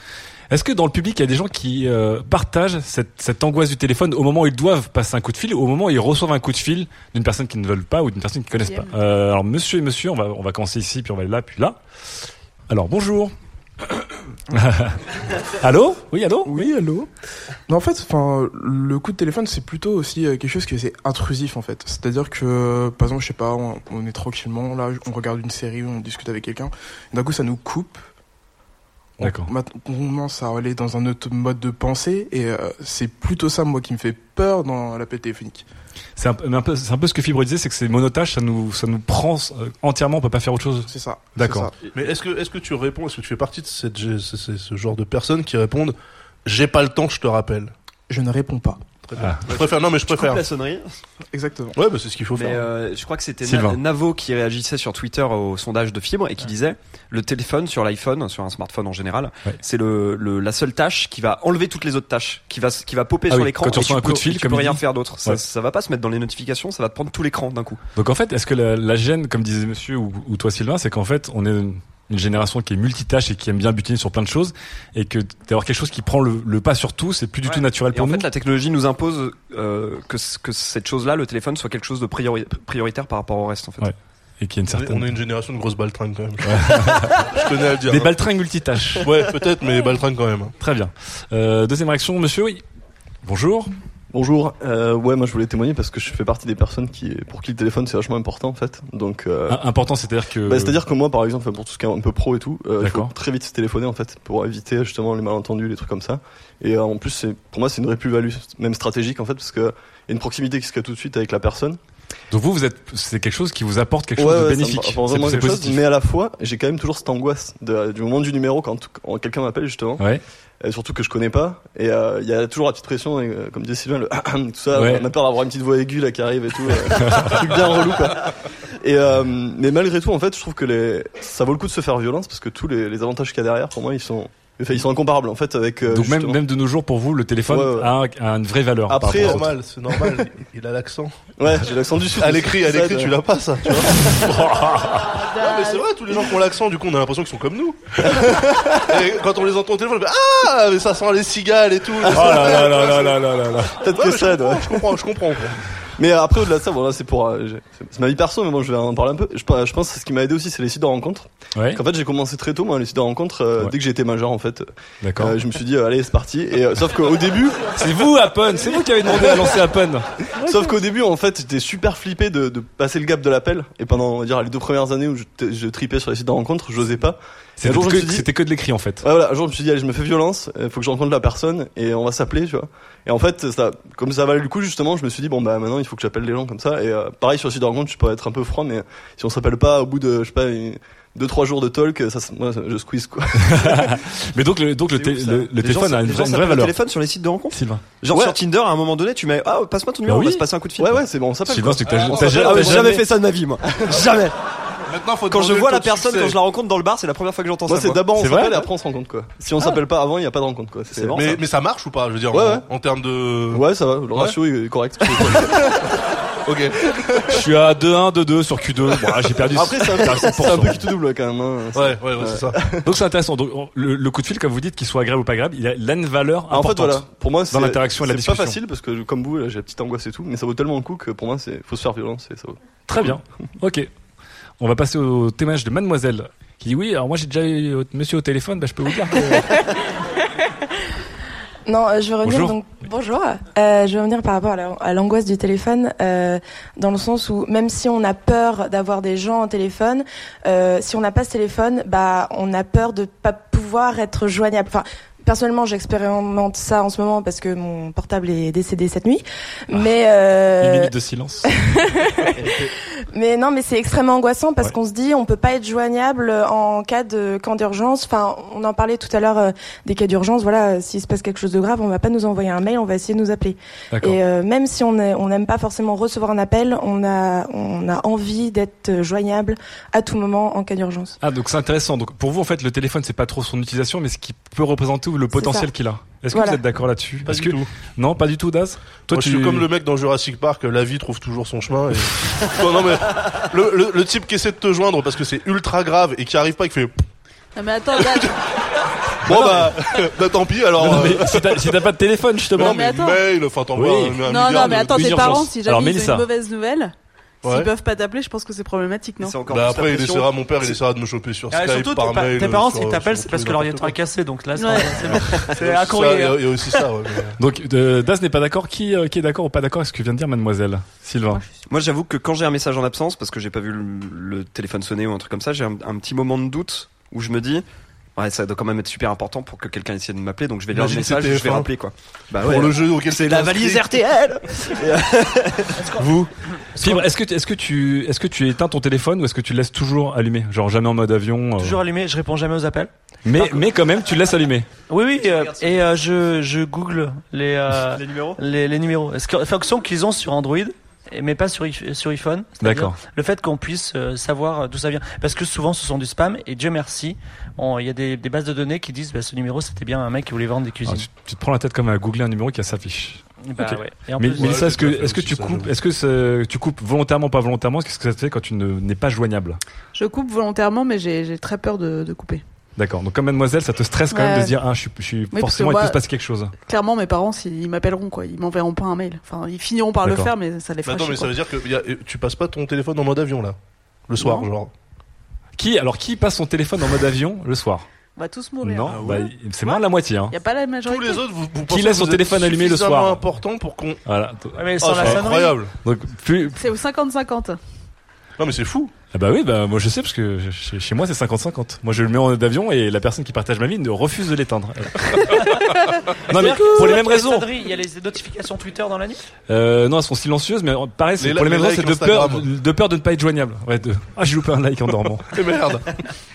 Est-ce que dans le public, il y a des gens qui euh, partagent cette, cette angoisse du téléphone au moment où ils doivent passer un coup de fil, ou au moment où ils reçoivent un coup de fil d'une personne qu'ils ne veulent pas ou d'une personne qu'ils connaissent pas Euh, Alors, monsieur et monsieur, on va, on va commencer ici, puis on va aller là, puis là. Alors, bonjour. allô Oui, allô
Oui, allô Non, en fait, enfin, le coup de téléphone, c'est plutôt aussi euh, quelque chose qui est intrusif, en fait. C'est-à-dire que, euh, par exemple, je sais pas, on, on est tranquillement, là, on regarde une série, on discute avec quelqu'un, et d'un coup, ça nous coupe. On-
D'accord.
mat- On commence à aller dans un autre mode de pensée, et euh, c'est plutôt ça, moi, qui me fait peur dans l'appel téléphonique.
C'est un, mais un peu, c'est un peu ce que Fibre disait, c'est que c'est monotache, ça nous, ça nous prend euh, entièrement, on peut pas faire autre chose.
C'est ça.
D'accord.
Mais est-ce que, est-ce que tu réponds, est-ce que tu fais partie de cette, ce, ce- ce genre de personnes qui répondent J'ai pas le temps, je te rappelle
Je ne réponds pas.
Très
Ah.
bien. Je préfère, non mais je
Tu coupes
préfère.
la sonnerie.
Exactement.
Ouais, bah, c'est ce qu'il faut
Mais
faire.
euh, je crois que c'était
Sylvain.
Na- Navo qui réagissait sur Twitter au sondage de Fibre et qui disait le téléphone sur l'iPhone, sur un smartphone en général, c'est le, le- la seule tâche qui va enlever toutes les autres tâches, qui va s- qui va popper
Ah
sur
oui,
l'écran.
quand tu
et
reçois un
peux-
coup de fil,
et tu
comme
peux
il
rien
dit.
faire d'autre. Ça,
Ouais.
ça va pas se mettre dans les notifications, ça va te prendre tout l'écran d'un coup.
Donc en fait, est-ce que la, la gêne, comme disait monsieur ou, ou toi Sylvain, c'est qu'en fait, on est une une génération qui est multitâche et qui aime bien butiner sur plein de choses et que d'avoir quelque chose qui prend le, le pas sur tout, c'est plus du tout naturel
Et en
pour nous.
fait, la technologie nous impose euh, que, c- que cette chose-là, le téléphone, soit quelque chose de priori- prioritaire par rapport au reste. En fait.
Ouais. Et qui est une
euh,
On est-
certaine.
On est une génération de grosses baltringues quand même. je tenais à le dire.
Des
hein.
baltringues multitâches.
Ouais, peut-être, mais baltringues quand même.
Très bien. Euh, deuxième réaction, monsieur, oui. Bonjour.
Bonjour. Euh, ouais, moi je voulais témoigner parce que je fais partie des personnes qui, pour qui le téléphone c'est vachement important en fait. Donc euh,
Ah, Important, c'est-à-dire que.
bah, c'est-à-dire que moi, par exemple, pour tout ce qui est un peu pro et tout, euh, il faut
D'accord.
très vite se téléphoner en fait pour éviter justement les malentendus, les trucs comme ça. Et euh, en plus, c'est- pour moi, c'est une vraie plus-value, même stratégique en fait, parce que y a une proximité qui se crée tout de suite avec la personne.
Donc vous, vous êtes, c'est quelque chose qui vous apporte quelque chose
Ouais,
de
ouais, ça
bénéfique.
me- enfin, vraiment
C'est- C'est
quelque chose,
positif.
mais à la fois, j'ai quand même toujours cette angoisse de- du moment du numéro quand, quand quelqu'un m'appelle justement.
Ouais.
Et surtout que je connais pas. Et euh, il y a toujours la petite pression, et, euh, comme disait Sylvain, le tout ça.
Ouais.
On a peur d'avoir une petite voix aiguë là qui arrive et tout. euh, un truc bien relou quoi. Et euh, mais malgré tout, en fait, je trouve que les, ça vaut le coup de se faire violence parce que tous les, les avantages qu'il y a derrière, pour moi, ils sont Enfin, ils sont incomparables en fait avec. euh,
Donc même,
justement-
même de nos jours, pour vous, le téléphone
Ouais, ouais.
A, un- a une vraie valeur. par
Après, euh,
rapport aux
normal,
autres.
c'est normal. Il a l'accent.
Ouais, j'ai l'accent du sud.
À l'écrit, à
Ça,
l'écrit,
de-
tu l'as pas ça. Tu vois
Ah,
non mais c'est
bah,
vrai, tous les gens qui ont l'accent, du coup, on a l'impression qu'ils sont comme nous. Et quand on les entend au téléphone, on fait, ah, mais ça sent les cigales et tout.
Oh là là là là là là là là. Peut-être
Ouais,
que
mais
ça,
je comprends,
ouais.
je comprends, je comprends. quoi.
Mais après, au-delà de ça, voilà, c'est pour. euh, j'ai- c'est ma vie perso, mais bon, je vais en parler un peu. Je, pe- je pense que ce qui m'a aidé aussi, c'est les sites de rencontres.
Ouais.
En fait, j'ai commencé très tôt, moi, les sites de rencontres, euh, dès que j'étais majeur, en fait.
D'accord.
Euh, je me suis dit, euh, allez, c'est parti. Et, euh, sauf qu'au début.
C'est vous, Happen C'est vous qui avez demandé à lancer Happen
Sauf qu'au début, en fait, j'étais super flippé de, de passer le gap de l'appel. Et pendant, on va dire, les deux premières années où je, t- je tripais sur les sites de rencontres, j'osais pas. Et un
C'était
jour, je me
que,
suis dit-
c'était que de l'écrit en fait.
Ouais, voilà, un jour je me suis dit, allez, je me fais violence, il faut que je rencontre la personne et on va s'appeler, tu vois. Et en fait, ça, comme ça valait le coup, justement, je me suis dit, bon, bah maintenant il faut que j'appelle les gens comme ça. Et euh, pareil, sur le site de rencontre, je peux être un peu froid, mais si on s'appelle pas au bout de, je sais pas, une- deux, trois jours de talk, ça, se- moi, je squeeze, quoi.
Mais donc le, donc le,
C'est
té-
ouf, ça.
le, le
Les
téléphone
gens,
a une,
les gens
vraie- une vraie
s'appellent
valeur.
au téléphone sur les sites de rencontres
Sylvain.
Genre
Ouais.
sur Tinder, à un moment donné, tu mets, ah,
oh,
passe-moi ton numéro,
Bah
on va
oui.
se passer un coup de fil. Ouais, ouais, c'est bon, on s'appelle.
Sylvain,
quoi.
c'est que t'as-
Ah, on s'appelle,
t'as jamais-
ah ouais,
t'as
j'ai jamais
jamais-
fait ça de ma vie, moi. jamais.
Maintenant, faut
Quand je
demander
vois
le taux
la
de
personne,
succès.
quand je la rencontre dans le bar, c'est la première fois que j'entends
Moi,
ça.
c'est
moi.
d'abord, on s'appelle
vrai
et après, on se rencontre, quoi.
Si on
Ah.
s'appelle pas avant, il n'y a pas de rencontre, quoi. C'est bon,
mais,
ça.
ça. mais ça marche ou pas Je veux dire,
Ouais,
en,
ouais.
en termes de.
Ouais, ça va, le ratio est correct.
ok.
Je suis à 2-1, 2-2 sur Q2. Bon, ah, j'ai perdu.
Après, c'est un,
10%.
c'est un peu qui te double quand même. hein.
Ouais, ouais, ouais, c'est ça.
Donc c'est intéressant. Donc on- le, le coup de fil, comme vous dites, qu'il soit agréable ou pas agréable, il a, il a une valeur
Ah, En fait,
importante.
voilà. Pour moi, c'est
dans l'interaction et la
c'est
discussion.
pas facile parce que, comme vous, là, j'ai la petite angoisse et tout, mais ça vaut tellement le coup que pour moi, c'est faut se faire violence et ça vaut.
Très bien. Ok. On va passer au témoignage de Mademoiselle qui dit oui. Alors moi j'ai déjà eu euh, Monsieur au téléphone. Bah, je peux vous dire. que-
Non, euh, je veux revenir
Bonjour.
donc bonjour. Euh, je veux revenir par rapport à la- à l'angoisse du téléphone, euh, dans le sens où même si on a peur d'avoir des gens au téléphone, euh, si on n'a pas ce téléphone, bah on a peur de pas pouvoir être joignable. Enfin, personnellement, j'expérimente ça en ce moment parce que mon portable est décédé cette nuit, mais euh,
Ah. Une minute de silence.
mais non, mais c'est extrêmement angoissant parce qu'on se dit on peut pas être joignable euh, en cas de cas d'urgence. Enfin, on en parlait tout à l'heure euh, des cas d'urgence. Voilà, euh, s'il se passe quelque chose de grave, on va pas nous envoyer un mail, on va essayer de nous appeler.
D'accord.
Et euh, même si on est- on n'aime pas forcément recevoir un appel, on a on a envie d'être euh, joignable à tout moment en cas d'urgence.
Ah donc c'est intéressant. Donc pour vous en fait le téléphone c'est pas trop son utilisation mais ce qui peut représenter le potentiel
ça.
qu'il a. Est-ce que
Voilà.
vous êtes d'accord là-dessus
Pas
Est-ce
du
que-
tout.
Non pas du tout Daz.
Toi, tu... Je suis comme le mec dans Jurassic Park, la vie trouve toujours son chemin. et- non, non, mais le, le- le type qui essaie de te joindre parce que c'est ultra grave et qui arrive pas, et qui fait
Bah
Non, mais attends, Daz.
bon bah, bah, tant pis alors.
Non, non, mais
euh,
si t'as si t'as pas de téléphone justement.
non, mais mail, enfin t'en
Oui.
vois un
Non,
milliard
Non, non,
de-
mais attends,
plus
tes
d'urgence.
parents, si
Alors,
jamais ils ont
Mélissa.
une mauvaise nouvelle,
Ouais.
s'ils peuvent pas t'appeler, je pense que c'est problématique, non
Bah, après, il essaiera, mon père, il essaiera de me choper sur
Ah, et
Skype,
surtout,
par
tes pa-
mail.
tes parents,
sur-
s'ils t'appellent,
sur
c'est parce que
tout et n'importe
l'ordinateur est cassé, donc là, c'est
Ouais.
c'est bon.
Il y
C'est hein.
a
un
aussi
courrier.
ça, Il y a aussi ça, ouais.
Donc euh, Daz n'est pas d'accord. Qui, euh, qui est d'accord ou pas d'accord avec ce que vient de dire Mademoiselle Sylvain
Moi, j'avoue que quand j'ai un message en absence, parce que j'ai pas vu le, le téléphone sonner ou un truc comme ça, j'ai un, un petit moment de doute où je me dis. Ouais, ça doit quand même être super important pour que quelqu'un essaie de m'appeler, donc je vais lire le
Imagine
message,
TF1.
je vais rappeler quoi. Bah
Pour le jeu auquel
c'est
tu
la
t'inscris.
valise RTL.
Vous Fibre, est-ce que, tu- est-ce que tu est-ce que tu éteins ton téléphone ou est-ce que tu le laisses toujours allumé Genre jamais en mode avion euh,
Toujours allumé, je réponds jamais aux appels.
Mais, mais quand même, tu le laisses allumé.
Oui, oui, euh, et euh, je, je google les, euh,
les numéros.
Les, numéros. Ce que- la fonction qu'ils ont sur Android, et- mais pas sur, i- sur iPhone. c'est-à-dire
D'accord.
Le fait qu'on puisse euh, savoir euh, d'où ça vient. Parce que souvent, ce sont du spam, et Dieu merci, on- il y a des, des bases de données qui disent bah, ce numéro, c'était bien un mec qui voulait vendre des cuisines.
Alors, tu, tu te prends la tête quand même à googler un numéro qui s'affiche.
Bah
Ok.
ouais. Et en
Mais
plus- Ouais,
Mélissa, est-ce que
j'ai déjà fait
est-ce que
aussi
tu
ça,
coupes
j'avoue.
est-ce que ce- tu coupes volontairement pas volontairement Qu'est-ce que ça te fait quand tu ne- n'es pas joignable
Je coupe volontairement, mais j'ai j'ai très peur de, de couper.
D'accord. Donc comme Mademoiselle, ça te stresse quand même
Ouais.
de se dire ah je suis, je suis
Oui, parce que
forcément il peut
moi-
se passer quelque chose.
Clairement, mes parents, s'ils- ils m'appelleront, quoi. Ils m'enverront pas un mail. Enfin, ils finiront par le
D'accord.
faire, mais ça les
Mais
fera
Attends,
chier,
Bah mais ça
quoi.
veut dire que y a- euh, tu passes pas ton téléphone en mode avion, là Le soir,
Non.
genre
Qui alors qui passe son téléphone en mode avion le soir
On va tous mourir.
Ah
Non, bah, c'est moins de la moitié. Hein.
Il y a pas la majorité.
Tous les autres, vous, vous
Qui
pensez
laisse
que
son
vous
téléphone
êtes
allumé le soir
suffisamment important pour qu'on.
Voilà. Oh,
mais
sans la sonnerie. incroyable.
Donc plus
C'est au 50-50.
Non mais c'est fou.
Ah bah oui, bah moi je sais parce que chez, chez moi c'est 50-50. Moi je le mets en mode avion et la personne qui partage ma vie ne refuse de l'éteindre. non mais
C'est-à-dire que
pour les
sur
mêmes
sonneries,
raisons.
Il y a les notifications Twitter dans la nuit.
Euh, non, elles sont silencieuses, mais pareil, c'est
Les
pour les mêmes
likes
raisons, c'est de
Instagram.
peur, de peur de ne pas être joignable. Ouais, de... Ah, j'ai loupé un like en dormant.
Et merde.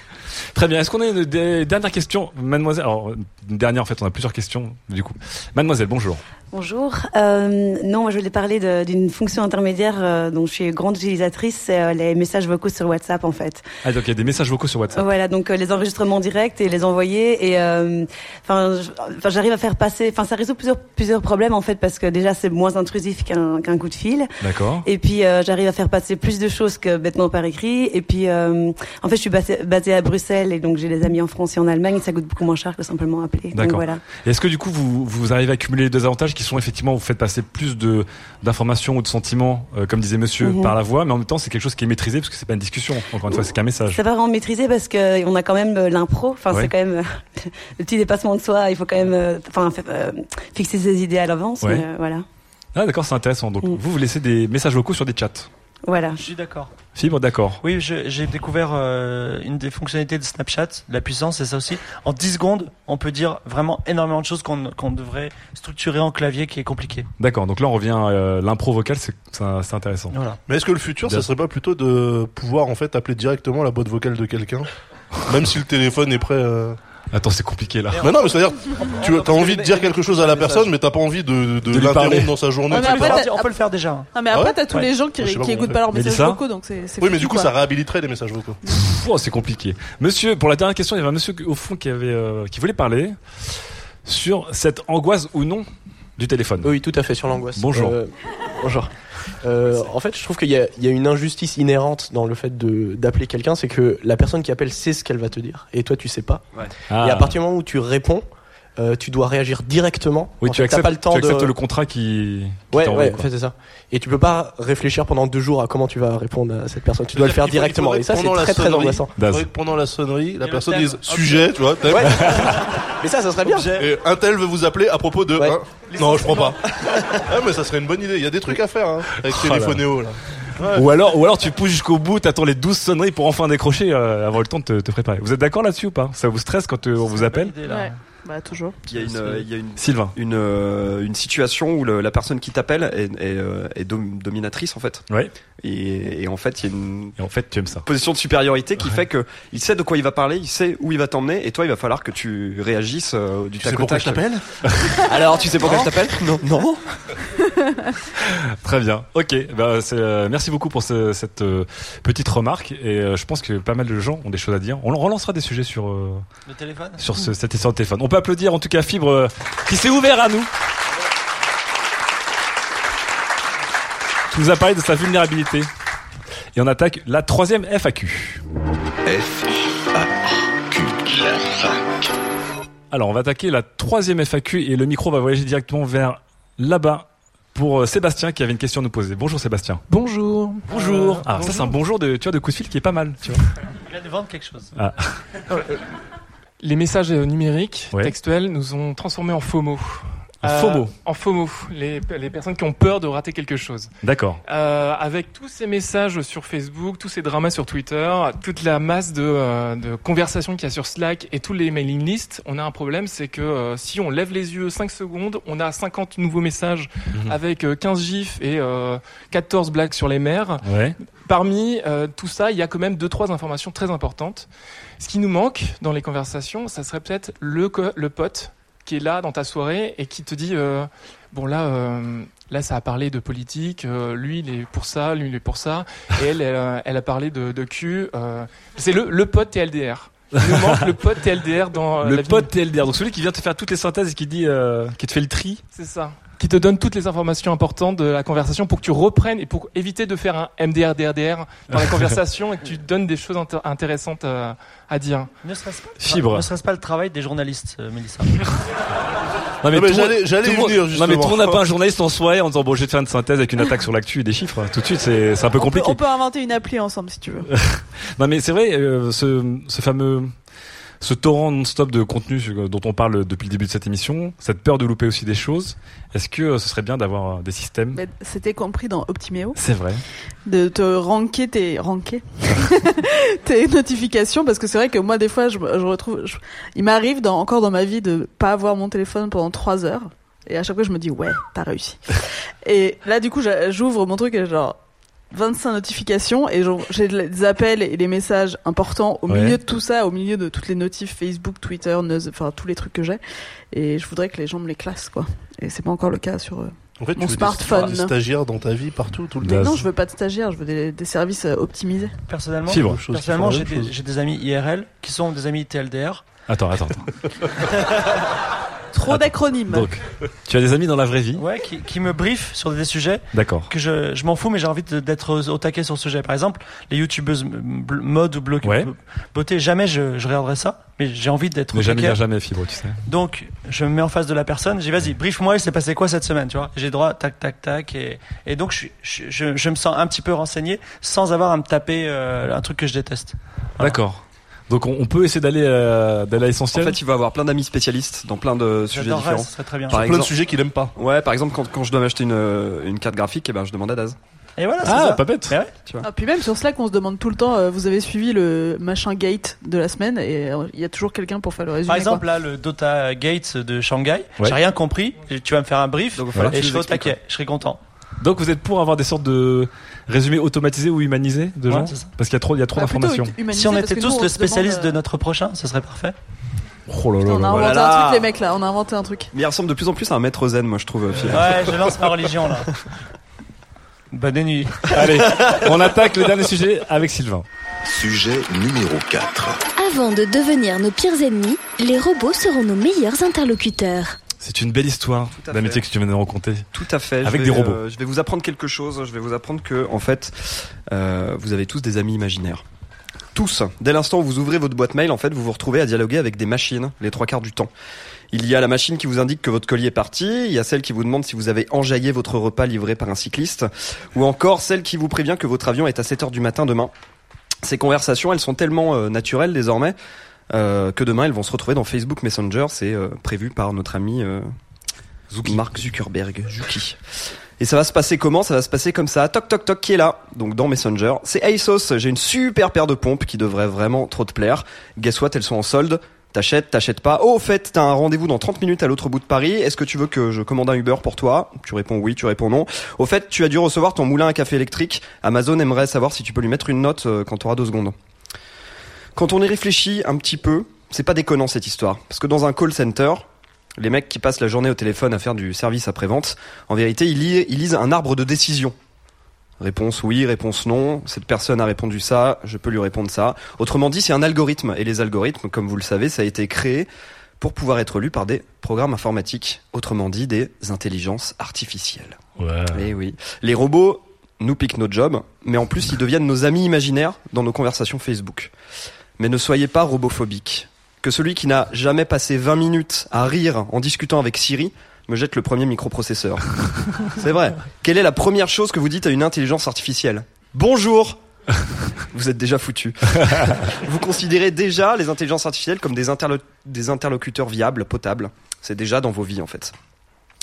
Très bien. Est-ce qu'on a une dé- dernière question, mademoiselle Alors, une dernière, en fait, on a plusieurs questions, du coup. Mademoiselle, bonjour.
Bonjour. Euh, non, moi, je voulais parler de- d'une fonction intermédiaire euh, dont je suis grande utilisatrice, c'est euh, les messages vocaux sur WhatsApp en fait.
Ah, donc il y a des messages vocaux sur WhatsApp.
Voilà, donc euh, les enregistrements directs et les envoyer et euh, enfin je- enfin, j'arrive à faire passer, enfin ça résout plusieurs plusieurs problèmes en fait parce que déjà c'est moins intrusif qu'un qu'un coup de fil.
D'accord.
Et puis euh, j'arrive à faire passer plus de choses que bêtement par écrit. Et puis euh, en fait je suis basée, basée à Bruxelles et donc j'ai des amis en France et en Allemagne et ça coûte beaucoup moins cher que simplement appeler. Donc
D'accord.
voilà.
Et Est-ce que du coup vous, vous arrivez à cumuler les deux avantages qui sont effectivement vous faites passer plus de d'informations ou de sentiments, euh, comme disait Monsieur,
Mhm.
par la voix, mais en même temps c'est quelque chose qui est maîtrisé parce que c'est pas une discussion. Encore une fois, c'est qu'un message.
C'est pas vraiment maîtrisé parce que on a quand même euh, l'impro. Enfin,
Ouais.
c'est quand même euh, le petit dépassement de soi. Il faut quand même, euh, enfin, fa- euh, fixer ses idées à l'avance.
Ouais.
mais, euh, voilà,
Ah d'accord, c'est intéressant.
Mm.
Donc vous vous laissez des messages vocaux sur des chats.
voilà.
Je suis d'accord.
Fibre, d'accord.
Oui, je- j'ai découvert euh, une des fonctionnalités de Snapchat, la puissance, c'est ça aussi. En 10 secondes, on peut dire vraiment énormément de choses qu'on qu'on devrait structurer en clavier qui est compliqué.
D'accord. Donc là on revient euh, l'impro vocale, c'est ça- c'est intéressant.
Mais est-ce que le futur,
Bien.
ça serait pas plutôt de pouvoir en fait appeler directement la boîte vocale de quelqu'un, même si le téléphone est prêt euh,
Attends, c'est compliqué là.
Mais non, mais c'est-à-dire, tu as envie de dire quelque chose à la personne, mais t'as pas envie de, de,
lui parler.
l'interrompre dans sa journée.
Ah,
Ouais, mais
etc.
après, t'as-
On peut le faire déjà.
Non, mais
Ah
après,
ouais
t'as tous les gens qui,
Ouais, je sais pas
qui
comment on
écoutent
fait.
pas leurs
Mais
messages
Lisa
vocaux, donc c'est. c'est
Oui, mais
foutu,
du coup,
quoi.
ça réhabiliterait les messages vocaux.
Pouh, oh, c'est compliqué. Monsieur, pour la dernière question, il y avait un monsieur au fond qui avait euh, qui voulait parler sur cette angoisse ou non du téléphone.
Oui, tout à fait, sur l'angoisse.
Bonjour.
Euh, bonjour. Euh, en fait, je trouve qu'il y, a- il y a une injustice inhérente dans le fait de- d'appeler quelqu'un, c'est que la personne qui appelle sait ce qu'elle va te dire, et toi, tu sais pas.
Ah.
Et à partir du moment où tu réponds, euh, tu dois réagir directement.
Oui,
En
tu
fait, t'as
acceptes,
pas le temps
tu
de-
acceptes le contrat qui. qui
Ouais,
t'envoie,
ouais, en
quoi.
fait, c'est ça. Et tu peux pas réfléchir pendant deux jours à comment tu vas répondre à cette personne. Tu dois le faire
Il faut- il
directement.
faudrait
Et ça,
que
c'est
pendant la
très, très
sonnerie-
angoissant.
il faudrait que Pendant la sonnerie, la personne
thème.
dise sujet, tu vois. thème.
Mais ça, ça serait bien.
Et un tel veut vous appeler à propos de. hein. Non, je prends pas. Ah, mais ça serait une bonne idée. Il y a des trucs à faire hein, avec
Oh là là.
Téléphonéo là. Ouais.
Ou alors, ou alors tu pousses jusqu'au bout, t'attends les 12 sonneries pour enfin décrocher, euh, avoir le temps de te, te préparer. Vous êtes d'accord là-dessus ou pas Ça vous stresse quand euh, on vous appelle
Ouais. Bah, toujours.
Il y a une, euh, il y a une,
Sylvain.
une, euh, une situation où le- la personne qui t'appelle est, est, euh, est dom- dominatrice en fait.
Ouais.
Et, et en fait, il y a une
en fait, tu aimes ça.
position de supériorité qui fait que il sait de quoi il va parler, il sait où il va t'emmener, et toi, il va falloir que tu réagisses euh, du
sais
tac au
pourquoi
tac.
je t'appelle
Alors, tu sais pourquoi je t'appelle Non. Non.
Très bien. Ok. Bah, c'est, euh, merci beaucoup pour ce- cette euh, petite remarque. Et euh, je pense que pas mal de gens ont des choses à dire. On relancera des sujets sur euh,
Le téléphone
sur ce- cette histoire de téléphone. On peut applaudir en tout cas Fibre euh, qui s'est ouvert à nous. Qui nous a parlé de sa vulnérabilité. Et on attaque la troisième FAQ. Alors on va attaquer la troisième FAQ et le micro va voyager directement vers là-bas pour euh, Sébastien qui avait une question à nous poser. Bonjour Sébastien.
Bonjour.
Bonjour. Ah, ça c'est un bonjour de, tu vois, de coup de fil qui est pas mal, tu vois.
Il a de vendre quelque chose.
Ah.
Les messages euh, numériques,
Ouais.
textuels, nous ont transformés en FOMO. Euh,
En FOMO.
En FOMO, les, les personnes qui ont peur de rater quelque chose.
D'accord.
Euh, avec tous ces messages sur Facebook, tous ces dramas sur Twitter, toute la masse de, euh, de conversations qu'il y a sur Slack et tous les mailing lists, on a un problème, c'est que euh, si on lève les yeux 5 secondes, on a 50 nouveaux messages
Mhm.
avec euh, 15 gifs et euh, 14 blagues sur les mers.
Ouais.
Parmi euh, tout ça, il y a quand même deux trois informations très importantes. Ce qui nous manque dans les conversations, ça serait peut-être le co- le pote qui est là dans ta soirée et qui te dit euh, bon là euh, là ça a parlé de politique, euh, lui il est pour ça, lui il est pour ça et elle elle, euh, elle a parlé de, de cul. euh. c'est le le pote TLDR. Il nous manque le pote TLDR dans euh, la
le
vie-
pote TLDR, donc celui qui vient te faire toutes les synthèses et qui dit, euh, qui te fait le tri.
C'est ça. Qui te donne toutes les informations importantes de la conversation pour que tu reprennes et pour éviter de faire un MDR, DRDR dans la conversation et que tu donnes des choses intér- intéressantes à, à dire.
Ne serait-ce pas,
Fibre.
Ne serait-ce pas le travail des journalistes, euh, Mélissa
Non,
Non, mais
tout le monde-
j'allais- j'allais
tout le
y
monde-
venir,
Non, mais tout le monde n'a
justement.
pas un journaliste en soirée en disant, bon, je vais te faire une synthèse avec une attaque sur l'actu et des chiffres. Tout de suite, c'est c'est un peu
On peut,
compliqué.
on peut inventer une appli ensemble si tu veux.
non, mais c'est vrai, euh, ce, ce fameux, ce torrent non-stop de contenu euh, dont on parle depuis le début de cette émission, cette peur de louper aussi des choses, est-ce que euh, ce serait bien d'avoir euh, des systèmes
Mais C'était compris dans Optiméo.
C'est vrai.
de te ranker tes ranker tes notifications parce que c'est vrai que moi des fois je, me- je retrouve je- il m'arrive dans encore dans ma vie de pas avoir mon téléphone pendant trois heures et à chaque fois je me dis ouais t'as réussi et là du coup j'a- j'ouvre mon truc et genre 25 notifications et genre, j'ai les appels et les messages importants au
Ouais.
milieu de tout ça, au milieu de toutes les notifs Facebook, Twitter, Neuse, enfin tous les trucs que j'ai. Et je voudrais que les gens me les classent quoi. Et c'est pas encore le cas sur euh,
En fait, tu
mon
veux des-
smartphone.
des stagiaires dans ta vie partout, tout le
Mais
Bah,
temps.
non, je veux pas de stagiaires, je veux des, des services euh, optimisés.
Personnellement,
Fibre.
personnellement
Chose
j'ai
qui font la
des,
même
j'ai des amis IRL qui sont des amis TLDR.
Attends, attends. attends.
Trop d'acronymes.
Donc, tu as des amis dans la vraie vie
Ouais, qui, qui me briefent sur des sujets.
D'accord.
Que je, je m'en fous, mais j'ai envie de- d'être au, au taquet sur ce sujet. Par exemple, les youtubeuses m- bl- mode ou bloc beauté, jamais je, je regarderai ça, mais j'ai envie d'être
Ne
au
jamais
taquet.
dire jamais, Fibre, tu sais.
Donc, je me mets en face de la personne, j'ai vas-y, brief-moi, il s'est passé quoi cette semaine, tu vois J'ai droit, tac, tac, tac, et, et donc je, suis- je, je, je me sens un petit peu renseigné sans avoir à me taper euh, un truc que je déteste.
D'accord. Donc on, on peut essayer d'aller euh, d'aller à l'essentiel.
En fait, il va avoir plein d'amis spécialistes dans plein de sujets
J'adorerais,
différents.
ce serait très bien.
Par
Sur plein de
exemple-
sujets qu'il aime pas.
Ouais, par exemple, quand, quand je dois m'acheter une, euh, une carte graphique, eh ben, je demande à Daz.
Et voilà,
Ah,
c'est ça.
pas bête.
Mais ouais.
Ah, puis même sur Slack, on se demande tout le temps, euh, vous avez suivi le machin gate de la semaine et euh, il y a toujours quelqu'un pour faire le résumé.
Par exemple,
quoi.
là, le Dota Gates de Shanghai,
Ouais.
j'ai rien compris, et tu vas me faire un brief,
va falloir que
et
tu
je
nous
serai au
expliques,
taquet, je serai content.
Donc vous êtes pour avoir des sortes de résumés automatisés ou humanisés de
Ouais,
gens
c'est ça.
Parce qu'il y a trop, il y a
Bah,
trop d'informations.
humanisé,
Si on
parce
était
que nous,
tous
on
le
se demande,
spécialiste
euh,
de notre prochain, ce serait parfait.
Oh là là
On a
là
inventé
là
un
là.
truc, les mecs là, on a inventé un truc.
Mais il ressemble de plus en plus à un maître zen, moi, je trouve. Phil.
Ouais, je lance ma religion, là. Bonne nuit.
Allez, on attaque le dernier sujet avec Sylvain.
Sujet numéro 4.
Avant de devenir nos pires ennemis, les robots seront nos meilleurs interlocuteurs.
C'est une belle histoire
à
d'amitié
fait.
que tu viens de nous raconter.
Tout à fait.
Avec
je
des
vais,
robots.
euh, je vais vous apprendre quelque chose. Je vais vous apprendre que, en fait, euh, vous avez tous des amis imaginaires. Tous. Dès l'instant où vous ouvrez votre boîte mail, en fait, vous vous retrouvez à dialoguer avec des machines les trois quarts du temps. Il y a la machine qui vous indique que votre colis est parti, il y a celle qui vous demande si vous avez enjaillé votre repas livré par un cycliste, ou encore celle qui vous prévient que votre avion est à 7h du matin demain. Ces conversations, elles sont tellement euh, naturelles désormais euh, que demain, elles vont se retrouver dans Facebook Messenger. C'est euh, prévu par notre ami euh, Mark Zuckerberg. Zuki. Et ça va se passer comment Ça va se passer comme ça. Toc toc toc, qui est là Donc dans Messenger, c'est ASOS. J'ai une super paire de pompes qui devrait vraiment trop te plaire. Guess what Elles sont en solde. T'achètes, t'achètes pas. Oh, au fait, t'as un rendez-vous dans 30 minutes à l'autre bout de Paris. Est-ce que tu veux que je commande un Uber pour toi Tu réponds oui, tu réponds non. Au fait, tu as dû recevoir ton moulin à café électrique. Amazon aimerait savoir si tu peux lui mettre une note euh, quand t'auras deux secondes quand on y réfléchit un petit peu, c'est pas déconnant cette histoire. Parce que dans un call center, les mecs qui passent la journée au téléphone à faire du service après-vente, en vérité, ils, li- ils lisent un arbre de décision. Réponse oui, réponse non. Cette personne a répondu ça, je peux lui répondre ça. Autrement dit, c'est un algorithme. Et les algorithmes, comme vous le savez, ça a été créé pour pouvoir être lu par des programmes informatiques. Autrement dit, des intelligences artificielles. Eh oui. Les robots nous piquent nos jobs, mais en plus ils deviennent nos amis imaginaires dans nos conversations Facebook. Mais ne soyez pas robophobique. Que celui qui n'a jamais passé 20 minutes à rire en discutant avec Siri me jette le premier microprocesseur. C'est vrai. Quelle est la première chose que vous dites à une intelligence artificielle Bonjour Vous êtes déjà foutu. vous considérez déjà les intelligences artificielles comme des, interlo- des interlocuteurs viables, potables. C'est déjà dans vos vies en fait.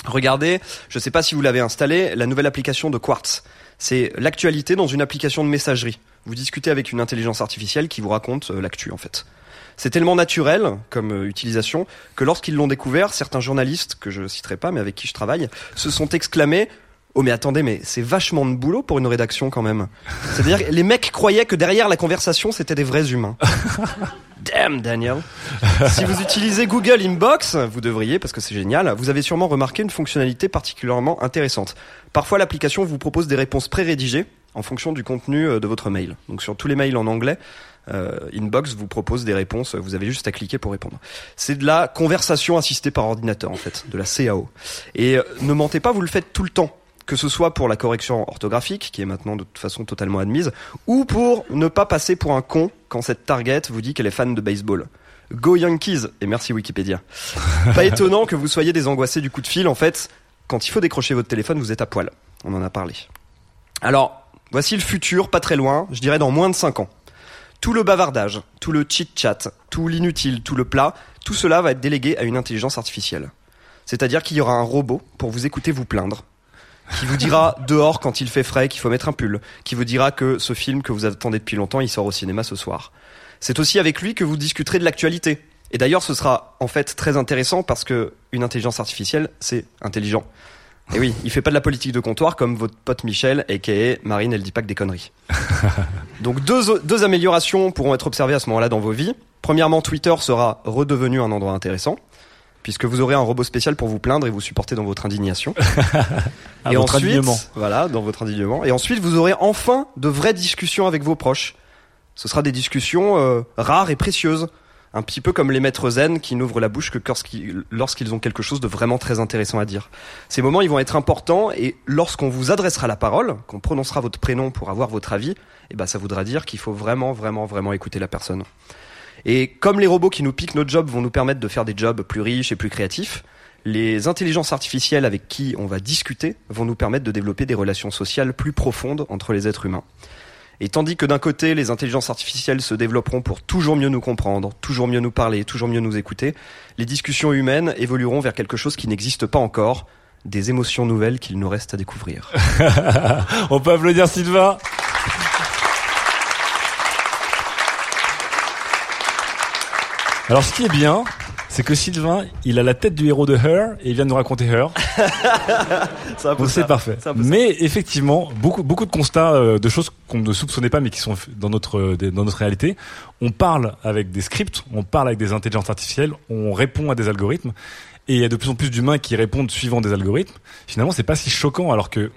Regardez, je ne sais pas si vous l'avez installé, la nouvelle application de Quartz. C'est l'actualité dans une application de messagerie. Vous discutez avec une intelligence artificielle qui vous raconte euh, l'actu en fait. C'est tellement naturel comme euh, utilisation que lorsqu'ils l'ont découvert, certains journalistes, que je citerai pas mais avec qui je travaille, se sont exclamés Oh mais attendez, mais c'est vachement de boulot pour une rédaction quand même. C'est-à-dire que les mecs croyaient que derrière la conversation, c'était des vrais humains. Damn Daniel. si vous utilisez Google Inbox, vous devriez parce que c'est génial, vous avez sûrement remarqué une fonctionnalité particulièrement intéressante. Parfois l'application vous propose des réponses pré-rédigées en fonction du contenu euh, de votre mail. Donc sur tous les mails en anglais, euh, Inbox vous propose des réponses, vous avez juste à cliquer pour répondre. C'est de la conversation assistée par ordinateur en fait, de la CAO. Et euh, ne mentez pas, vous le faites tout le temps que ce soit pour la correction orthographique, qui est maintenant de toute façon totalement admise, ou pour ne pas passer pour un con quand cette target vous dit qu'elle est fan de baseball. Go Yankees et merci Wikipédia. Pas étonnant que vous soyez des angoissés du coup de fil. En fait, quand il faut décrocher votre téléphone, vous êtes à poil. On en a parlé. Alors, voici le futur, pas très loin, je dirais dans moins de 5 ans. Tout le bavardage, tout le chit-chat, tout l'inutile, tout le plat, tout cela va être délégué à une intelligence artificielle. C'est-à-dire qu'il y aura un robot pour vous écouter vous plaindre, qui vous dira dehors quand il fait frais qu'il faut mettre un pull, qui vous dira que ce film que vous attendez depuis longtemps, il sort au cinéma ce soir. C'est aussi avec lui que vous discuterez de l'actualité. Et d'ailleurs, ce sera en fait très intéressant parce que une intelligence artificielle, c'est intelligent. Et oui, il fait pas de la politique de comptoir comme votre pote Michel, et qui est Marine, elle dit pas que des conneries. Donc deux, deux améliorations pourront être observées à ce moment-là dans vos vies. Premièrement, Twitter sera redevenu un endroit intéressant, puisque vous aurez un robot spécial pour vous plaindre et vous supporter dans votre indignation.
À votre indignement.
voilà, dans votre indignement. Et ensuite, vous aurez enfin de vraies discussions avec vos proches. Ce sera des discussions euh, rares et précieuses. Un petit peu comme les maîtres zen qui n'ouvrent la bouche que lorsqu'ils lorsqu'ils ont quelque chose de vraiment très intéressant à dire. Ces moments, ils vont être importants et lorsqu'on vous adressera la parole, qu'on prononcera votre prénom pour avoir votre avis, eh ben, ça voudra dire qu'il faut vraiment, vraiment, vraiment écouter la personne. Et comme les robots qui nous piquent nos jobs vont nous permettre de faire des jobs plus riches et plus créatifs, les intelligences artificielles avec qui on va discuter vont nous permettre de développer des relations sociales plus profondes entre les êtres humains. Et tandis que d'un côté, les intelligences artificielles se développeront pour toujours mieux nous comprendre, toujours mieux nous parler, toujours mieux nous écouter, les discussions humaines évolueront vers quelque chose qui n'existe pas encore, des émotions nouvelles qu'il nous reste à découvrir.
On peut applaudir Sylvain. Alors, ce qui est bien, c'est que Sylvain, il a la tête du héros de Her et il vient de nous raconter Her.
C'est un peu
Donc c'est
ça.
parfait.
C'est un peu ça.
Mais effectivement, beaucoup, beaucoup de constats, euh, de choses qu'on ne soupçonnait pas, mais qui sont f- dans notre, euh, des- dans notre réalité. On parle avec des scripts, on parle avec des intelligences artificielles, on répond à des algorithmes, et il y a de plus en plus d'humains qui répondent suivant des algorithmes. Finalement, c'est pas si choquant, alors que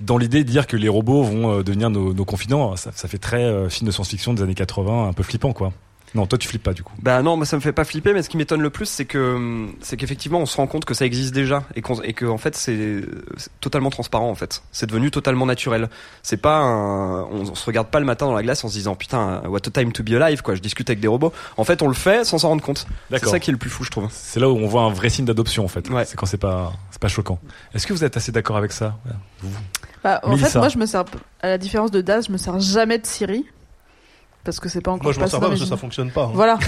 dans l'idée de dire que les robots vont euh, devenir nos, nos confidents, ça, ça fait très euh, film de science-fiction des années 80, un peu flippant, quoi. Non, toi tu flippes pas du coup.
Bah non, moi ça me fait pas flipper, mais ce qui m'étonne le plus, c'est que hum, c'est qu'effectivement on se rend compte que ça existe déjà et, qu'on- et que en fait c'est c'est totalement transparent en fait. C'est devenu totalement naturel. C'est pas un, on, on se regarde pas le matin dans la glace en se disant putain what a time to be alive quoi. Je discute avec des robots. En fait on le fait sans s'en rendre compte. C'est
D'accord.
ça qui est le plus fou je trouve.
C'est là où on voit un vrai signe d'adoption en fait. C'est quand c'est pas, c'est pas choquant. Est-ce que vous êtes assez d'accord avec ça Vous.
Bah, en
Mélissa.
fait, moi, je me sers, à la différence de Daz, je me sers jamais de Siri. Parce que c'est pas encore.
Moi, je m'en
passé
sers
dans
pas
mes
parce que ça
idées.
fonctionne pas, hein.
Voilà.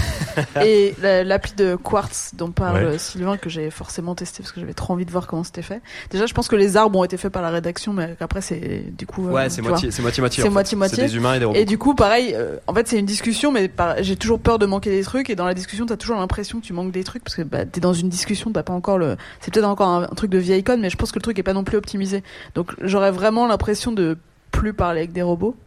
Et la- l'appli de Quartz dont parle
Ouais.
Sylvain, que j'ai forcément testé parce que j'avais trop envie de voir comment c'était fait. Déjà, je pense que les arbres ont été faits par la rédaction, mais après, c'est du coup. euh,
Ouais, c'est
tu
moitié-
vois,
c'est moitié-moitié, en
C'est
fait.
moitié-moitié.
C'est des humains et des robots.
du coup, pareil, euh, en fait, c'est une discussion, mais par- j'ai toujours peur de manquer des trucs. Et dans la discussion, t'as toujours l'impression que tu manques des trucs parce que bah, t'es dans une discussion, t'as pas encore le. C'est peut-être encore un, un truc de vieille conne, mais je pense que le truc est pas non plus optimisé. Donc, j'aurais vraiment l'impression de plus parler avec des robots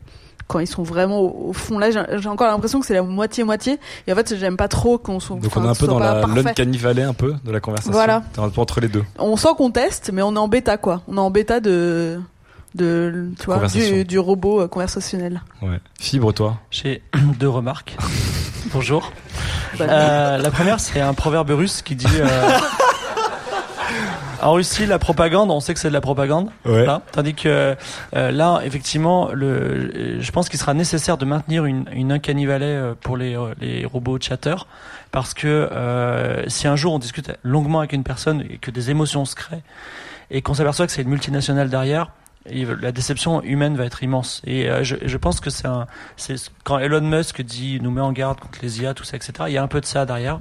quand ils sont vraiment au, au fond. Là, j'ai j'ai encore l'impression que c'est la moitié-moitié. Et en fait, j'aime pas trop qu'on soit.
Donc
enfin,
on est un
que ce
peu dans
soit pas
la
parfait.
l'uncanny valley un peu de la conversation.
Voilà.
T'es un peu entre les deux.
On sent qu'on teste, mais on est en bêta quoi. On est en bêta de de tu vois,
Conversation.
du, du robot euh, conversationnel.
Ouais. Fibre toi.
J'ai deux remarques. Bonjour.
Bah.
Euh, la première, c'est un proverbe russe qui dit. euh, En Russie, la propagande, on sait que c'est de la propagande.
Ouais.
hein. tandis que euh, là, effectivement, le, je pense qu'il sera nécessaire de maintenir une, une uncanny valley, euh, pour les, euh, les robots chatteurs. Parce que euh, si un jour on discute longuement avec une personne et que des émotions se créent et qu'on s'aperçoit que c'est une multinationale derrière, et la déception humaine va être immense. Et euh, je, je pense que c'est un, c'est ce- quand Elon Musk dit nous met en garde contre les IA, tout ça, etc. Il y a un peu de ça derrière.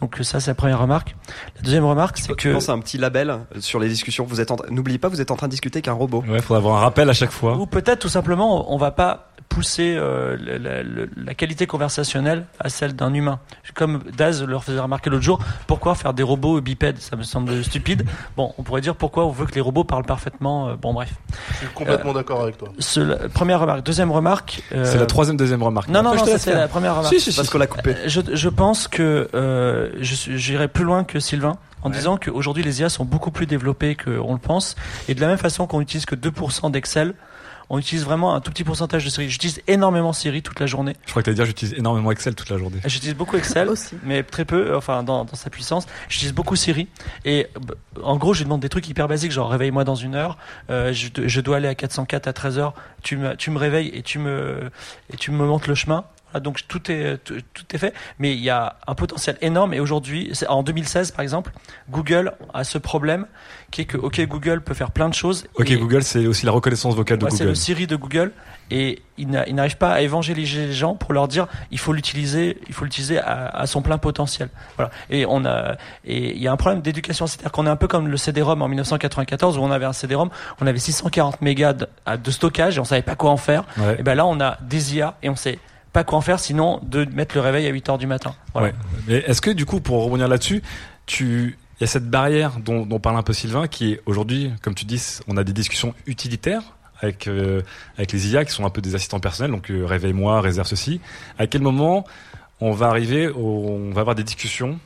Donc ça, c'est la première remarque. La deuxième remarque, c'est
Je
que
pense à un petit label euh, sur les discussions. Vous êtes en... n'oubliez pas vous êtes en train de discuter avec un robot.
Ouais, faudra avoir un rappel à chaque fois.
Ou peut-être tout simplement, on va pas pousser euh, la, la- la- la qualité conversationnelle à celle d'un humain. Comme Daz leur faisait remarquer l'autre jour, pourquoi faire des robots bipèdes Ça me semble stupide. Bon, on pourrait dire pourquoi on veut que les robots parlent parfaitement. euh, bon, bref. Euh,
Je suis complètement d'accord avec toi.
Cela- première remarque. Deuxième remarque. euh,
C'est la troisième deuxième remarque.
Non, non,
Après, je
non,
te laisse
c'était
faire.
la première remarque.
Si, si, si. Parce qu'on l'a coupé.
Euh, Je, je pense que euh, je suis- j'irai plus loin que Sylvain en disant qu'aujourd'hui les IA sont beaucoup plus développées qu'on le pense. Et de la même façon qu'on utilise que 2% d'Excel, on utilise vraiment un tout petit pourcentage de Siri. J'utilise énormément Siri toute la journée.
Je crois que t'as dire j'utilise énormément Excel toute la
Ah,
journée.
Ah, J'utilise beaucoup Excel, mais très peu, euh, enfin dans, dans sa puissance. J'utilise beaucoup Siri. Et bah, en gros, je lui demande des trucs hyper basiques, genre réveille-moi dans une heure, euh, je, do- je dois aller à 404 à 13h, tu me, tu me réveilles et tu me, et tu me montres le chemin. Voilà, donc tout est, tout, tout est fait, mais il y a un potentiel énorme. Et aujourd'hui, c'est- en 2016 par exemple, Google a ce problème qui est que, ok, Google peut faire plein de choses.
Ok
et-
Google, c'est aussi la reconnaissance vocale de
Ouais, C'est
Google.
le Siri de Google et il n'a- il n'arrive pas à évangéliser les gens pour leur dire il faut l'utiliser, il faut l'utiliser à, à son plein potentiel. Voilà. Et on a et il y a un problème d'éducation, c'est-à-dire qu'on est un peu comme le CD-ROM en 1994 où on avait un CD-ROM, on avait 640 mégas de, à- de stockage et on savait pas quoi en faire.
Ouais.
Et ben là on a des IA et on sait pas quoi en faire sinon de mettre le réveil à 8 heures du matin. Voilà.
Ouais. Mais est-ce que du coup, pour rebondir là-dessus, tu Il y a cette barrière dont, dont parle un peu Sylvain, qui est aujourd'hui, comme tu dis, on a des discussions utilitaires avec, euh, avec les IA qui sont un peu des assistants personnels, donc euh, réveille-moi, réserve ceci. À quel moment on va arriver, au- on va avoir des discussions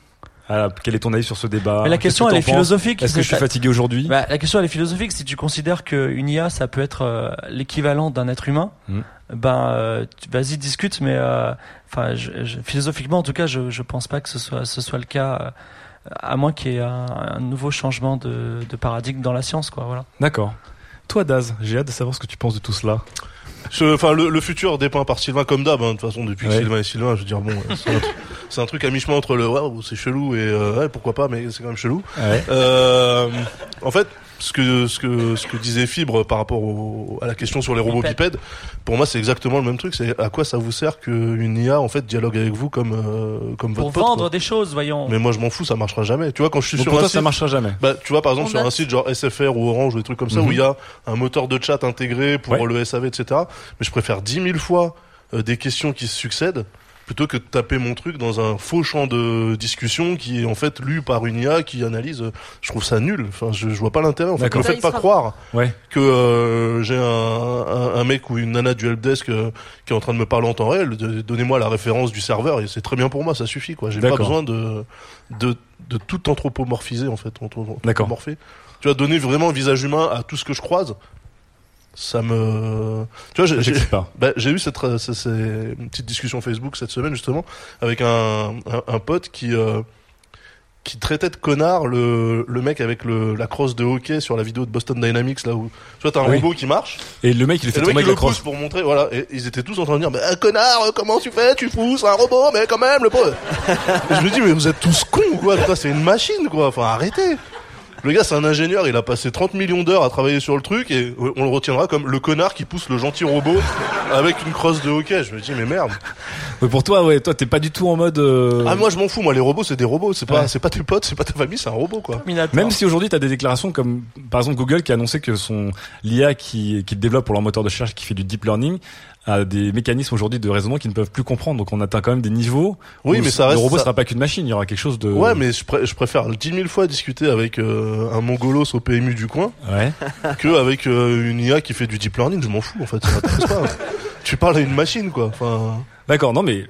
Ah, Quel est ton avis sur ce débat
Mais la
Ah, Qu'est-ce
question,
que t'en
elle est
penses
philosophique.
Est-ce que je suis
C'est-
fatigué aujourd'hui
Bah, La question, elle est philosophique. Si tu considères qu'une IA, ça peut être euh, l'équivalent d'un être humain,
Mm.
ben, euh, tu- vas-y, discute. Mais euh, enfin, je- je- philosophiquement, en tout cas, je je pense pas que ce soit, ce soit le cas, euh, à moins qu'il y ait un, un nouveau changement de, de paradigme dans la science. Quoi, voilà.
D'accord. Toi, Daz, j'ai hâte de savoir ce que tu penses de tout cela.
Ce- Enfin, le, le futur dépeint par Sylvain comme d'hab. hein, De toute façon, depuis que Sylvain est Sylvain, je veux dire bon, euh, c'est un, tr- c'est un truc à mi-chemin entre le waouh, c'est chelou et euh, ouais, pourquoi pas, mais c'est quand même chelou.
Ouais.
Euh, en fait, ce que ce que ce que disait Fibre par rapport au- à la question sur les robots bipèdes, pour moi, c'est exactement le même truc. C'est à quoi ça vous sert qu'une IA en fait dialogue avec vous comme euh, comme
Pour
votre pote,
vendre
quoi.
des choses, voyons.
Mais moi je m'en fous, ça marchera jamais. Tu vois quand je suis
Donc
sur
pour
un
toi,
site,
ça marchera jamais.
Bah tu vois par exemple
On
sur un
note.
site genre SFR ou Orange ou des trucs comme ça
Mhm.
où il y a un moteur de chat intégré pour
Ouais.
le SAV etc. Mais je préfère 10 000 fois euh, des questions qui se succèdent plutôt que de taper mon truc dans un faux champ de discussion qui est en fait lu par une IA qui analyse. euh, Je trouve ça nul. Enfin je, je vois pas l'intérêt. En fait,
D'accord.
me faites
Ça, il sera-
pas croire
Ouais.
que euh, j'ai un, un, un mec ou une nana du helpdesk euh, qui est en train de me parler en temps réel, de- donnez-moi la référence du serveur et c'est très bien pour moi, ça suffit quoi. J'ai pas
D'accord.
besoin de, de de tout anthropomorphiser en fait, anthro-
D'accord.
anthropomorpher. Tu vois, donner vraiment un visage humain à tout ce que je croise. Ça me, tu vois, j'ai- j'ai
J'excite pas.
bah, j'ai eu cette, euh, ce- ces- une petite discussion Facebook cette semaine justement avec un, un, un pote qui euh, qui traitait de connard le, le mec avec le, la crosse de hockey sur la vidéo de Boston Dynamics là où tu vois t'as un
Oui.
robot qui marche
Et le mec, il
et
lui fait
le
tomber avec
mec il
la
le
crosse.
pousse pour montrer voilà et ils étaient tous en train de dire mais euh, connard euh, comment tu fais tu pousses un robot mais quand même le pauvre Et je me dis mais vous êtes tous cons ou quoi Putain, c'est une machine quoi enfin arrêtez le gars c'est un ingénieur il a passé 30 millions d'heures à travailler sur le truc et euh, on le retiendra comme le connard qui pousse le gentil robot avec une crosse de hockey je me dis mais merde
Ouais, pour toi, ouais, toi, t'es pas du tout en mode. euh,
ah moi je m'en fous moi les robots c'est des robots c'est pas
Ouais.
c'est pas tes potes c'est pas ta famille c'est un robot quoi
Même si aujourd'hui tu as des déclarations comme par exemple Google qui a annoncé que son l'IA qui qui développe pour leur moteur de recherche qui fait du deep learning a des mécanismes aujourd'hui de raisonnement qu'ils ne peuvent plus comprendre. Donc on atteint quand même des niveaux
Oui,
où
mais ça
le
reste-
robot
ça-
sera pas qu'une machine, il y aura quelque chose de
Ouais, mais je, pré- je préfère 10 000 fois discuter avec euh, un mongolos au PMU du coin
Ouais.
que avec euh, une IA qui fait du deep learning. Je m'en fous, en fait. Ça m'intéresse pas. Tu parles à une machine, quoi. Enfin.
D'accord, non, mais.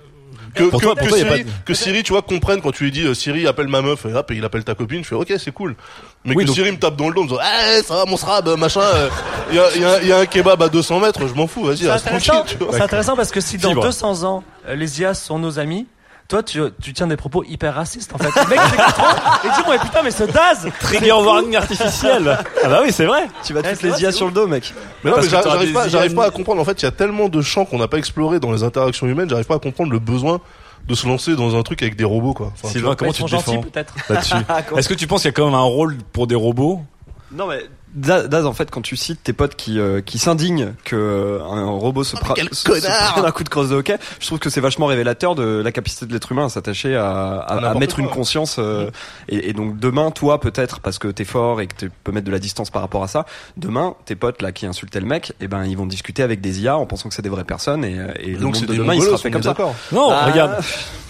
Que,
Pour
que-
toi- pour
que
toi, y a
Siri,
pas de-
que Siri, tu vois, comprenne quand tu lui dis euh, Siri, appelle ma meuf, et hop, et il appelle ta copine, je fais ok, c'est cool. Mais
Oui,
que
donc-
Siri me tape dans le dos en me disant, eh, ça va, mon srab, machin, euh, il y, a, y a un kebab à 200 mètres, je m'en fous, vas-y,
C'est
reste tranquille.
intéressant,
tu vois.
c'est intéressant parce que si dans
Fibre.
200 ans, euh, les IA sont nos amis, toi, tu, tu tiens des propos hyper racistes, en fait. Le mec, c'est et tu dis, mais putain, mais ce Daz!
Trigger warning artificiel. Ah bah oui, c'est vrai.
Tu vas te
foutre les IA sur
le dos, mec. Mais non,
Parce
mais
que
j'ar-
t'auras
j'arrive
des
pas,
IA
j'arrive pas à comprendre. En fait, il y a tellement de champs qu'on n'a pas explorés dans les interactions humaines. J'arrive pas à comprendre le besoin de se lancer dans un truc avec des robots, quoi. Enfin,
Sylvain,
vois,
comment
ils
tu
sont
te défends
gentils, peut-être.
là-dessus Est-ce que tu penses qu'il y a quand même un rôle pour des robots
Non mais Daz, Daz, en fait quand tu cites tes potes qui euh, qui s'indignent que euh, un robot se, prend
Oh, quel connard
un coup de crosse de hockey, je trouve que c'est vachement révélateur de la capacité de l'être humain à s'attacher à, à- à,
n'importe
mettre
quoi.
une conscience euh, et, et donc demain toi peut-être parce que t'es fort et que tu peux mettre de la distance par rapport à ça, demain tes potes là qui insultaient le mec, et ben ils vont discuter avec des IA en pensant que c'est des vraies personnes et, euh, et le
Donc
monde
c'est
de
des
demain il sera
mongolos,
fait
on
comme
est
ça.
d'accord. Non,
Ah,
regarde.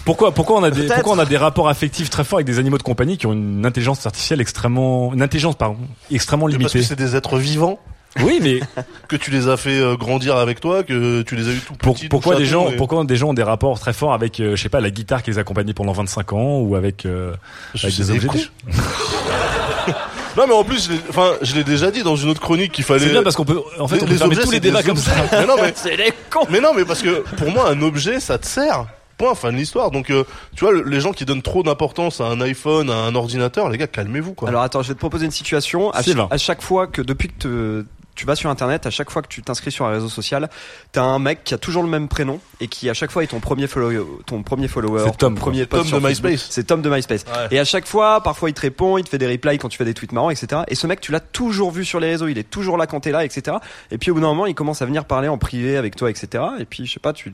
Pourquoi, pourquoi on a des,
Peut-être.
pourquoi on a des rapports affectifs très forts avec des animaux de compagnie qui ont une intelligence artificielle extrêmement, une intelligence pardon, extrêmement
Parce
limitée.
que c'est des êtres vivants.
Oui, mais
que tu les as fait euh, grandir avec toi, que tu les as eu tout
Pour-
petits. tout
pourquoi des
chatons
gens,
et-
pourquoi des gens ont des rapports très forts avec, euh, je sais pas, la guitare qui les accompagnait pendant 25 ans ou avec, euh, avec
c'est
des
des
objets.
cons.
des-
Non, mais en plus, je l'ai- enfin, je l'ai déjà dit dans une autre chronique qu'il fallait.
C'est bien parce qu'on peut- en fait, on peut fermer tous les
c'est des
débats comme ça.
objets. mais non, mais Mais non, mais parce que pour moi, un objet, ça te sert. Point, fin de l'histoire. Donc, euh, tu vois, le- les gens qui donnent trop d'importance à un iPhone, à un ordinateur, les gars, calmez-vous, quoi.
Alors attends, je vais te proposer une situation. À,
Sylvain.
à chaque fois que depuis que te- tu vas sur internet, à chaque fois que tu t'inscris sur un réseau social, t'as un mec qui a toujours le même prénom et qui à chaque fois est ton premier follow, ton premier follower,
C'est
ton
Tom,
premier
quoi.
post
Tom
sur
de
Facebook.
MySpace.
C'est Tom de MySpace. Et à chaque fois, parfois il te répond, il te fait des replies quand tu fais des tweets marrants, etc. Et ce mec, tu l'as toujours vu sur les réseaux, il est toujours là quand t'es là, etc. Et puis au bout d'un moment, il commence à venir parler en privé avec toi, etc. Et puis je sais pas, tu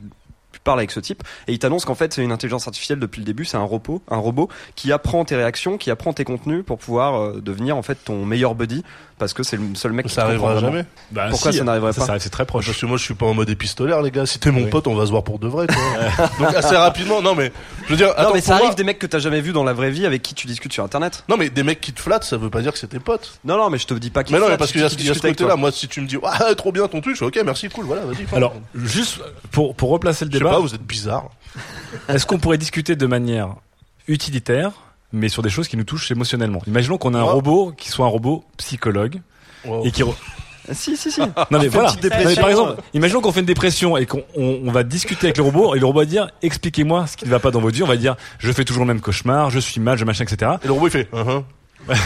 tu parles avec ce type et il t'annonce qu'en fait c'est une intelligence artificielle depuis le début, c'est un robot, un robot qui apprend tes réactions, qui apprend tes contenus pour pouvoir euh, devenir en fait ton meilleur buddy parce que c'est le seul mec qui
Ça
te comprend
arrivera
vraiment.
jamais. Bah,
Pourquoi ça n'arriverait pas
c'est très proche. Parce que moi, je suis pas en mode épistolaire, les gars. Si t'es mon
Oui.
pote, on va se voir pour de vrai. quoi. Euh, Donc assez rapidement. Non mais, je veux dire.
non
attends,
mais ça
pour moi-
arrive des mecs que t'as jamais vu dans la vraie vie avec qui tu discutes sur internet.
Non mais des mecs qui te flattent, ça veut pas dire que c'est tes potes.
Non non mais je te dis pas qu'ils
Mais non, mais
flattent,
parce qu'il y a,
qu'ils
il y a ce
discutent avec toi.
côté-là. Moi, si tu me dis, ah, trop bien ton truc, je suis ok, merci, cool, voilà, vas-y. prends.
Alors, juste pour, pour replacer le
Je sais
débat.
pas, vous êtes bizarre.
Est-ce qu'on pourrait discuter de manière utilitaire, mais sur des choses qui nous touchent émotionnellement Imaginons qu'on a un
Oh.
robot qui soit un robot psychologue
Wow.
et qui. re-
Ah, Si si si.
Non mais voilà.
Petite
Non, mais
dépression.
par exemple, imaginons qu'on fait une dépression et qu'on on, on va discuter avec le robot et le robot va dire expliquez-moi ce qui ne va pas dans votre vie. On va dire je fais toujours le même cauchemar, je suis mal, je machin, etc.
Et le robot il fait. Uh-huh.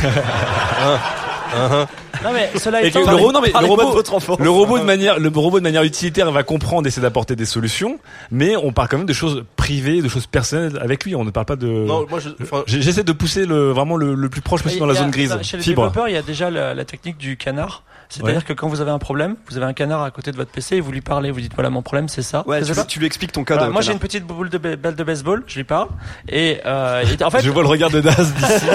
Uh-huh.
Non, mais cela
Et que
étant,
le robot, non, mais le
parlez-
robot,
parlez-moi de votre enfant.
le robot de manière, le robot de manière utilitaire va comprendre, essayer d'apporter des solutions, mais on parle quand même de choses privées, de choses personnelles avec lui. On ne parle pas de.
Non, moi, je- enfin-
J'ai- j'essaie de pousser le vraiment le, le plus proche possible dans la
Il y a- bah,
zone grise.
Chez les
Fibre.
développeurs, il y a déjà la, la technique du canard. C'est-à-dire
Ouais.
que quand vous avez un problème, vous avez un canard à côté de votre PC et vous lui parlez, vous dites voilà mon problème c'est ça.
Ouais,
C'est
tu,
ça
tu lui expliques ton code.
Bah,
Voilà,
au
Bah, moi j'ai
canard.
une petite boule de ba- balle de baseball, je lui parle et, euh, et en fait
Je vois le regard de Daz d'ici.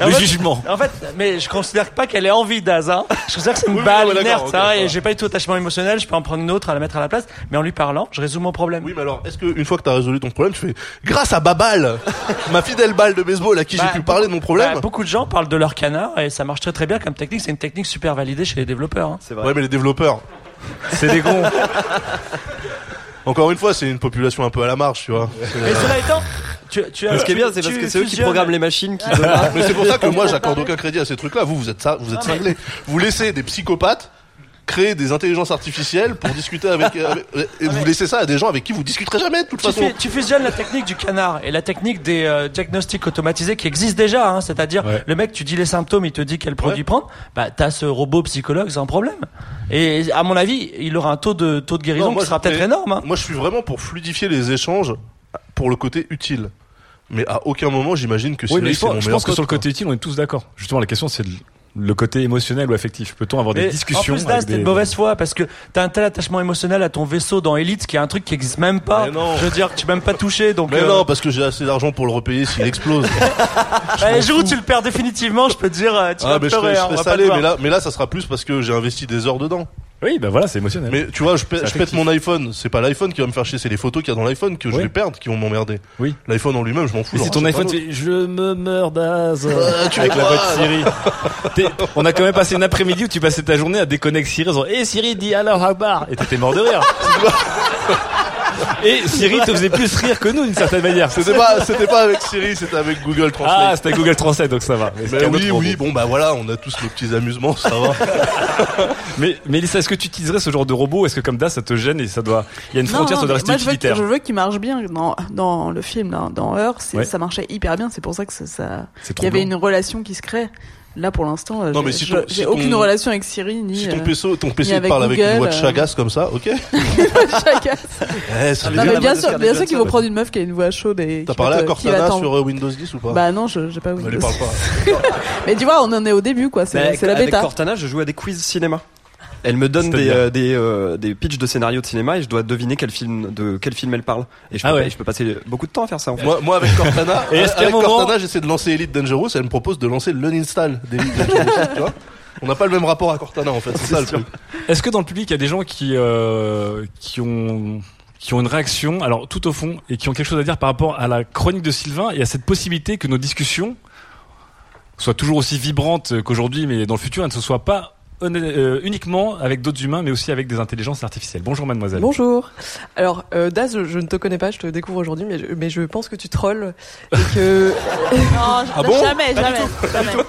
En
Le
fait-
jugement.
En fait, mais je considère pas qu'elle ait envie d'Az. hein. Je considère que c'est une
Oui,
balle
oui, ouais,
inerte.
d'accord,
hein,
ok,
et
voilà.
j'ai pas eu tout attachement émotionnel. Je peux en prendre une autre à la mettre à la place, mais en lui parlant, je résous mon problème.
Oui, mais alors, est-ce qu'une fois que t'as résolu ton problème, tu fais grâce à Babal, ma fidèle balle de baseball à qui
Bah,
j'ai pu parler de mon problème
Bah, beaucoup de gens parlent de leur canard et ça marche très très bien comme technique. C'est une technique super validée chez les développeurs. hein.
Ouais, mais les développeurs.
C'est des cons.
Encore une fois, c'est une population un peu à la marche, tu vois. euh,
Mais cela étant, tu, tu as.
Ce qui est bien, c'est parce
tu
que c'est eux qui
fusionnes-
programment les machines qui donnent-
Mais c'est pour ça que moi, j'accorde aucun crédit à ces trucs-là. Vous, vous êtes ça, vous êtes cinglés. Vous laissez des psychopathes créer des intelligences artificielles pour discuter avec, avec- et vous laissez ça à des gens avec qui vous discuterez jamais de toute
Tu,
façon.
fais- tu fusionnes la technique du canard et la technique des euh, diagnostics automatisés qui existent déjà, hein, c'est-à-dire
Ouais.
le mec, tu dis les symptômes, il te dit quel produit prendre, bah t'as ce robot psychologue sans problème. Et à mon avis, il aura un taux de taux de guérison
Non, moi,
qui sera
je-
peut-être
mais-
énorme. hein.
Moi, je suis vraiment pour fluidifier les échanges pour le côté utile. Mais à aucun moment, j'imagine que
Oui, mais
Cyril,
je
c'est
pense,
mon
je
meilleur
pense que
pote,
sur le
quoi.
côté utile, on est tous d'accord. Justement, la question c'est le- le côté émotionnel ou affectif. Peut-on avoir
Mais
des discussions
En plus,
avec
d'Az, t'es
des-
de mauvaise foi parce que t'as un tel attachement émotionnel à ton vaisseau dans Elite qui est un truc qui existe même pas.
Mais non.
Je veux dire, que tu m'as même pas touché. Donc,
Mais
euh,
non, parce que j'ai assez d'argent pour le repayer s'il explose.
bah, les jours où tu le perds définitivement, je peux te dire, euh, tu vas
ah, mais je
pleurer.
serais, je
hein, on
serais
va pas
salé,
te voir.
mais là, mais là, ça sera plus parce que j'ai investi des heures dedans.
Oui, ben voilà, c'est émotionnel.
Mais tu vois, je, pè-
C'est
je pète
affectif.
mon iPhone. C'est pas l'iPhone qui va me faire chier, c'est les photos qu'il y a dans l'iPhone que je
Oui.
vais perdre qui vont m'emmerder.
Oui.
L'iPhone en lui-même, je m'en fous.
Mais si
j'en
ton
achète
iPhone,
un autre.
tu- je me meurs d'Az
tu
avec la
vois,
voix de Siri. T'es- On a quand même passé une après-midi où tu passais ta journée à déconnecter Siri en disant Eh Siri, dis alors Akbar Et t'étais mort de rire. Et Siri te faisait plus rire que nous d'une certaine manière.
C'était pas, c'était pas avec Siri, c'était avec Google Translate.
Ah, c'était Google Translate donc ça va. Mais
Mais
c'était un
oui,
autre
oui,
robot.
bon bah voilà, on a tous nos petits amusements, ça va.
Mais Mélissa, est-ce que tu utiliserais ce genre de robot Est-ce que comme ça, ça te gêne et ça doit. Il y a une
Non,
frontière,
non,
ça doit
mais
rester
moi, je veux, que-
utilitaire.
je veux qu'il marche bien dans, dans le film, là, dans Heure, c'est-
Ouais.
ça marchait hyper bien, c'est pour ça que ça, ça-
C'est
il y avait
troublant.
une relation qui se crée. Là, pour l'instant, euh,
Non,
je-
mais si
je-
ton-
j'ai
si ton-
aucune relation avec Siri ni.
Si
euh,
ton PC, ton
ni
PC te parle avec
Google,
une voix de
euh,
chagasse comme ça, ok
Chagasse.
Eh, ça
Non,
fait
mais
bien.
bien sûr, bien sûr qu'ils vont prendre une meuf qui a une voix chaude et.
T'as
qui va
parlé
te-
à
qui va
Cortana
t'en-
sur euh, Windows 10 ou pas
Bah non, je j'ai pas
Bah,
Windows.
lui parle pas.
mais tu vois, on en est au début, quoi.
Mais
C'est
avec-
c'est la
Avec
bêta.
Cortana, je joue à des quiz cinéma. Elle me donne des,
C'est-à-dire
euh, des, euh, des pitchs de scénarios de cinéma et je dois deviner quel film, de quel film elle parle. Et je peux,
Ah ouais.
pas- je peux passer beaucoup de temps à faire ça en fait.
Moi, moi avec Cortana,
Et est-ce qu'à un
avec
moment-
Cortana, j'essaie de lancer Elite Dangerous, elle me propose de lancer l'uninstall d'Elite Dangerous, tu vois. On n'a pas le même rapport à Cortana en fait, c'est ça le truc.
Est-ce que dans le public, il y a des gens qui, euh, qui ont qui ont une réaction, alors tout au fond, et qui ont quelque chose à dire par rapport à la chronique de Sylvain et à cette possibilité que nos discussions soient toujours aussi vibrantes qu'aujourd'hui, mais dans le futur, elles ne se soient pas honn- euh, uniquement avec d'autres humains, mais aussi avec des intelligences artificielles. Bonjour mademoiselle.
Bonjour. Alors, euh, Daz, je, je ne te connais pas, je te découvre aujourd'hui, mais, je- mais je pense que tu trolls et que.
Non, je- Ah bon jamais, Pas du jamais, tout, jamais.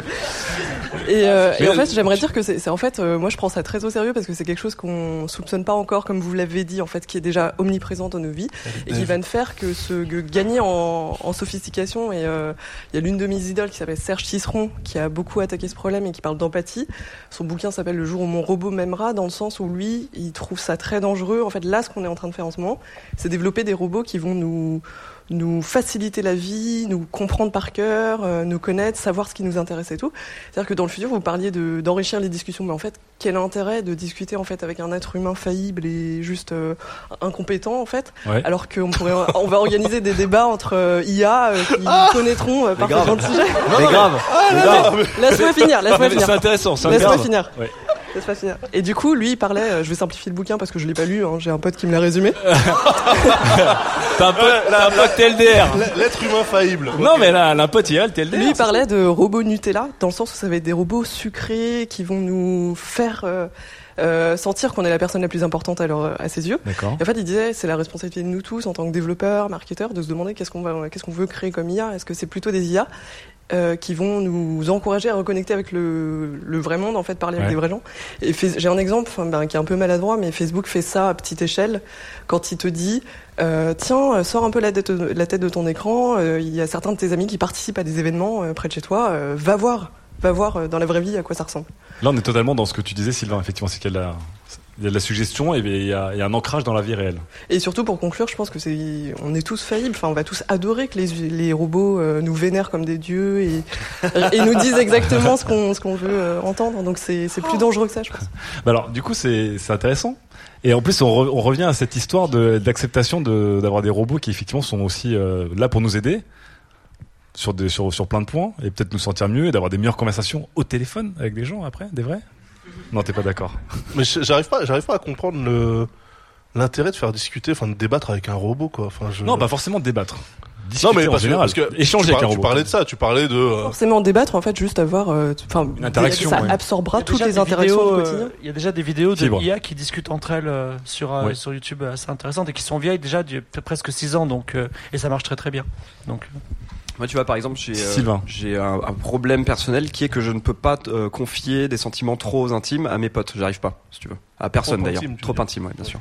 Et, euh, et
Mais
en
elle-
fait, j'aimerais dire que c'est c'est- en fait, euh, moi, je prends ça très au sérieux parce que c'est quelque chose qu'on soupçonne pas encore, comme vous l'avez dit, en fait, qui est déjà omniprésent dans nos vies et qui va ne faire que se que gagner en, en sophistication. Et euh, il y a l'une de mes idoles qui s'appelle Serge Tisseron, qui a beaucoup attaqué ce problème et qui parle d'empathie. Son bouquin s'appelle Le jour où mon robot m'aimera, dans le sens où lui, il trouve ça très dangereux. En fait, là, ce qu'on est en train de faire en ce moment, c'est développer des robots qui vont nous nous faciliter la vie, nous comprendre par cœur, euh, nous connaître, savoir ce qui nous intéresse et tout. C'est-à-dire que dans le futur, vous parliez de- d'enrichir les discussions, mais en fait, quel intérêt de discuter en fait avec un être humain faillible et juste euh, incompétent en fait,
Ouais.
alors qu'on pourrait, on va organiser des débats entre euh, IA euh, qui connaîtront euh,
Ah Mais
parfaitement le
grave.
sujet.
Mais Non, non, grave. mais-
Ah,
Mais
là,
grave.
mais- Laisse-moi finir,
Non, mais
laisse-moi finir.
c'est intéressant, c'est
Laisse-moi
intéressant.
finir.
Ouais.
Laisse-moi finir. Et du coup, lui, il parlait, euh, je vais simplifier le bouquin parce que je l'ai pas lu, hein, j'ai un pote qui me l'a résumé.
T'as un pote, t'as un pote TLDR.
L'être humain faillible.
Non, mais là, un pote, il a le TLDR.
Lui, il parlait de robots Nutella, dans le sens où ça va être des robots sucrés qui vont nous faire euh, euh, sentir qu'on est la personne la plus importante à, leur- euh, à ses yeux.
D'accord.
Et en fait, il disait, c'est la responsabilité de nous tous, en tant que développeurs, marketeurs, de se demander qu'est-ce qu'on va- qu'est-ce qu'on veut créer comme IA. Est-ce que c'est plutôt des IA euh, qui vont nous encourager à reconnecter avec le, le vrai monde, en fait, parler
Ouais.
avec les vrais gens. Et fais- j'ai un exemple enfin, ben, qui est un peu maladroit, mais Facebook fait ça à petite échelle quand il te dit euh, tiens, euh, sors un peu la tête, la tête de ton écran. euh, Il y a certains de tes amis qui participent à des événements euh, près de chez toi. euh, va voir, va voir euh, dans la vraie vie à quoi ça ressemble.
Là, on est totalement dans ce que tu disais, Sylvain. Effectivement, c'est qu'il y a de la, il y a de la suggestion et il y, a, il y a un ancrage dans la vie réelle.
Et surtout pour conclure, je pense que c'est, on est tous faillibles. Enfin, on va tous adorer que les, les robots euh, nous vénèrent comme des dieux et, Euh, et nous disent exactement ce qu'on ce qu'on veut euh, entendre. Donc c'est c'est plus dangereux que ça, je pense.
Bah alors, du coup, c'est c'est intéressant. Et en plus, on, re- on revient à cette histoire de- d'acceptation de- d'avoir des robots qui, effectivement, sont aussi euh, là pour nous aider sur, des, sur, sur plein de points et peut-être nous sentir mieux et d'avoir des meilleures conversations au téléphone avec des gens après, des vrais Non, t'es pas d'accord.
Mais je- j'arrive pas, j'arrive pas à comprendre le l'intérêt de faire discuter, enfin de débattre avec un robot quoi. Enfin, je...
Non, pas forcément débattre.
non
Discuter
mais
en
parce que,
général.
parce que
Échanger
tu
avec un robot.
parlais- Tu parlais de ça, tu parlais de. euh,
Forcément débattre, en fait, juste avoir, euh, t- enfin,
interaction,
ça
ouais.
absorbera
Il y a
Ah, toutes
déjà
les
des
interactions du
vidéos, euh,
quotidien.
Il y a déjà des vidéos de
Fibre.
IA qui discutent entre elles euh, sur, euh,
Ouais.
sur YouTube euh, assez intéressantes et qui sont vieilles déjà de presque 6 ans donc, euh, et ça marche très très bien. Donc, euh,
Moi, tu vois, par exemple, j'ai euh,
Sylvain.
j'ai un, un problème personnel qui est que je ne peux pas euh, confier des sentiments trop intimes à mes potes. J'arrive pas, si tu veux. À personne
Trop
d'ailleurs.
intime, tu
Trop intime, ouais, bien sûr.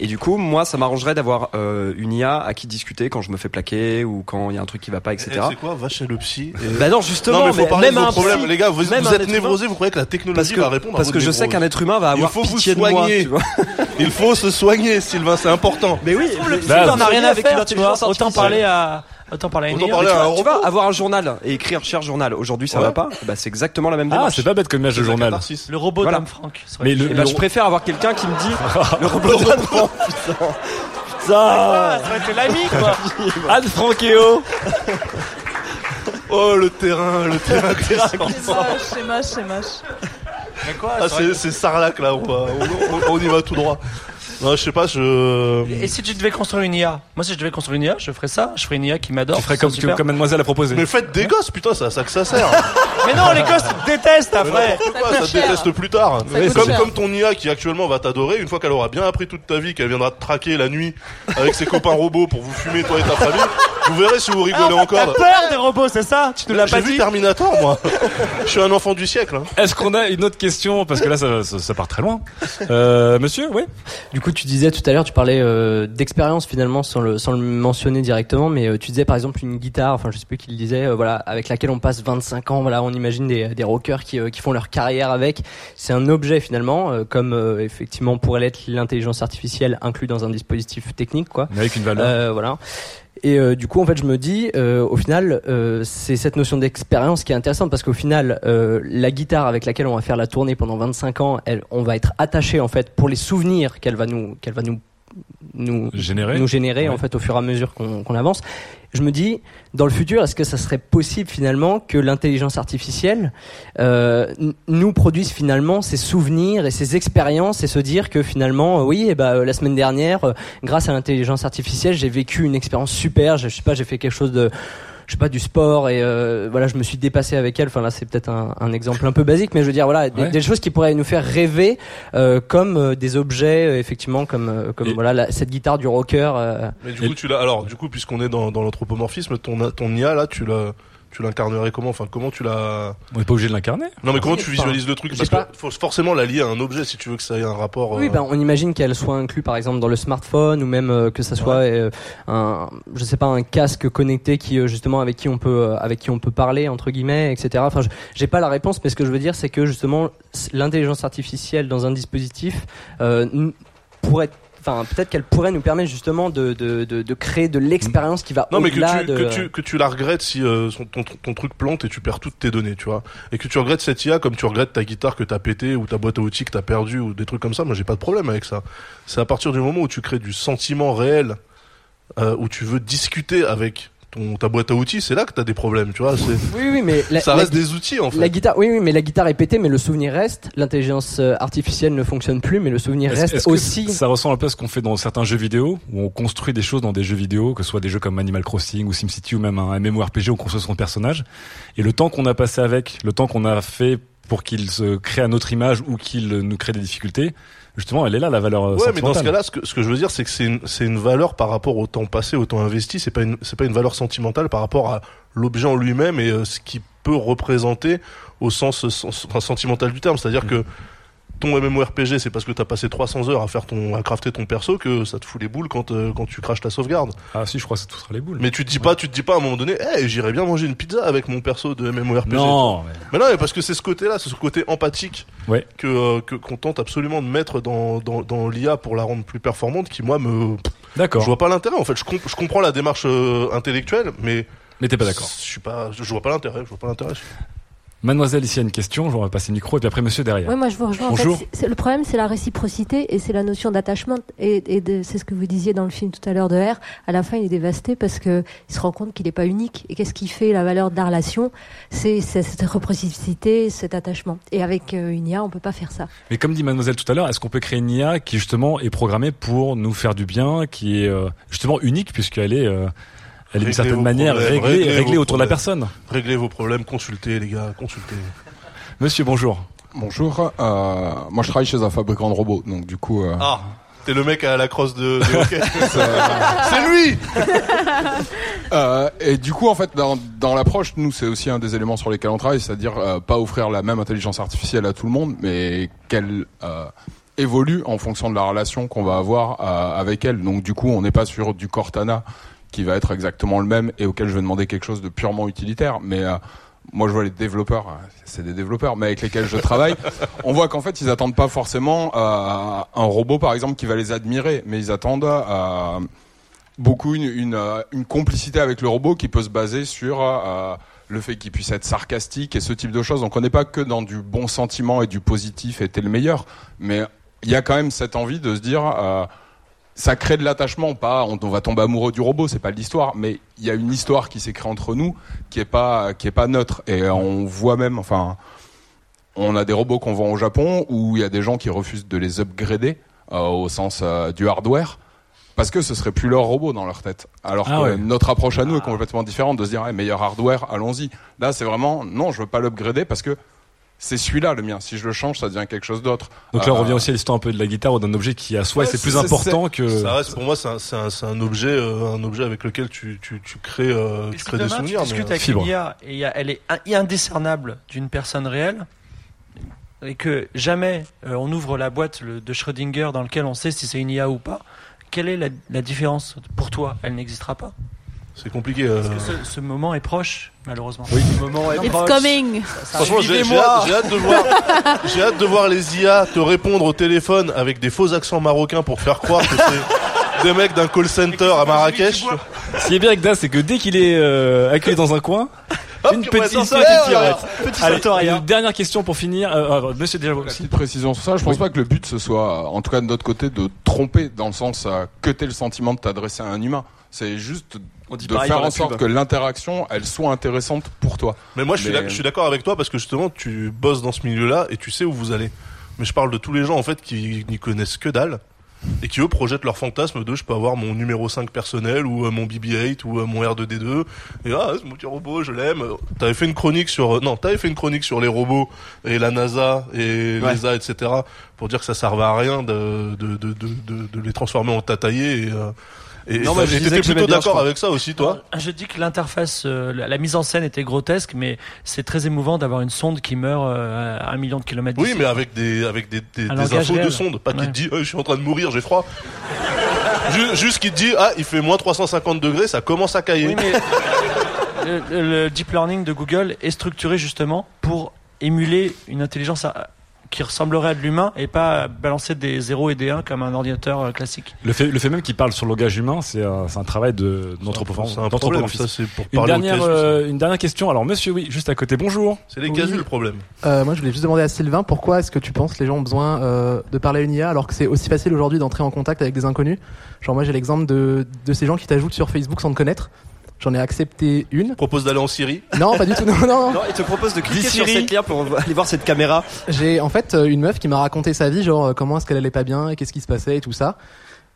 Et du coup, moi, ça m'arrangerait d'avoir euh, une IA à qui discuter quand je me fais plaquer ou quand il y a un truc qui va pas, etc.
Eh, c'est quoi Va chez le psy. et-
Bah non, justement,
Non, mais, faut
mais
parler
même
de vos
un psy,
problèmes. Les gars, vous,
même
vous
un
êtes
être
névrosés,
humain.
vous croyez que la
Parce
technologie
que-
va répondre à
parce
votre
que je sais
névrose.
qu'un être humain va avoir
Il faut vous
pitié de moi,
soigner.
tu vois.
Il faut se soigner, Sylvain, c'est important.
Mais oui,
le psy, t'en as rien à Bah, faire, tu vois. Autant parler à, autant parler à une
Autant
IA.
parler
Mais tu
à
vois,
un
tu
robot.
vois,
avoir un journal et écrire cher journal. Aujourd'hui, ça va pas. Bah, c'est exactement la même
Ah,
démarche.
c'est pas bête comme image de journal.
Le robot
Voilà.
d'Anne Frank. c'est vrai.
Mais le,
Eh ben,
je préfère avoir quelqu'un qui me dit le robot d'Anne Frank, putain.
Ah, ça va être l'ami, quoi. Ah,
Anne Franqueo.
Oh le terrain, le terrain. glissant.
C'est moche, c'est moche.
Mais quoi
Ah,
ça aurait-
c'est c'est Sarlac là, on, va- on- on- on y va tout droit. Non, je sais pas,
Et
je.
si tu devais construire une IA Moi, si je devais construire une IA, je ferais ça. Je ferais une IA qui m'adore.
Tu ferais
ce
comme,
serait super.
comme mademoiselle a proposé.
Mais faites des gosses, putain, c'est à ça que ça sert.
Mais non, les gosses détestent
Mais
après.
n'importe quoi, ça te déteste plus tard.
Ça coûte
Comme,
cher.
comme ton IA qui actuellement va t'adorer, une fois qu'elle aura bien appris toute ta vie, qu'elle viendra te traquer la nuit avec ses copains robots pour vous fumer, toi et ta famille, vous verrez si vous rigolez
Ah, T'as
encore.
peur des robots, c'est ça Tu ne l'as
J'ai
pas
vu
dit
Terminator, moi. Je suis un enfant du siècle. hein.
Est-ce qu'on a une autre question Parce que là, ça, ça- ça part très loin. Euh, monsieur, oui
Du coup, tu disais tout à l'heure, tu parlais euh, d'expérience finalement sans le, sans le mentionner directement, mais euh, tu disais par exemple une guitare, enfin je sais plus qui le disait, euh, voilà, avec laquelle on passe 25 ans, voilà, on imagine des, des rockers qui, euh, qui font leur carrière avec. C'est un objet finalement, euh, comme euh, effectivement pourrait l'être l'intelligence artificielle inclus dans un dispositif technique, quoi.
Mais avec une valeur.
Euh, voilà. Et euh, du coup, en fait, je me dis, euh, au final, euh, c'est cette notion d'expérience qui est intéressante parce qu'au final, euh, la guitare avec laquelle on va faire la tournée pendant 25 ans, elle, on va être attaché en fait pour les souvenirs qu'elle va nous, qu'elle va nous, nous
Générer.
nous générer
Ouais.
en fait au fur et à mesure qu'on qu'on avance. Je me dis, dans le futur, est-ce que ça serait possible finalement que l'intelligence artificielle euh, n- nous produise finalement ces souvenirs et ces expériences et se dire que finalement, euh, oui, eh ben, euh, la semaine dernière, euh, grâce à l'intelligence artificielle, j'ai vécu une expérience super. Je, je sais pas, j'ai fait quelque chose de je sais pas du sport et euh, voilà je me suis dépassé avec elle enfin là c'est peut-être un, un exemple un peu basique mais je veux dire voilà des,
Ouais.
des choses qui pourraient nous faire rêver euh, comme euh, des objets euh, effectivement comme euh, comme voilà la- cette guitare du rocker euh,
Mais du coup, tu l'as. Alors, du coup, puisqu'on est dans, dans l'anthropomorphisme, ton, ton IA là, tu l'as. Tu l'incarnerais comment Enfin, comment tu l'as
On n'est pas obligé de l'incarner.
Non, mais comment tu
Enfin,
visualises le truc
je
Parce
sais
que faut forcément la lier à un objet si tu veux que ça ait un rapport.
Oui,
euh,
ben, on imagine qu'elle soit inclue par exemple dans le smartphone ou même euh, que ça soit euh, un, je sais pas, un casque connecté qui euh, justement avec qui on peut, euh, avec qui on peut parler entre guillemets, etc. Enfin, je- j'ai pas la réponse, mais ce que je veux dire, c'est que justement s- l'intelligence artificielle dans un dispositif euh, n- pourrait Enfin, peut-être qu'elle pourrait nous permettre justement de, de, de, de créer de l'expérience qui va
Non, mais que
au-delà
tu,
de.
que, tu, que tu la regrettes si euh, son- ton, ton truc plante et tu perds toutes tes données, tu vois. Et que tu regrettes cette IA comme tu regrettes ta guitare que t'as pété ou ta boîte à outils que t'as perdu ou des trucs comme ça. Moi, j'ai pas de problème avec ça. C'est à partir du moment où tu crées du sentiment réel, euh, où tu veux discuter avec ton, ta boîte à outils, c'est là que t'as des problèmes, tu vois. c'est-
Oui, oui, mais la-
ça
la-
reste des outils, en fait.
La guitare, oui, oui, mais la guitare est pétée, mais le souvenir reste. L'intelligence euh, artificielle ne fonctionne plus, mais le souvenir
Est-ce-
reste
est-ce que
aussi.
Ça ressemble un peu à ce qu'on fait dans certains jeux vidéo, où on construit des choses dans des jeux vidéo, que ce soit des jeux comme Animal Crossing ou SimCity ou même un MMORPG où on construit son personnage. Et le temps qu'on a passé avec, le temps qu'on a fait pour qu'il se crée à notre image ou qu'il nous crée des difficultés, justement, elle est là, la valeur
Ouais, mais dans ce cas-là, ce que, ce que je veux dire, c'est que c'est une, c'est une valeur par rapport au temps passé, au temps investi. C'est pas une, c'est pas une valeur sentimentale par rapport à l'objet en lui-même et euh, ce qu'il peut représenter au sens, sens- enfin, sentimental du terme. C'est-à-dire que ton MMORPG, c'est parce que t'as passé 300 heures à faire ton, à crafter ton perso que ça te fout les boules quand, euh, quand tu craches ta sauvegarde.
Ah si, je crois que ça te fera les boules.
Mais tu te dis pas, tu te dis pas à un moment donné, eh, j'irais bien manger une pizza avec mon perso de MMORPG.
Non,
mais... non, mais parce que c'est ce côté-là, c'est ce côté empathique
Ouais.
que euh, que- qu'on tente absolument de mettre dans dans, dans l'IA pour la rendre plus performante, qui moi me
D'accord.
Je vois pas l'intérêt en fait. Je, comp- je comprends la démarche euh, intellectuelle, mais
mais t'es pas d'accord.
Je suis pas, je je vois pas l'intérêt. Je vois pas l'intérêt.
Mademoiselle, ici, il y a une question, je vais passer le micro, et puis après, monsieur derrière.
Oui, moi je vous rejoins. En fait,
Bonjour.
c'est- c'est- le problème, c'est la réciprocité et c'est la notion d'attachement. Et, et de- c'est ce que vous disiez dans le film tout à l'heure de R. À la fin, il est dévasté parce que il se rend compte qu'il n'est pas unique. Et qu'est-ce qui fait la valeur de la relation C'est c'est cette réciprocité, cet attachement. Et avec euh, une IA, on peut pas faire ça.
Mais comme dit mademoiselle tout à l'heure, est-ce qu'on peut créer une IA qui justement est programmée pour nous faire du bien, qui est euh, justement unique puisqu'elle est, euh, elle est d'une
Réglez
certaine
vos
manière
problèmes,
réglée,
réglez
réglée
vos
autour de la
problèmes.
personne
Réglez vos problèmes, consultez les gars, consultez.
Monsieur, bonjour.
Bonjour. euh, moi, je travaille chez un fabricant de robots, donc du coup. euh,
Ah, t'es le mec à la crosse de. de hockey. c'est lui.
euh, et du coup, en fait, dans, dans l'approche, nous, c'est aussi un des éléments sur lesquels on travaille, c'est-à-dire euh, pas offrir la même intelligence artificielle à tout le monde, mais qu'elle euh, évolue en fonction de la relation qu'on va avoir euh, avec elle. Donc, du coup, on n'est pas sur du Cortana qui va être exactement le même et auquel je vais demander quelque chose de purement utilitaire, mais euh, moi, je vois les développeurs, euh, c'est des développeurs, mais avec lesquels je travaille, on voit qu'en fait, ils attendent pas forcément euh, un robot, par exemple, qui va les admirer, mais ils attendent euh, beaucoup une, une, euh, une complicité avec le robot qui peut se baser sur euh, le fait qu'il puisse être sarcastique et ce type de choses. Donc on n'est pas que dans du bon sentiment et du positif et t'es le meilleur, mais il y a quand même cette envie de se dire euh, ça crée de l'attachement, pas on, on va tomber amoureux du robot, c'est pas l'histoire, mais il y a une histoire qui s'est créée entre nous qui est pas qui est pas neutre et euh, on voit même enfin on a des robots qu'on vend au Japon où il y a des gens qui refusent de les upgrader euh, au sens euh, du hardware parce que ce serait plus leur robot dans leur tête. Alors
Ah
que
ouais. Ah.
notre approche à nous est complètement différente de se dire Eh, meilleur hardware, allons-y. Là, c'est vraiment non, je veux pas l'upgrader parce que c'est celui-là le mien. Si je le change, ça devient quelque chose d'autre.
Donc là, on
Ah.
Euh,
revient aussi à l'histoire un peu de la guitare ou d'un objet qui à soi
Ouais,
c'est plus important que.
Ah, Ça reste pour moi, c'est un, c'est un, c'est un objet, euh, un objet avec lequel tu, tu, tu crées, euh, tu crées des
Demain, tu
souvenirs.
discutes
mais-
avec une IA et il y a- elle est in- indiscernable d'une personne réelle et que jamais euh, on ouvre la boîte le- de Schrödinger dans laquelle on sait si c'est une IA ou pas. Quelle est la, la différence pour toi Elle n'existera pas.
C'est compliqué. euh.
Parce que ce, ce moment est proche, malheureusement.
Oui.
Ce moment est
It's
proche.
coming.
Ça-
Franchement, j'ai j'ai
Suivez-moi.
hâte, j'ai hâte de voir, j'ai hâte de voir les IA te répondre au téléphone avec des faux accents marocains pour faire croire que c'est des mecs d'un call center à Marrakech.
Ce qui est bien avec Das, c'est que dès qu'il est euh, accueilli dans un coin, une
ouais,
petite,
ça,
une
ça,
petite
ouais,
tirette.
ouais, petit
Allez,
Santoria.
une dernière question pour finir. Euh, euh, monsieur déjà aussi.
précision sur ça. Je pense pas que le but ce soit, euh, en tout cas de notre côté, de tromper dans le sens euh, que t'aies le sentiment de t'adresser à un humain. C'est juste
dit
de
pareil
faire
dans la
en sorte
pub.
que l'interaction, elle soit intéressante pour toi.
Mais moi, je suis
euh,
d'ac- je suis d'accord avec toi parce que justement, tu bosses dans ce milieu-là et tu sais où vous allez. Mais je parle de tous les gens en fait qui n'y connaissent que dalle et qui eux projettent leur fantasme de je peux avoir mon numéro 5 personnel ou euh, mon BB-8 ou euh, mon R2D2 et ah c'est mon petit robot je l'aime Euh, t'avais fait une chronique sur euh, non t'avais fait une chronique sur les robots et la NASA et
Ouais.
l'ESA etc pour dire que ça servait à rien de de de de, de- de les transformer en tataillés et, euh, et
Non, moi,
et ça-
je
et
disais
t'étais
que j'aimais
plutôt
bien, je
d'accord
crois.
avec ça aussi toi
Je dis que l'interface, euh, la, la mise en scène était grotesque, mais c'est très émouvant d'avoir une sonde qui meurt euh, à un million de kilomètres
Oui,
d'ici.
mais avec des, avec des, des,
Un
des
langage
infos de
réel.
sonde. Pas qui
Ouais.
te dit, Euh, je suis en train de mourir, j'ai froid. Ju- juste qui te dit, ah, il fait moins 350 degrés, ça commence à cailler.
le, le- le deep learning de Google est structuré justement pour émuler une intelligence ar- qui ressemblerait à de l'humain et pas balancer des 0 et des 1 comme un ordinateur euh, classique.
Le fait, le fait même qu'il parle sur le langage humain, c'est euh, c'est un travail de-
c'est
d'anthropomorphisme.
un problème, ça, c'est pour
une
parler aux
dernière,
casus,
euh, une dernière question. Alors, monsieur, oui, juste à côté, bonjour.
C'est les
Oui.
casus le problème.
Euh, moi, je voulais juste demander à Sylvain pourquoi est-ce que tu penses que les gens ont besoin euh, de parler à une IA alors que c'est aussi facile aujourd'hui d'entrer en contact avec des inconnus. Genre, moi, j'ai l'exemple de, de ces gens qui t'ajoutent sur Facebook sans te connaître. J'en ai accepté une.
Propose d'aller en Syrie
Non, pas du tout. Non, non.
Non, il te propose de cliquer
Dis
sur
Siri.
cette lien pour aller voir cette caméra.
J'ai en fait euh, une meuf qui m'a raconté sa vie, genre euh, comment est-ce qu'elle allait pas bien et qu'est-ce qui se passait et tout ça.